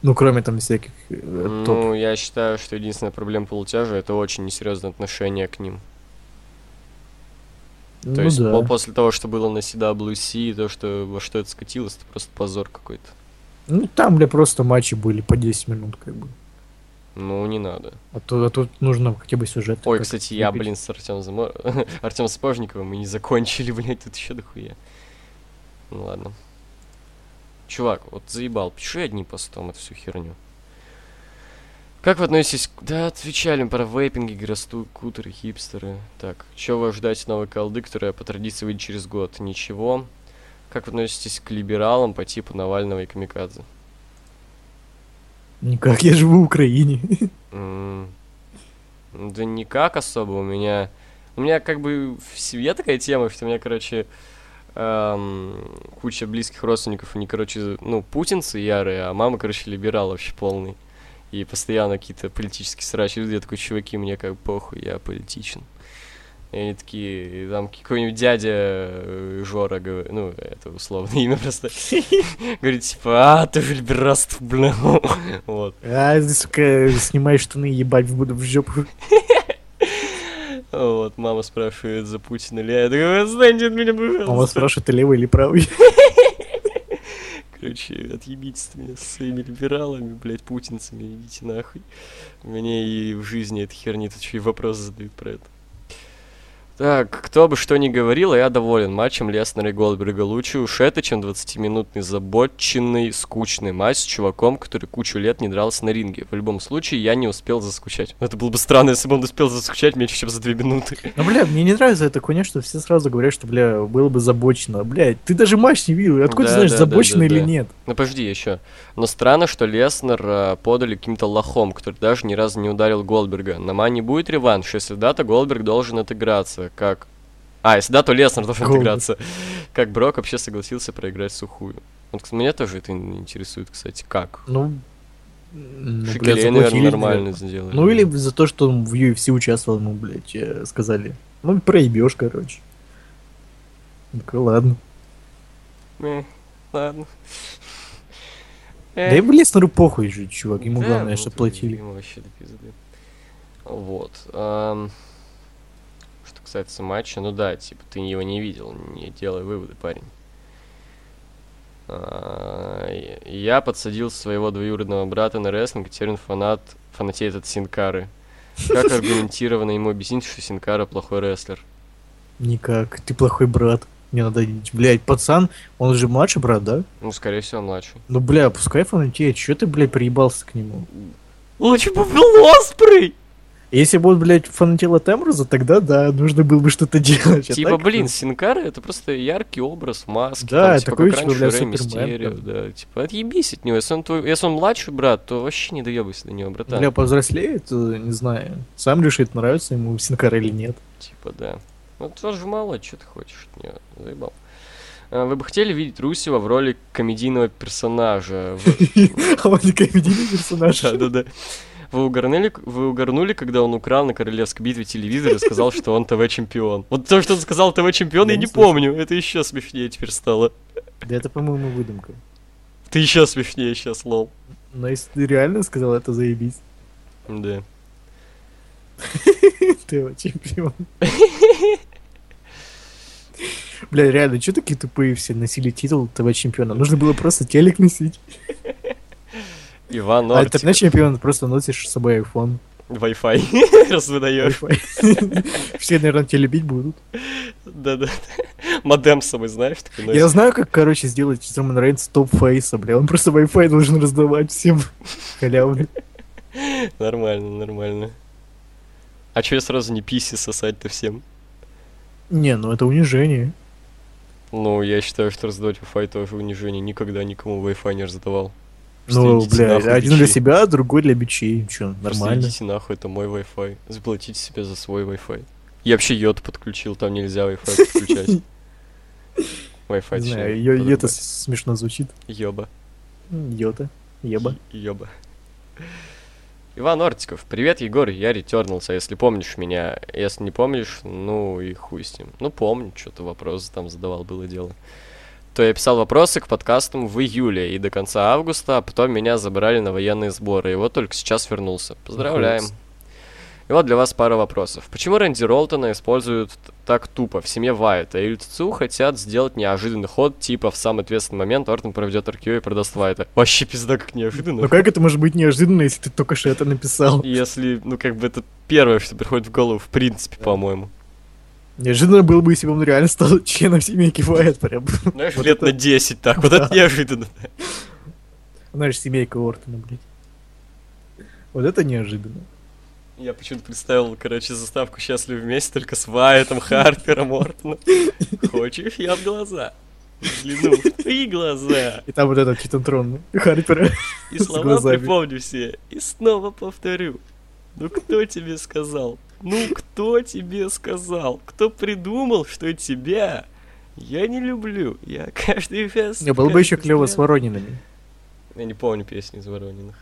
[SPEAKER 2] Ну, кроме там всяких э, топ.
[SPEAKER 1] Ну, я считаю, что единственная проблема полутяжа это очень несерьезное отношение к ним.
[SPEAKER 2] Ну,
[SPEAKER 1] То есть
[SPEAKER 2] да.
[SPEAKER 1] по- после того, что было на CWC, то, что во что это скатилось, это просто позор какой-то.
[SPEAKER 2] Ну, там, бля, просто матчи были по 10 минут, как бы.
[SPEAKER 1] Ну, не надо.
[SPEAKER 2] А, то, а тут нужно хотя бы сюжет.
[SPEAKER 1] Ой,
[SPEAKER 2] как-то
[SPEAKER 1] кстати, я,
[SPEAKER 2] двигать.
[SPEAKER 1] блин, с Артем Замор... Артем Спожниковым мы не закончили, блядь, тут еще дохуя. Ну ладно. Чувак, вот заебал, пиши одни постом эту всю херню. Как вы относитесь к... Да, отвечали мы про вейпинги, гросту, кутеры, хипстеры. Так, чего вы ожидаете от новой колды, которая по традиции выйдет через год? Ничего. Как вы относитесь к либералам по типу Навального и Камикадзе?
[SPEAKER 2] Никак, я живу в Украине.
[SPEAKER 1] М, Да никак особо у меня... У меня как бы в семье такая тема, что у меня, короче, эм, куча близких родственников, они, короче, ну, путинцы ярые, а мама, короче, либерал вообще полный. И постоянно какие-то политические срачи. идут. Я такой, чуваки, мне как бы похуй, я политичен. И они такие, и там какой-нибудь дядя э, Жора, говорит, ну, это условное имя просто, говорит, типа, а, ты же либераст, бля, вот.
[SPEAKER 2] А, сука, снимай штаны, ебать, буду в жопу.
[SPEAKER 1] Вот, мама спрашивает, за Путина ли я? Я такой, отстаньте от меня, пожалуйста.
[SPEAKER 2] Мама спрашивает, ты левый или правый?
[SPEAKER 1] Короче, отъебитесь от меня со своими либералами, блядь, путинцами, идите нахуй. Мне и в жизни эта херни тут еще и вопрос задают про это. Так, кто бы что ни говорил, я доволен матчем Леснера и Голдберга. Лучше уж это, чем 20-минутный забоченный, скучный матч с чуваком, который кучу лет не дрался на ринге. В любом случае, я не успел заскучать. Это было бы странно, если бы он успел заскучать меньше, чем за две минуты.
[SPEAKER 2] Ну, бля, мне не нравится эта хуйня, что все сразу говорят, что, бля, было бы забочено. Блядь, ты даже матч не видел, откуда
[SPEAKER 1] Да,
[SPEAKER 2] ты знаешь,
[SPEAKER 1] да, да,
[SPEAKER 2] забочено
[SPEAKER 1] да,
[SPEAKER 2] или
[SPEAKER 1] да.
[SPEAKER 2] нет?
[SPEAKER 1] Ну, подожди еще. Но странно, что Леснер э, подали каким-то лохом, который даже ни разу не ударил Голдберга. На Мане будет реванш? Если да, то Голдберг должен отыграться. Как... А, если да, то Леснер должен
[SPEAKER 2] Голдберг.
[SPEAKER 1] отыграться. Как Брок вообще согласился проиграть сухую? Вот кс- меня тоже это ин- интересует, кстати, как.
[SPEAKER 2] Ну, ну, бля,
[SPEAKER 1] Шекелей,
[SPEAKER 2] заблокировали,
[SPEAKER 1] наверное,
[SPEAKER 2] блядь.
[SPEAKER 1] нормально сделали.
[SPEAKER 2] Ну или за то, что он в UFC участвовал, ну, блядь, э, сказали. Ну, проебешь, короче. Ну, ладно.
[SPEAKER 1] Э, Ладно.
[SPEAKER 2] Да и Леснеру похуй же, чувак, ему
[SPEAKER 1] Э. Да,
[SPEAKER 2] главное,
[SPEAKER 1] ну,
[SPEAKER 2] что
[SPEAKER 1] блин,
[SPEAKER 2] платили.
[SPEAKER 1] Ему вообще до пизды. Вот. ам, Что касается матча, ну да, типа ты его не видел, не делай выводы, парень. А, и- Я подсадил своего двоюродного брата на рестлинг, и теперь он фанат, фанатеет от Синкары. Как аргументированно ему объяснить, что Синкара плохой рестлер?
[SPEAKER 2] Никак, ты плохой брат. Мне надо, блядь, пацан, он же младший брат, да?
[SPEAKER 1] Ну, скорее всего, он младший.
[SPEAKER 2] Ну, бля, пускай фанатеет, чё ты, блядь, приебался к нему?
[SPEAKER 1] Лучше бы был Оспрей!
[SPEAKER 2] Если бы он, блядь, фанател от Эмброза, тогда, да, нужно было бы что-то делать. а
[SPEAKER 1] Типа,
[SPEAKER 2] так,
[SPEAKER 1] блин, Синкара это просто яркий образ, маски,
[SPEAKER 2] Да,
[SPEAKER 1] там, типа,
[SPEAKER 2] такой,
[SPEAKER 1] как
[SPEAKER 2] типа,
[SPEAKER 1] раньше
[SPEAKER 2] бля,
[SPEAKER 1] Рэй
[SPEAKER 2] Супермен,
[SPEAKER 1] Мистерио, да, типа, отъебись от него, если он, твой, если он младший брат, то вообще не доебайся до него,
[SPEAKER 2] ну,
[SPEAKER 1] братан,
[SPEAKER 2] Бля, повзрослеет, э, не знаю. Сам решит, нравится ему Синкара или нет.
[SPEAKER 1] типа, да, ну, тоже же мало, что ты хочешь от него, заебал. А, Вы бы хотели видеть Русева в роли комедийного персонажа? Вы-
[SPEAKER 2] А он не комедийный персонаж.
[SPEAKER 1] Да, да, да. Вы угорнули, вы угорнули, когда он украл на королевской битве телевизор и сказал, что он ТВ-чемпион. Вот то, что он сказал ТВ-чемпион,
[SPEAKER 2] Я
[SPEAKER 1] я
[SPEAKER 2] не
[SPEAKER 1] не
[SPEAKER 2] слышал.
[SPEAKER 1] помню. Это еще смешнее теперь стало.
[SPEAKER 2] Да это, по-моему, выдумка.
[SPEAKER 1] Ты еще смешнее сейчас, лол.
[SPEAKER 2] Но если ты реально сказал, это заебись.
[SPEAKER 1] Да.
[SPEAKER 2] Ты его чемпион. Бля, реально, чё такие тупые все носили титул ТВ-чемпиона? Нужно было просто телек носить.
[SPEAKER 1] Иван
[SPEAKER 2] а
[SPEAKER 1] Ортик,
[SPEAKER 2] интернет-чемпион просто носишь с собой iPhone.
[SPEAKER 1] Wi-Fi раздаешь.
[SPEAKER 2] Wi-Fi. Все, наверное, тебя любить будут.
[SPEAKER 1] Да-да. Модем с собой, знаешь, такой ну,
[SPEAKER 2] Я
[SPEAKER 1] носишь.
[SPEAKER 2] знаю, как, короче, сделать Роман Рейнс топ-фейса, бля. Он просто Wi-Fi должен раздавать всем халявы.
[SPEAKER 1] Нормально, нормально. А че я сразу не писи сосать-то всем?
[SPEAKER 2] Не, ну это унижение.
[SPEAKER 1] Ну, я считаю, что раздавать Wi-Fi тоже унижение. Никогда никому Wi-Fi не раздавал. Просто
[SPEAKER 2] Ну,
[SPEAKER 1] идите
[SPEAKER 2] бля,
[SPEAKER 1] нахуй,
[SPEAKER 2] один для
[SPEAKER 1] бичи.
[SPEAKER 2] себя, другой для бичей. Че,
[SPEAKER 1] Просто
[SPEAKER 2] нормально.
[SPEAKER 1] идите нахуй, это мой Wi-Fi. Заплатите себе за свой Wi-Fi. Я вообще йод подключил, там нельзя Wi-Fi подключать. Wi-Fi,
[SPEAKER 2] Не знаю,
[SPEAKER 1] точнее,
[SPEAKER 2] йо- йота
[SPEAKER 1] подруга.
[SPEAKER 2] с- смешно звучит.
[SPEAKER 1] Йоба.
[SPEAKER 2] М, Йота. Еба.
[SPEAKER 1] Е- Ёба. Иван Ортиков. Привет, Егор, я ретернулся, если помнишь меня. Если не помнишь, ну и хуй с ним. Ну, помню, что-то вопросы там задавал, было дело. То я писал вопросы к подкастам в июле и до конца августа, а потом меня забрали на военные сборы, и вот только сейчас вернулся. Поздравляем.
[SPEAKER 2] Нихуя
[SPEAKER 1] И вот для вас пара вопросов. Почему Рэнди Ролтона используют т- так тупо? В семье Вайта и Ильцу хотят сделать неожиданный ход, типа в самый ответственный момент Ортон проведет аркью и продаст Вайта. Вообще пизда как неожиданно.
[SPEAKER 2] Ну как это может быть неожиданно, если ты только что это написал?
[SPEAKER 1] Если, ну, как бы это первое, что приходит в голову, в принципе, по-моему.
[SPEAKER 2] Неожиданно было бы, если бы он реально стал членом семейки Уайт прям.
[SPEAKER 1] Ну, Знаешь,
[SPEAKER 2] Вот
[SPEAKER 1] лет
[SPEAKER 2] это-
[SPEAKER 1] на 10 так, вот это неожиданно.
[SPEAKER 2] Она же Ну, семейка Уортона, блядь. Вот это неожиданно.
[SPEAKER 1] Я почему-то представил, короче, заставку «Счастливы вместе» только с Вайтом, Харпером, Ортоном. Хочешь, я в глаза. Взглянул в твои глаза.
[SPEAKER 2] И там вот этот Титантрон Харпера.
[SPEAKER 1] И
[SPEAKER 2] С
[SPEAKER 1] слова
[SPEAKER 2] глазами.
[SPEAKER 1] припомню все. И снова повторю. Ну кто тебе сказал? Ну кто тебе сказал? Кто придумал, что тебя я не люблю? Я каждый раз...
[SPEAKER 2] Не, было бы еще
[SPEAKER 1] каждый
[SPEAKER 2] клево
[SPEAKER 1] раз-
[SPEAKER 2] с Воронинами.
[SPEAKER 1] Я не помню песни из Ворониных.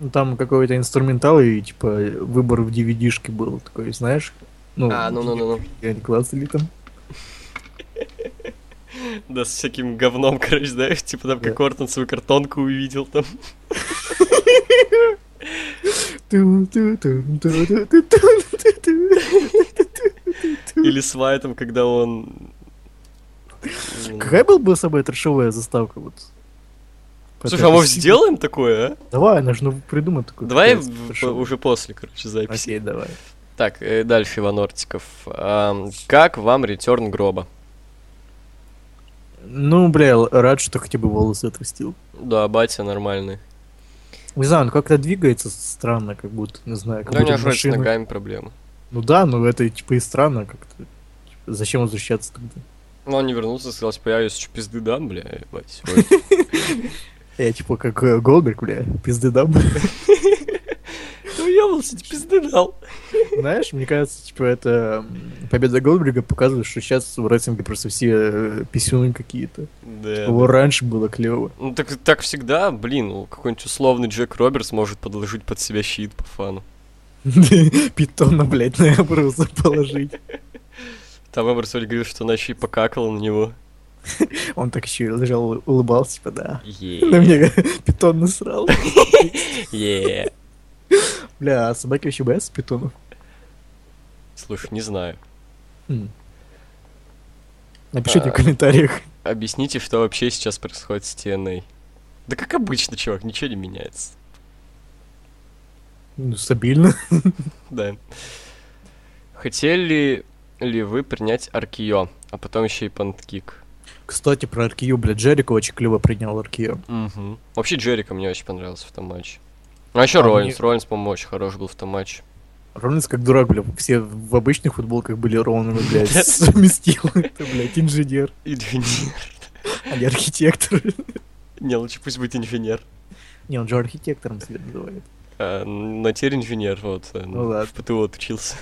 [SPEAKER 2] Ну, там какой-то инструментал и, типа, выбор в DVD-шке был такой, знаешь, Ну,
[SPEAKER 1] А, ну-ну-ну-ну.
[SPEAKER 2] Я не класс или там.
[SPEAKER 1] Да, с всяким говном, короче, да, типа там как
[SPEAKER 2] Да.
[SPEAKER 1] Ортон свою картонку увидел там. Или с Вайтом, когда он... ну, М.
[SPEAKER 2] Какая была бы самая трешовая заставка вот?
[SPEAKER 1] Слушай, а мы сделаем такое, а?
[SPEAKER 2] Давай, нужно придумать такую.
[SPEAKER 1] Давай
[SPEAKER 2] какую-то
[SPEAKER 1] в-
[SPEAKER 2] трешовую.
[SPEAKER 1] уже после, короче, записи.
[SPEAKER 2] Окей, давай.
[SPEAKER 1] Так, э, дальше Иван Ортиков. Ам, Как вам ретерн гроба?
[SPEAKER 2] Ну, бля, я л- рад, что хотя бы волосы отрастил.
[SPEAKER 1] Да, батя нормальный.
[SPEAKER 2] Не знаю, он как-то двигается странно, как будто, не знаю, как
[SPEAKER 1] Да у
[SPEAKER 2] будто
[SPEAKER 1] него же с
[SPEAKER 2] машина.
[SPEAKER 1] ногами проблемы.
[SPEAKER 2] Ну да, но это типа и странно как-то. Типа, Зачем возвращаться тогда?
[SPEAKER 1] Но он не вернулся, сказал, типа, я ее еще пизды дам, бля, э, бать.
[SPEAKER 2] Я типа как э, Голдберг, бля, пизды дам.
[SPEAKER 1] Ты уебался, тебе пизды дал.
[SPEAKER 2] Знаешь, мне кажется, типа это м, победа Голдберга показывает, что сейчас в рейтинге просто все э, писюны какие-то.
[SPEAKER 1] Да.
[SPEAKER 2] Его раньше было клево.
[SPEAKER 1] Ну так, так всегда, блин, ну, какой-нибудь условный Джек Робертс может подложить под себя щит по фану.
[SPEAKER 2] Питона, блядь, надо просто положить.
[SPEAKER 1] Там Эбер сегодня говорил, что она еще и покакала на него.
[SPEAKER 2] Он так еще и лежал, улыбался, типа, да. На
[SPEAKER 1] Е,
[SPEAKER 2] меня питон насрал.
[SPEAKER 1] е.
[SPEAKER 2] Бля, а собаки вообще боятся питонов?
[SPEAKER 1] Слушай, не знаю.
[SPEAKER 2] М. Хм. Напишите
[SPEAKER 1] А.
[SPEAKER 2] в комментариях.
[SPEAKER 1] Объясните, что вообще сейчас происходит с TNA. Да как обычно, чувак, ничего не меняется.
[SPEAKER 2] Ну, стабильно.
[SPEAKER 1] Да. Хотели ли вы принять Аркио, а потом еще и Панткик?
[SPEAKER 2] Кстати, про Аркию, бля, Джерико очень клево принял Аркию.
[SPEAKER 1] Угу. Вообще Джерика мне очень понравился в том матче. А еще
[SPEAKER 2] А мне-
[SPEAKER 1] Роллинс. Роллинс, по-моему, очень хорош был в том матче.
[SPEAKER 2] Рональдс как дурак, бля, все в обычных футболках были ровными, блядь, совместил. Ты, блядь, инженер,
[SPEAKER 1] Инженер.
[SPEAKER 2] а не архитектор.
[SPEAKER 1] Не, лучше пусть будет инженер.
[SPEAKER 2] Не, он же архитектором себя называет.
[SPEAKER 1] А, н- но теперь инженер, вот. э,
[SPEAKER 2] Ну ладно.
[SPEAKER 1] В ПТУ отучился.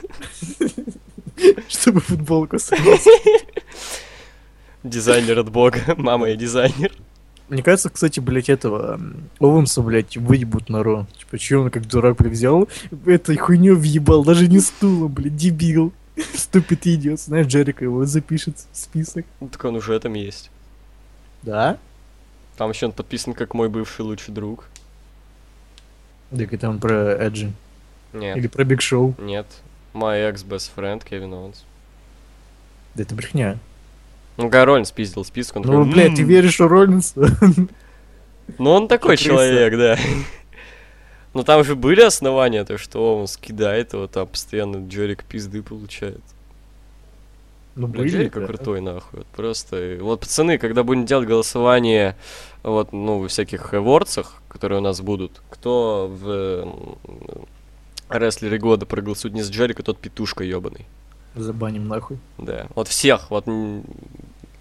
[SPEAKER 2] Чтобы футболку сыграть.
[SPEAKER 1] Дизайнер от бога. Мама, я дизайнер.
[SPEAKER 2] Мне кажется, кстати, блядь, этого м, Оуэнса, блядь, выебут на Ро. Типа, че он как дурак, блядь, взял этой хуйню въебал, даже не стулом, блядь, дебил. Ступит идет, знаешь, Джерика его запишет в список.
[SPEAKER 1] Ну, так он уже там есть.
[SPEAKER 2] Да?
[SPEAKER 1] Там еще он подписан как мой бывший лучший друг.
[SPEAKER 2] Так и там про Эджи.
[SPEAKER 1] Нет.
[SPEAKER 2] Или про Биг Шоу.
[SPEAKER 1] Нет. My ex-best friend Кевин Оуэнс.
[SPEAKER 2] Да это брехня.
[SPEAKER 1] Ну, когда Роллинс спиздил список, он «М-м».
[SPEAKER 2] Ну,
[SPEAKER 1] такой,
[SPEAKER 2] блядь, ты
[SPEAKER 1] «М».
[SPEAKER 2] веришь, что Роллинс?
[SPEAKER 1] Ну, он такой
[SPEAKER 2] Крыса.
[SPEAKER 1] человек, да. Но там же были основания, то что он скидает его, там постоянно Джерик пизды получает.
[SPEAKER 2] Ну,
[SPEAKER 1] Бля, Джерик
[SPEAKER 2] да.
[SPEAKER 1] крутой, нахуй. Вот просто. э, Вот, пацаны, когда будем делать голосование вот, ну, во всяких эвордсах, которые у нас будут, кто в э, м, рестлере года проголосует не за Джерика, тот петушка ебаный.
[SPEAKER 2] Забаним нахуй.
[SPEAKER 1] Да. Вот всех, вот м,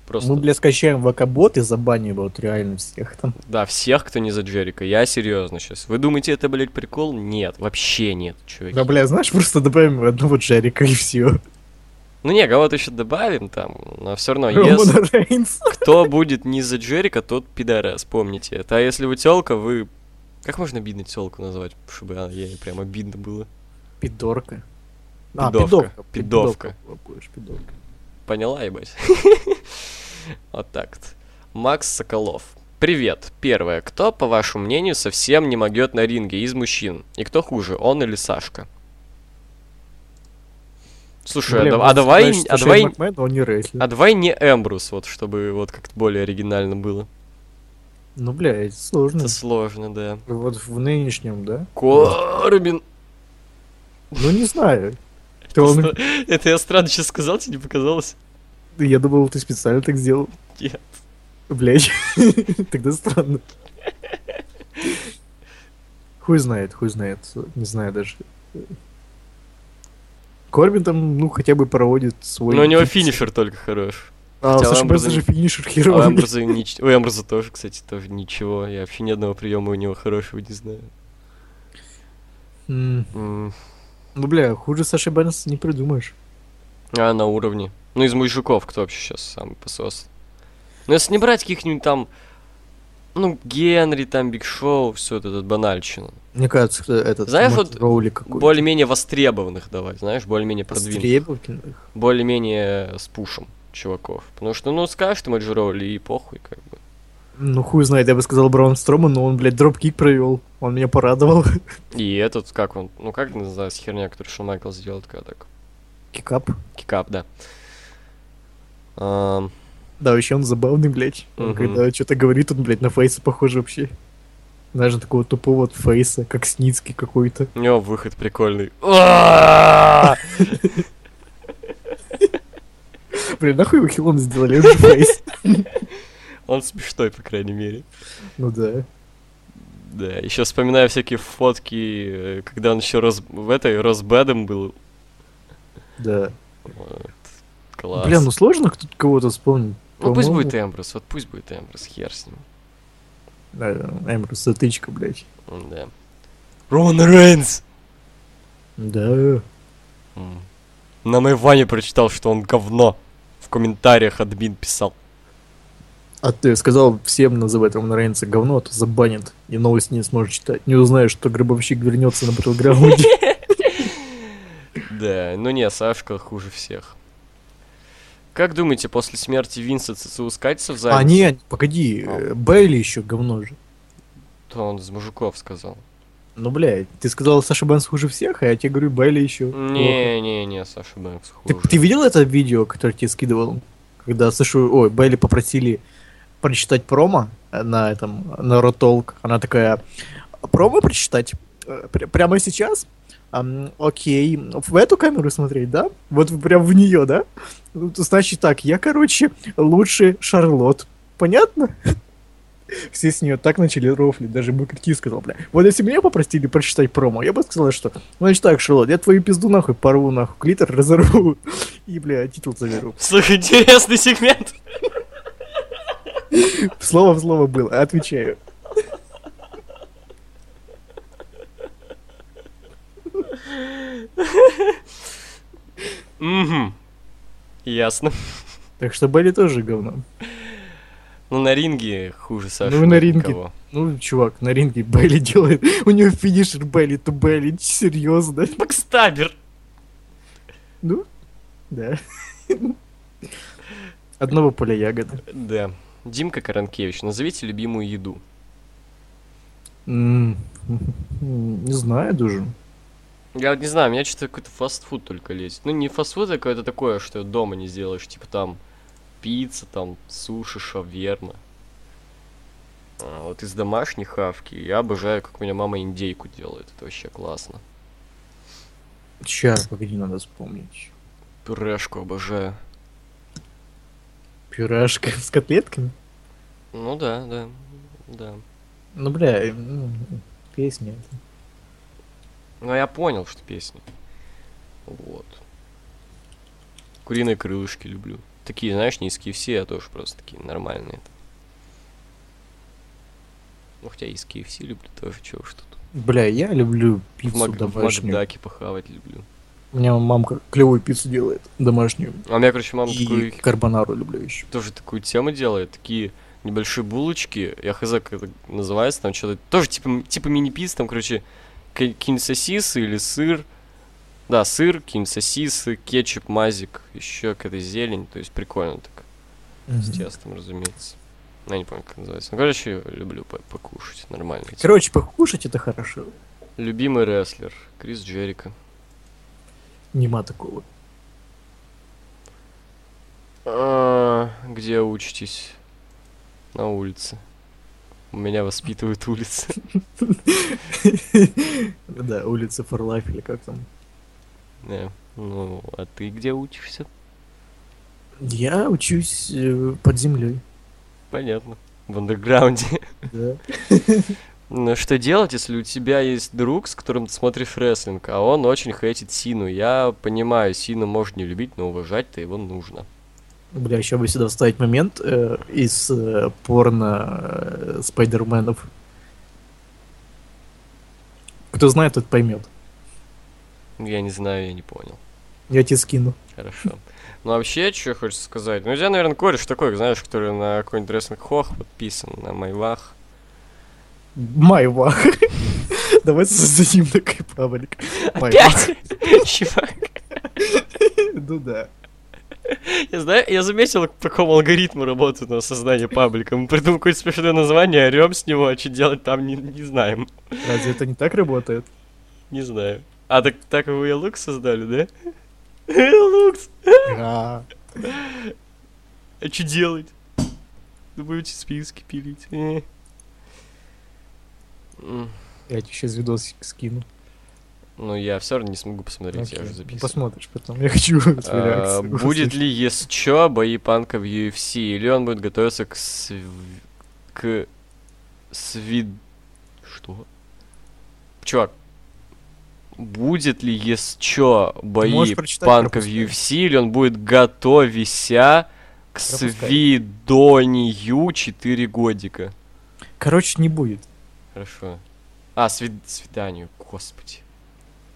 [SPEAKER 1] просто.
[SPEAKER 2] Мы, бля, скачаем вакабот и забаним вот реально всех там.
[SPEAKER 1] Да, всех, кто не за Джерика. Я серьезно сейчас. Вы думаете, это, блядь, прикол? Нет, вообще нет, чуваки.
[SPEAKER 2] Да, бля, знаешь, просто добавим одного Джерика и все.
[SPEAKER 1] Ну не, кого-то еще добавим там, но все равно, если
[SPEAKER 2] Романа Рейнса.
[SPEAKER 1] кто будет не за Джерика, тот пидорас, помните это. А если вы телка, вы... Как можно обидно телку назвать, чтобы она ей прям обидно было?
[SPEAKER 2] Пидорка. А,
[SPEAKER 1] Пидовка. Пидовка.
[SPEAKER 2] Будешь пидовка.
[SPEAKER 1] Поняла, ебать? Вот так вот. Макс Соколов. Привет. Первое. Кто, по вашему мнению, совсем не могет на ринге из мужчин? И кто хуже, он или Сашка? Слушай, а
[SPEAKER 2] Бля,
[SPEAKER 1] да- а
[SPEAKER 2] можно
[SPEAKER 1] давай...
[SPEAKER 2] сказать, что
[SPEAKER 1] А
[SPEAKER 2] Шейн
[SPEAKER 1] давай...
[SPEAKER 2] Макмен, он не рестлер.
[SPEAKER 1] А давай не Эмбрус, вот, чтобы вот как-то более оригинально было.
[SPEAKER 2] Ну, бля, это сложно.
[SPEAKER 1] Это сложно, да.
[SPEAKER 2] Вот в нынешнем, да?
[SPEAKER 1] Корбин!
[SPEAKER 2] Ну, не знаю. Ты он-
[SPEAKER 1] Просто- Это я странно сейчас сказал, тебе не показалось?
[SPEAKER 2] Я думал, ты специально так сделал.
[SPEAKER 1] Нет.
[SPEAKER 2] Блять. Тогда странно. Хуй знает, хуй знает. Не знаю даже. Корбин там, ну, хотя бы проводит свой...
[SPEAKER 1] Но у него финишер только хорош.
[SPEAKER 2] А,
[SPEAKER 1] хотя
[SPEAKER 2] Саша Бэнс
[SPEAKER 1] Ламберт-
[SPEAKER 2] же финишер
[SPEAKER 1] А у
[SPEAKER 2] херовый.
[SPEAKER 1] Эмбруса, нич- у Эмбруса тоже, кстати, тоже ничего. Я вообще ни одного приема у него хорошего не знаю.
[SPEAKER 2] М,
[SPEAKER 1] М,
[SPEAKER 2] Ну, бля, хуже Саши Бэнс не придумаешь.
[SPEAKER 1] А на уровне. Ну, из мужиков кто вообще сейчас самый посос? Ну, если не брать каких-нибудь там... м, Ну, Генри, там Биг Шоу, все это, это банальщина.
[SPEAKER 2] Мне кажется, что этот
[SPEAKER 1] Знаешь,
[SPEAKER 2] может,
[SPEAKER 1] вот
[SPEAKER 2] Роули какой-то.
[SPEAKER 1] Более-менее востребованных давай, знаешь, более-менее продвинутых.
[SPEAKER 2] Востребованных.
[SPEAKER 1] Более-менее с пушем чуваков. Потому что, ну, скажешь ты Мэджи Роули и похуй, как бы.
[SPEAKER 2] Ну, хуй знает, я бы сказал Браун Строма, но он, блядь, дропкик провел. Он меня порадовал.
[SPEAKER 1] И этот, как он, ну, как называется херня, которую Шон Майклс сделал, такая так,
[SPEAKER 2] Кикап.
[SPEAKER 1] кикап, да. А, Ам,
[SPEAKER 2] Да, вообще он забавный, блядь. Он
[SPEAKER 1] Мгм.
[SPEAKER 2] Когда что-то говорит, он, блядь, на фейса похож вообще. Знаешь, на такого тупого вот фейса, как Сницкий какой-то.
[SPEAKER 1] у него выход прикольный. А!
[SPEAKER 2] Блин, нахуй его хилом сделали, он же фейс.
[SPEAKER 1] Он смешной, по крайней мере.
[SPEAKER 2] Ну да.
[SPEAKER 1] Да, еще вспоминаю всякие фотки, э, когда он еще раз в этой Росбедом был.
[SPEAKER 2] Да.
[SPEAKER 1] Вот. Класс.
[SPEAKER 2] Бля, ну сложно кто-то кого-то вспомнить.
[SPEAKER 1] Ну пусть
[SPEAKER 2] По-моему,
[SPEAKER 1] будет Эмбрус, вот пусть будет Эмбрус, хер с ним.
[SPEAKER 2] Да, Эмбрус, затычка, блядь.
[SPEAKER 1] Да. Роман Рейнс!
[SPEAKER 2] Да.
[SPEAKER 1] М. На моей Ване прочитал, что он говно. В комментариях админ писал.
[SPEAKER 2] А ты сказал всем называть Романа Рейнса говно, а то забанят. И новости не сможешь читать. Не узнаешь, что Гробовщик вернется на Battleground.
[SPEAKER 1] Да, ну не, Сашка хуже всех. Как думаете, после смерти Винса ЦЦУ скатится в
[SPEAKER 2] А,
[SPEAKER 1] задницу?
[SPEAKER 2] не, погоди, э, Бейли еще говно же.
[SPEAKER 1] То он из мужиков сказал.
[SPEAKER 2] Ну, блядь, ты сказал, Саша Бэнс хуже всех, а я тебе говорю, Бейли еще. плохо.
[SPEAKER 1] Не-не-не, Саша Бэнкс
[SPEAKER 2] Ты,
[SPEAKER 1] хуже.
[SPEAKER 2] ты видел это видео, которое тебе скидывал? Когда Сашу, ой, Бейли попросили прочитать промо э, на этом, на Ротолк. Она такая, промо прочитать? Э, пр- прямо сейчас? Ам, окей, в эту камеру смотреть, да? Вот прям в нее, да? Ну, то Значит так, я, короче, лучше Шарлот. Понятно? Все с нее так начали рофлить, даже Букерти сказал, бля, вот если меня попросили прочитать промо, я бы сказал, что, значит так, Шарлот, я твою пизду нахуй порву нахуй, клитор разорву и, бля, титул заберу.
[SPEAKER 1] Слушай, интересный сегмент.
[SPEAKER 2] Слово в слово было, отвечаю.
[SPEAKER 1] Угу. Ясно.
[SPEAKER 2] Так что Белли тоже говно.
[SPEAKER 1] Ну, на ринге хуже Саши.
[SPEAKER 2] Ну, на
[SPEAKER 1] нет
[SPEAKER 2] ринге.
[SPEAKER 1] никого.
[SPEAKER 2] Ну, чувак, на ринге Белли делает, у него финишер Белли, то Белли, серьезно,
[SPEAKER 1] Бэкстабер.
[SPEAKER 2] ну, да. Одного поля ягоды.
[SPEAKER 1] Да. Димка Каранкевич, назовите любимую еду.
[SPEAKER 2] М, Не знаю даже.
[SPEAKER 1] Я вот не знаю, у меня что-то какой-то фастфуд только лезет. Ну, не фастфуд, а какое-то такое, что дома не сделаешь. Типа там пицца, там суши, шаверма. А, вот из домашней хавки я обожаю, как у меня мама индейку делает. Это вообще классно.
[SPEAKER 2] Сейчас, погоди, надо вспомнить.
[SPEAKER 1] Пюрешку обожаю.
[SPEAKER 2] Пюрашка с котлетками?
[SPEAKER 1] Ну да, да, да.
[SPEAKER 2] Ну, бля, м, песня.
[SPEAKER 1] Ну, я понял, что песни. Вот. Куриные крылышки люблю. Такие, знаешь, не из KFC, а тоже просто такие нормальные. Ну, хотя и из KFC люблю тоже, чего что тут.
[SPEAKER 2] Бля, я люблю
[SPEAKER 1] В,
[SPEAKER 2] пиццу
[SPEAKER 1] Мак- в
[SPEAKER 2] домашнюю.
[SPEAKER 1] Макдаке похавать люблю.
[SPEAKER 2] У меня мамка клевую пиццу делает, домашнюю.
[SPEAKER 1] А у меня, короче, мама
[SPEAKER 2] И
[SPEAKER 1] такую,
[SPEAKER 2] карбонару люблю еще.
[SPEAKER 1] тоже такую тему делает. Такие небольшие булочки, я хз, как это называется, там что-то... Тоже типа, м- типа мини-пиц, там, короче, ки- какие-нибудь сосисы или сыр. Да, сыр, какие-нибудь сосисы, кетчуп, мазик, еще какая-то зелень. То есть прикольно так. с тестом, разумеется. Я не помню, как называется. Ну, короче, люблю по- покушать, нормально.
[SPEAKER 2] Короче, покушать это хорошо.
[SPEAKER 1] Любимый рестлер Крис Джерика.
[SPEAKER 2] Нема такого.
[SPEAKER 1] А, где учитесь? На улице. Меня воспитывают улицы.
[SPEAKER 2] Да, улица Фарлайф или как там.
[SPEAKER 1] Да. Ну, а ты где учишься?
[SPEAKER 2] Я учусь э, под землей.
[SPEAKER 1] Понятно. В андерграунде.
[SPEAKER 2] Да.
[SPEAKER 1] Ну, что делать, если у тебя есть друг, с которым ты смотришь рестлинг, а он очень хейтит Сину? Я понимаю, Сину может не любить, но уважать-то его нужно.
[SPEAKER 2] Бля, еще бы сюда вставить момент э, из э, порно э, спайдерменов. Кто знает, тот поймет.
[SPEAKER 1] Я не знаю, я не понял.
[SPEAKER 2] Я тебе скину.
[SPEAKER 1] Хорошо. Ну, вообще, что хочется сказать? Ну, я, наверное, кореш такой, знаешь, который на какой-нибудь рестлинг хох подписан, на майвах.
[SPEAKER 2] Майва. Давай создадим такой паблик. Майва.
[SPEAKER 1] Опять? Чувак,
[SPEAKER 2] Ну да.
[SPEAKER 1] я знаю, я заметил, по какому алгоритму работают на создание паблика. Мы придумываем какое-то смешное название, орем с него, а что делать там не, не знаем.
[SPEAKER 2] Разве это не так работает?
[SPEAKER 1] Не знаю. А так, так вы и лук создали, да? Э, Лукс, а
[SPEAKER 2] Да.
[SPEAKER 1] что делать? Ну, будете списки пилить. э. М,
[SPEAKER 2] Я тебе сейчас видос скину.
[SPEAKER 1] Ну, я все равно не смогу посмотреть, я
[SPEAKER 2] Окей. Ну,
[SPEAKER 1] уже записываю.
[SPEAKER 2] Посмотришь потом. Я хочу твою
[SPEAKER 1] А,
[SPEAKER 2] реакцию
[SPEAKER 1] Будет
[SPEAKER 2] услышать.
[SPEAKER 1] ли, если чё, бои панка в UFC, или он будет готовиться к св... к сви... Что? Чувак, будет ли, если чё,
[SPEAKER 2] Ты
[SPEAKER 1] бои
[SPEAKER 2] можешь прочитать,
[SPEAKER 1] панка в
[SPEAKER 2] пропускай.
[SPEAKER 1] UFC, или он будет готовися к
[SPEAKER 2] Пропускай.
[SPEAKER 1] свидонию 4 годика?
[SPEAKER 2] Короче, не будет.
[SPEAKER 1] Хорошо. А, сви- свиданию, господи.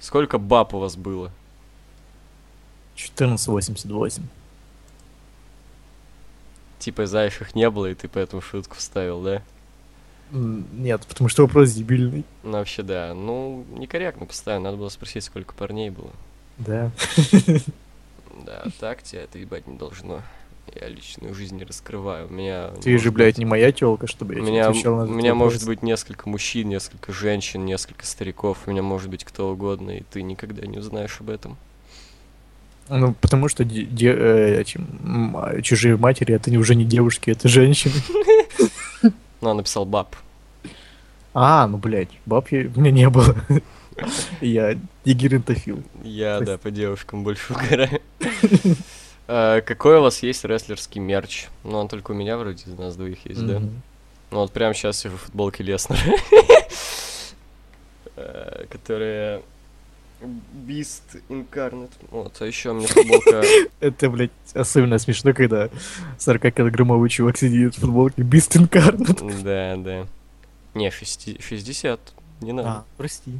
[SPEAKER 1] Сколько баб у вас было?
[SPEAKER 2] 1488.
[SPEAKER 1] Типа заячьих не было, и ты поэтому шутку вставил, да?
[SPEAKER 2] М, Нет, потому что вопрос дебильный.
[SPEAKER 1] Ну, вообще, да. Ну, некорректно постоянно. Надо было спросить, сколько парней было.
[SPEAKER 2] Да.
[SPEAKER 1] Да, а так тебя это ебать не должно. Я личную жизнь не раскрываю. У меня...
[SPEAKER 2] Ты же,
[SPEAKER 1] может
[SPEAKER 2] блядь,
[SPEAKER 1] быть-
[SPEAKER 2] не моя телка, чтобы
[SPEAKER 1] У
[SPEAKER 2] я тебе
[SPEAKER 1] меня,
[SPEAKER 2] отвечал на
[SPEAKER 1] у
[SPEAKER 2] этот
[SPEAKER 1] меня
[SPEAKER 2] вопрос.
[SPEAKER 1] может быть несколько мужчин, несколько женщин, несколько стариков. У меня может быть кто угодно, и ты никогда не узнаешь об этом.
[SPEAKER 2] Ну, потому что де- де- э, эти, м, а, чужие матери, это не- уже не девушки, это женщины.
[SPEAKER 1] Ну, он написал баб.
[SPEAKER 2] А, ну, блядь, баб я- у меня не было. Я дегерентофил.
[SPEAKER 1] Я,
[SPEAKER 2] То
[SPEAKER 1] да, по девушкам больше угораю. А, Какой у вас есть рестлерский мерч? Ну, он только у меня вроде из нас двоих есть, да?
[SPEAKER 2] Мгм.
[SPEAKER 1] Ну вот прямо сейчас сижу в футболке Леснера. Э, Которая... Бист Incarnate. Вот, а еще мне футболка...
[SPEAKER 2] Это, блядь, особенно смешно, когда 40-килограммовый чувак сидит в футболке Beast Incarnate.
[SPEAKER 1] Да, да. Не, шести- 60. Не
[SPEAKER 2] А,
[SPEAKER 1] надо.
[SPEAKER 2] прости.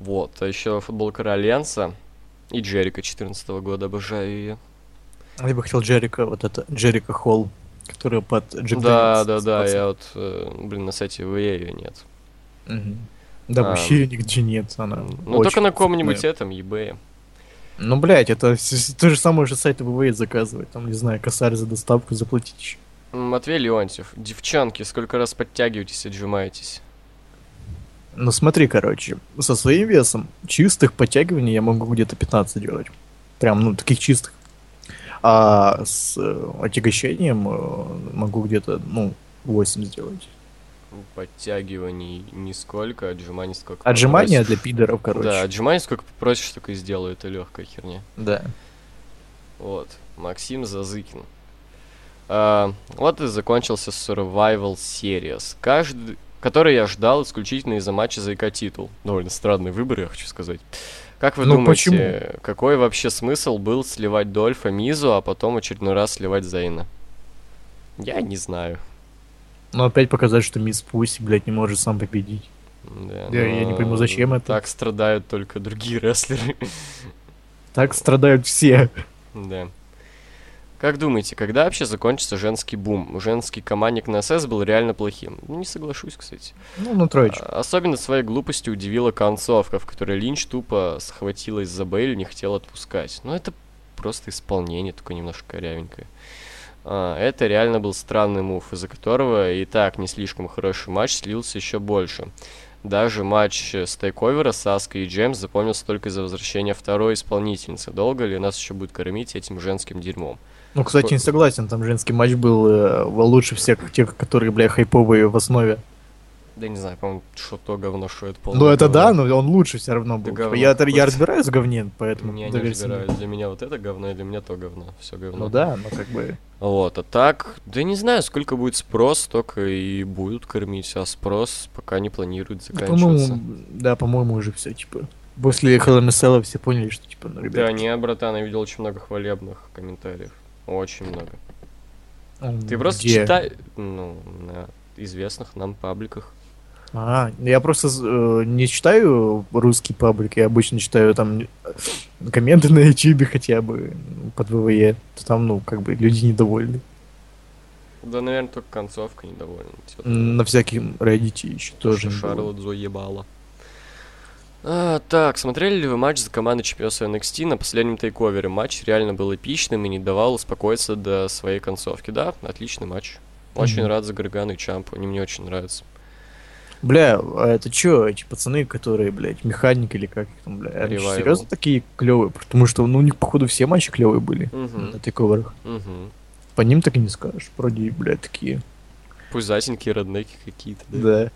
[SPEAKER 1] Вот, а еще футболка Ролианса и Джерика 14 года, обожаю ее.
[SPEAKER 2] Я бы хотел Джерика, вот это, Джерика Холл, которая под Джек
[SPEAKER 1] Да,
[SPEAKER 2] Дэниелс
[SPEAKER 1] да, да,
[SPEAKER 2] пацан.
[SPEAKER 1] я вот, э, блин, на сайте ВЕ ее нет.
[SPEAKER 2] Мгм. Да,
[SPEAKER 1] А,
[SPEAKER 2] вообще её нигде нет, она
[SPEAKER 1] Ну только
[SPEAKER 2] очень
[SPEAKER 1] на ком-нибудь
[SPEAKER 2] крупная.
[SPEAKER 1] этом, eBay.
[SPEAKER 2] Ну, блядь, это с- с- то же самое же сайт ВВЕ заказывает, там, не знаю, косарь за доставку заплатить еще.
[SPEAKER 1] Матвей Леонтьев. Девчонки, сколько раз подтягиваетесь, отжимаетесь?
[SPEAKER 2] Ну смотри, короче, со своим весом чистых подтягиваний я могу где-то 15 делать. Прям, ну, таких чистых. А с э, отягощением э, могу где-то, ну, 8 сделать.
[SPEAKER 1] Подтягиваний нисколько, а отжиманий сколько
[SPEAKER 2] Отжимания
[SPEAKER 1] попросишь.
[SPEAKER 2] для пидоров, короче.
[SPEAKER 1] Да, отжиманий сколько попросишь, только и сделаю, это легкая херня.
[SPEAKER 2] да.
[SPEAKER 1] Вот, Максим Зазыкин. А, вот и закончился Survival Series, каждый, который я ждал исключительно из-за матча за ИК-титул. Довольно странный выбор, я хочу сказать. Как вы
[SPEAKER 2] Ну,
[SPEAKER 1] думаете,
[SPEAKER 2] почему?
[SPEAKER 1] какой вообще смысл был сливать Дольфа Мизу, а потом очередной раз сливать Зейна? Я не знаю.
[SPEAKER 2] Но опять показать, что мисс Пуси, блядь, не может сам победить.
[SPEAKER 1] Да,
[SPEAKER 2] Да, я не
[SPEAKER 1] но
[SPEAKER 2] пойму, зачем это?
[SPEAKER 1] Так страдают только другие рестлеры.
[SPEAKER 2] Так страдают все.
[SPEAKER 1] Да. Как думаете, когда вообще закончится женский бум? Женский командник на СС был реально плохим. Ну, Не соглашусь, кстати.
[SPEAKER 2] Ну, ну, троечку.
[SPEAKER 1] А, Особенно своей глупостью удивила концовка, в которой Линч тупо схватилась за Бейль, не хотел отпускать. Ну, это просто исполнение, такое немножко корявенькое. А, это реально был странный мув, из-за которого и так не слишком хороший матч слился еще больше. Даже матч э, с тейковера Саска и Джеймс запомнился только из-за возвращения второй исполнительницы. Долго ли нас еще будет кормить этим женским дерьмом?
[SPEAKER 2] Ну, кстати, не согласен, там женский матч был э, лучше всех тех, которые, бля, хайповые в основе.
[SPEAKER 1] Да не знаю, по-моему, что то говно, что это полное
[SPEAKER 2] Ну это
[SPEAKER 1] говно.
[SPEAKER 2] да, но он лучше все равно был.
[SPEAKER 1] Да
[SPEAKER 2] Типа,
[SPEAKER 1] говно
[SPEAKER 2] я, я
[SPEAKER 1] какое-то.
[SPEAKER 2] разбираюсь в говне, поэтому
[SPEAKER 1] Меня не
[SPEAKER 2] доверься мне.
[SPEAKER 1] разбирают. Для меня вот это говно, и для меня то говно. Все говно.
[SPEAKER 2] Ну да, но как бы.
[SPEAKER 1] Вот, а так, да не знаю, сколько будет спрос, столько и будут кормить, а спрос пока не планирует заканчиваться.
[SPEAKER 2] Ну, По-моему, да, по-моему, уже все, типа. После Хеломисела все поняли, что типа, ну,
[SPEAKER 1] да,
[SPEAKER 2] ребят.
[SPEAKER 1] не, братан, я видел очень много хвалебных комментариев. Очень много.
[SPEAKER 2] м,
[SPEAKER 1] Ты просто
[SPEAKER 2] где?
[SPEAKER 1] читай, ну, на известных нам пабликах.
[SPEAKER 2] А, я просто э, не читаю русский паблик, я обычно читаю там э, комменты на ютубе хотя бы ну, под ВВЕ. То Там, ну, как бы люди недовольны.
[SPEAKER 1] Да, наверное, только концовка недовольна. Типа,
[SPEAKER 2] На всяким Reddit еще
[SPEAKER 1] то,
[SPEAKER 2] тоже.
[SPEAKER 1] что
[SPEAKER 2] не было.
[SPEAKER 1] Шарлот заебала. А, так, смотрели ли вы матч за команду чемпионства NXT на последнем тейковере? Матч реально был эпичным и не давал успокоиться до своей концовки. Да, отличный матч. Очень
[SPEAKER 2] Мгм.
[SPEAKER 1] рад за Гаргану и Чампу, они мне очень нравятся.
[SPEAKER 2] Бля, а это чё, эти пацаны, которые, блядь, механик или как их там, бля, они чё,
[SPEAKER 1] Revival.
[SPEAKER 2] серьезно такие клевые? Потому что, ну, у них, походу, все матчи клевые были
[SPEAKER 1] Мгм.
[SPEAKER 2] на тейковерах.
[SPEAKER 1] Мгм.
[SPEAKER 2] По ним так и не скажешь. Вроде, бля, такие.
[SPEAKER 1] Пусть затенькие роднеки какие-то, да.
[SPEAKER 2] Да.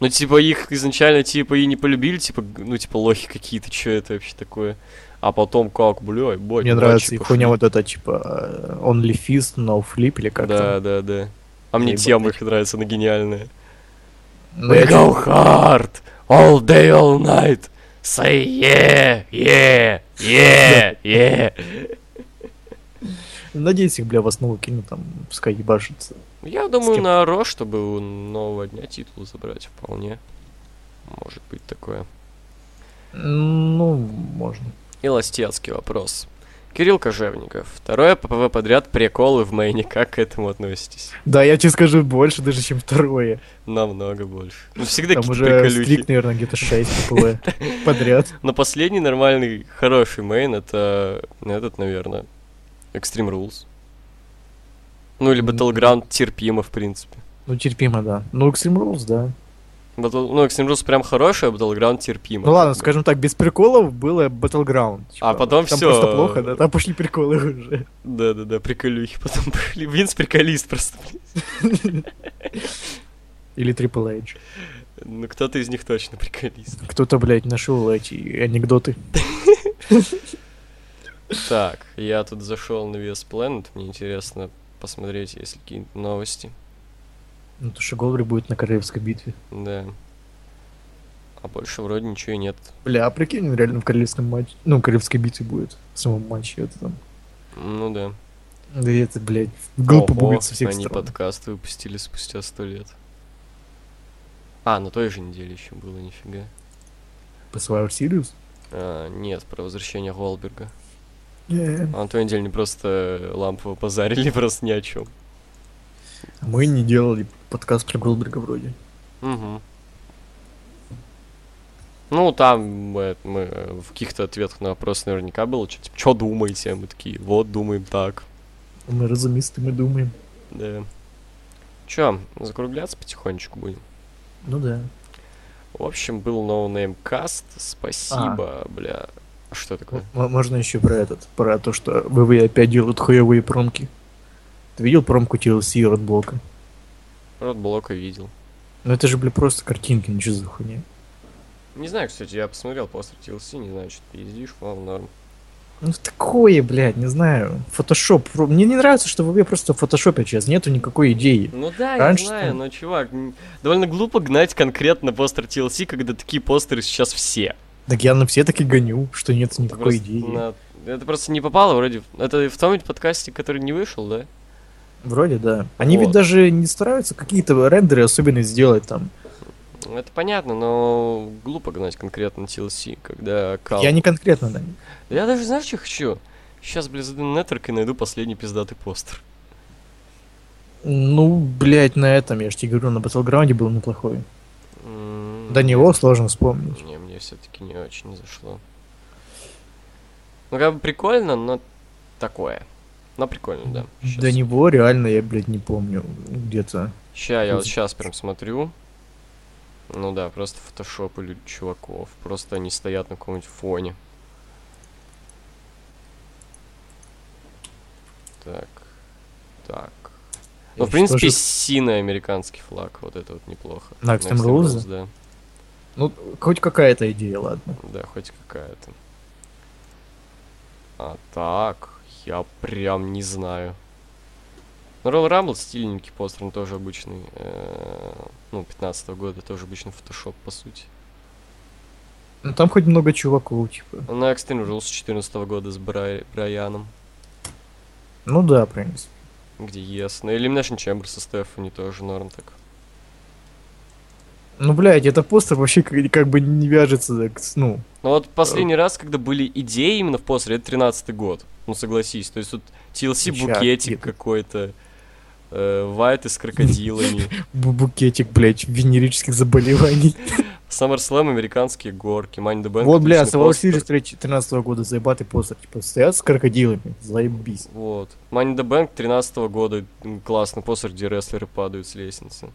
[SPEAKER 1] Ну, типа, их изначально, типа, и не полюбили, типа, г- ну, типа, лохи какие-то, что это вообще такое? А потом как, бля, бой,
[SPEAKER 2] Мне нравится их хуйня вот эта, типа, э, only fist, no flip или как
[SPEAKER 1] Да,
[SPEAKER 2] там.
[SPEAKER 1] да, да. А мне
[SPEAKER 2] Ебать.
[SPEAKER 1] тема их нравится, она гениальная.
[SPEAKER 2] Ну,
[SPEAKER 1] We
[SPEAKER 2] я
[SPEAKER 1] go hard, all day, all night. Say yeah, yeah, yeah, yeah.
[SPEAKER 2] Надеюсь, их, бля, в основу кинут, там, пускай ебашится.
[SPEAKER 1] Я
[SPEAKER 2] С
[SPEAKER 1] думаю,
[SPEAKER 2] кем?
[SPEAKER 1] на Ро, чтобы у нового дня титул забрать, вполне. Может быть такое.
[SPEAKER 2] Ну, можно.
[SPEAKER 1] И ластецкий вопрос. Кирилл Кожевников. Второе ППВ подряд приколы в мейне. Как к этому относитесь?
[SPEAKER 2] Да, я тебе скажу больше даже, чем второе.
[SPEAKER 1] Намного больше. Ну, всегда
[SPEAKER 2] Там
[SPEAKER 1] какие-то
[SPEAKER 2] уже
[SPEAKER 1] приколюхи.
[SPEAKER 2] стрик, наверное, где-то 6 ППВ подряд.
[SPEAKER 1] Но последний нормальный, хороший мейн это ну, этот, наверное, Extreme Rules. Ну или
[SPEAKER 2] М.
[SPEAKER 1] Battleground терпимо, в принципе.
[SPEAKER 2] Ну, терпимо, да. Ну, Extreme Rules, да.
[SPEAKER 1] Battle- Ну, Extreme Rules прям хороший, а Battleground терпимо.
[SPEAKER 2] Ну ладно, скажем так, без приколов было Battleground. Типа,
[SPEAKER 1] А потом
[SPEAKER 2] там
[SPEAKER 1] всё.
[SPEAKER 2] просто плохо, да, там пошли приколы уже.
[SPEAKER 1] Да-да-да, приколюхи потом были. Винс приколист просто. блин.
[SPEAKER 2] Или Triple H.
[SPEAKER 1] Ну, кто-то из них точно приколист.
[SPEAKER 2] Кто-то, блядь, нашел эти анекдоты.
[SPEAKER 1] Так, я тут зашел на VS Planet. Мне интересно посмотреть, есть ли какие-нибудь новости.
[SPEAKER 2] Ну, то, что Голдберг будет на Королевской битве.
[SPEAKER 1] Да. А больше вроде ничего и нет.
[SPEAKER 2] Бля, а прикинь, он реально в Королевском матче, ну, в Королевской битве будет, в самом матче это там.
[SPEAKER 1] Ну да.
[SPEAKER 2] Да и это, блядь, глупо
[SPEAKER 1] Ого,
[SPEAKER 2] будет со всех
[SPEAKER 1] они
[SPEAKER 2] сторон.
[SPEAKER 1] подкаст выпустили спустя сто лет. А, на той же неделе еще было, нифига.
[SPEAKER 2] По Survivor Series?
[SPEAKER 1] А, нет, про возвращение Голберга.
[SPEAKER 2] Э,
[SPEAKER 1] А на той неделе не просто лампово позарили, просто ни о чем.
[SPEAKER 2] Мы не делали подкаст про Голдберга вроде.
[SPEAKER 1] Угу. Ну, там э, мы, э, в каких-то ответах на вопрос наверняка было, что типа, что думаете? Мы такие, вот, думаем так.
[SPEAKER 2] Мы разумисты, мы думаем.
[SPEAKER 1] Да. Че, закругляться потихонечку будем?
[SPEAKER 2] Ну да.
[SPEAKER 1] В общем, был NoName Cast.
[SPEAKER 2] А.
[SPEAKER 1] Спасибо, бля. Что такое?
[SPEAKER 2] М- можно еще про этот, про то, что ВВ опять делают хуевые промки. Ты видел промку TLC и Родблока?
[SPEAKER 1] Рот блока видел.
[SPEAKER 2] Ну это же, бля, просто картинки, ничего за хуйня.
[SPEAKER 1] Не знаю, кстати, я посмотрел после TLC, не знаю, что ты пиздишь, мало норм.
[SPEAKER 2] Ну такое, блядь, не знаю. Фотошоп. про- Мне не нравится, что ВВ просто в фотошопе сейчас. Нету никакой идеи.
[SPEAKER 1] Ну да,
[SPEAKER 2] Раньше
[SPEAKER 1] я знаю,
[SPEAKER 2] там-
[SPEAKER 1] но, чувак, м, довольно глупо гнать конкретно постер TLC, когда такие постеры сейчас все.
[SPEAKER 2] Так я на все таки гоню, что нет
[SPEAKER 1] Это
[SPEAKER 2] никакой
[SPEAKER 1] просто,
[SPEAKER 2] идеи.
[SPEAKER 1] на- это просто не попало вроде... в- Это в том ведь подкасте, который не вышел, да?
[SPEAKER 2] Вроде да. Они
[SPEAKER 1] Вот.
[SPEAKER 2] ведь даже не стараются какие-то рендеры особенно сделать там.
[SPEAKER 1] Это понятно, но глупо гнать конкретно TLC, когда кал...
[SPEAKER 2] Я не конкретно на них.
[SPEAKER 1] Я даже, знаешь, что хочу? Сейчас, блин, заду нетворк и найду последний пиздатый постер.
[SPEAKER 2] Ну, блядь, на этом, я же тебе говорю, на Battleground был неплохой.
[SPEAKER 1] М,
[SPEAKER 2] До него сложно вспомнить.
[SPEAKER 1] Не, мне все-таки не очень зашло. Ну, как бы прикольно, но такое. Но прикольно, да. Щас.
[SPEAKER 2] До него реально я, блядь, не помню. Где-то.
[SPEAKER 1] Ща, я вот
[SPEAKER 2] Мгм.
[SPEAKER 1] сейчас прям смотрю. Ну да, просто фотошоп или чуваков. Просто они стоят на каком-нибудь фоне. Так. Так. Ну, в
[SPEAKER 2] Я
[SPEAKER 1] принципе,
[SPEAKER 2] тоже-
[SPEAKER 1] синий американский флаг. Вот это вот неплохо.
[SPEAKER 2] На
[SPEAKER 1] Next
[SPEAKER 2] Extreme
[SPEAKER 1] Time
[SPEAKER 2] Rules?
[SPEAKER 1] Rules, Да.
[SPEAKER 2] Ну, хоть какая-то идея, ладно.
[SPEAKER 1] Да, хоть какая-то. А так, я прям не знаю. Ну, Royal Rumble стильненький постер, он тоже обычный. э, ну, 15 года, тоже обычный фотошоп, по сути.
[SPEAKER 2] Ну, там хоть много чуваков, типа.
[SPEAKER 1] А На Extreme Rules 14 года с Брай- Брайаном,
[SPEAKER 2] Ну да, в принципе.
[SPEAKER 1] где Yes. Ну, Elimination Chamber со Стефани тоже норм так.
[SPEAKER 2] Ну, блядь, это постер вообще как, как бы не вяжется к сну.
[SPEAKER 1] Ну, вот последний раз, когда были идеи именно в постере, это 13 год. Ну, согласись. То есть тут TLC
[SPEAKER 2] Сейчас,
[SPEAKER 1] букетик
[SPEAKER 2] где-то.
[SPEAKER 1] какой-то. э, Вайт с крокодилами.
[SPEAKER 2] Бу- Букетик, блядь, венерических заболеваний.
[SPEAKER 1] SummerSlam, американские горки, Money in the Bank,
[SPEAKER 2] Вот, бля,
[SPEAKER 1] отличный
[SPEAKER 2] Survivor
[SPEAKER 1] постер.
[SPEAKER 2] Series 13 года, заебатый постер. Типа, стоят с крокодилами, заебись.
[SPEAKER 1] Вот. Money in the Bank 13 года, м, классный постер, где рестлеры падают с лестницы.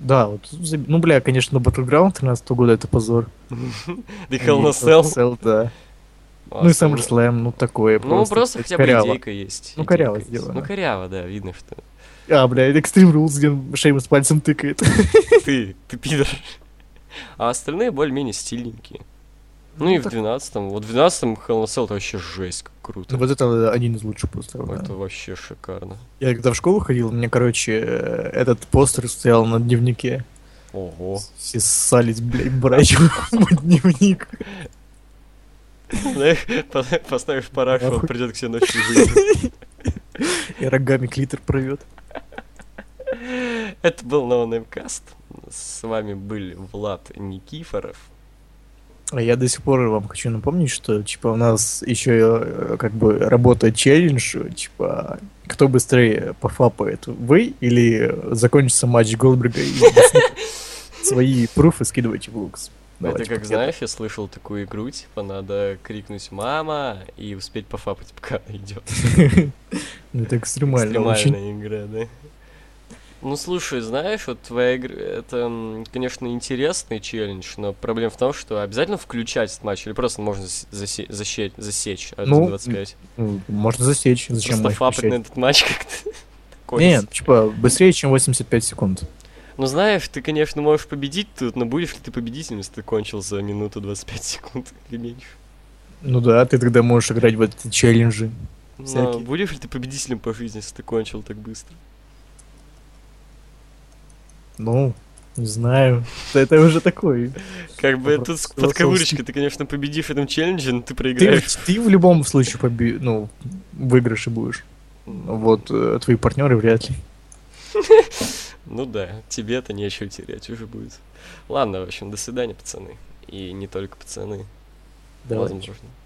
[SPEAKER 2] Да, вот, заеб- ну, бля, конечно, Battleground 13 года это позор.
[SPEAKER 1] The Hell in a
[SPEAKER 2] И
[SPEAKER 1] Cell.
[SPEAKER 2] Cell, да.
[SPEAKER 1] А,
[SPEAKER 2] Ну и
[SPEAKER 1] остальное-
[SPEAKER 2] SummerSlam, ну такое.
[SPEAKER 1] Ну, просто,
[SPEAKER 2] блядь,
[SPEAKER 1] хотя бы
[SPEAKER 2] коряво.
[SPEAKER 1] идейка есть.
[SPEAKER 2] Ну, коряво
[SPEAKER 1] идейка есть.
[SPEAKER 2] сделано.
[SPEAKER 1] Ну, коряво, да, видно, что
[SPEAKER 2] А, бля, Extreme Rules, где Шеймус пальцем тыкает.
[SPEAKER 1] ты, ты пидор. А остальные более-менее стильненькие. Ну и в 12-м. Вот в 12-м Hell in a Cell это вообще жесть, как круто.
[SPEAKER 2] Ну, Вот это да, один из лучших постеров. да.
[SPEAKER 1] Это вообще шикарно.
[SPEAKER 2] Я когда в школу ходил, мне, короче, э, этот постер стоял на дневнике.
[SPEAKER 1] Ого.
[SPEAKER 2] Все ссались, блядь, брать мой дневник.
[SPEAKER 1] Знаешь, по- Поставишь парашу, он
[SPEAKER 2] Нахуй.
[SPEAKER 1] придет к себе ночью жизнь.
[SPEAKER 2] И рогами клитер провет.
[SPEAKER 1] Это был NoNameCast. С вами были Влад Никифоров.
[SPEAKER 2] А я до сих пор вам хочу напомнить, что типа у нас еще э, как бы работает челлендж, типа кто быстрее пофапает, вы или закончится матч Голдберга и свои пруфы скидывайте в лукс.
[SPEAKER 1] Ну, Это
[SPEAKER 2] Давайте,
[SPEAKER 1] как,
[SPEAKER 2] пакет.
[SPEAKER 1] знаешь, я слышал такую игру, типа надо крикнуть «мама» и успеть пофапать, пока она идет.
[SPEAKER 2] Ну, Это экстремально очень.
[SPEAKER 1] Экстремальная игра, да. Ну, слушай, знаешь, вот твоя игра, это, м, конечно, интересный челлендж, но проблема в том, что обязательно включать этот матч, или просто можно зас- засе- заще- засечь
[SPEAKER 2] Ну,
[SPEAKER 1] 1.25.
[SPEAKER 2] Ну, Можно засечь, зачем
[SPEAKER 1] просто
[SPEAKER 2] лайк
[SPEAKER 1] фапать на
[SPEAKER 2] включать?
[SPEAKER 1] этот матч как-то. конец.
[SPEAKER 2] Нет, типа быстрее, чем 85 секунд.
[SPEAKER 1] Ну, знаешь, ты, конечно, можешь победить тут, но будешь ли ты победителем, если ты кончил за минуту 25 секунд или меньше?
[SPEAKER 2] Ну да, ты тогда можешь играть в эти челленджи.
[SPEAKER 1] Ну, а
[SPEAKER 2] Всякие.
[SPEAKER 1] будешь ли ты победителем по жизни, если ты кончил так быстро?
[SPEAKER 2] Ну, не знаю. Это уже такой.
[SPEAKER 1] Как бы
[SPEAKER 2] Вопрос
[SPEAKER 1] тут с-
[SPEAKER 2] философский.
[SPEAKER 1] подковырочка, ты, конечно, победишь в этом челлендже, но ты
[SPEAKER 2] Ты,
[SPEAKER 1] проиграешь.
[SPEAKER 2] ты в любом случае поби... ну, в выигрыше будешь. Вот э, твои партнеры вряд ли.
[SPEAKER 1] Ну да, тебе-то нечего терять уже будет. Ладно, в общем, до свидания, пацаны. И не только пацаны,
[SPEAKER 2] Давай.
[SPEAKER 1] возможно.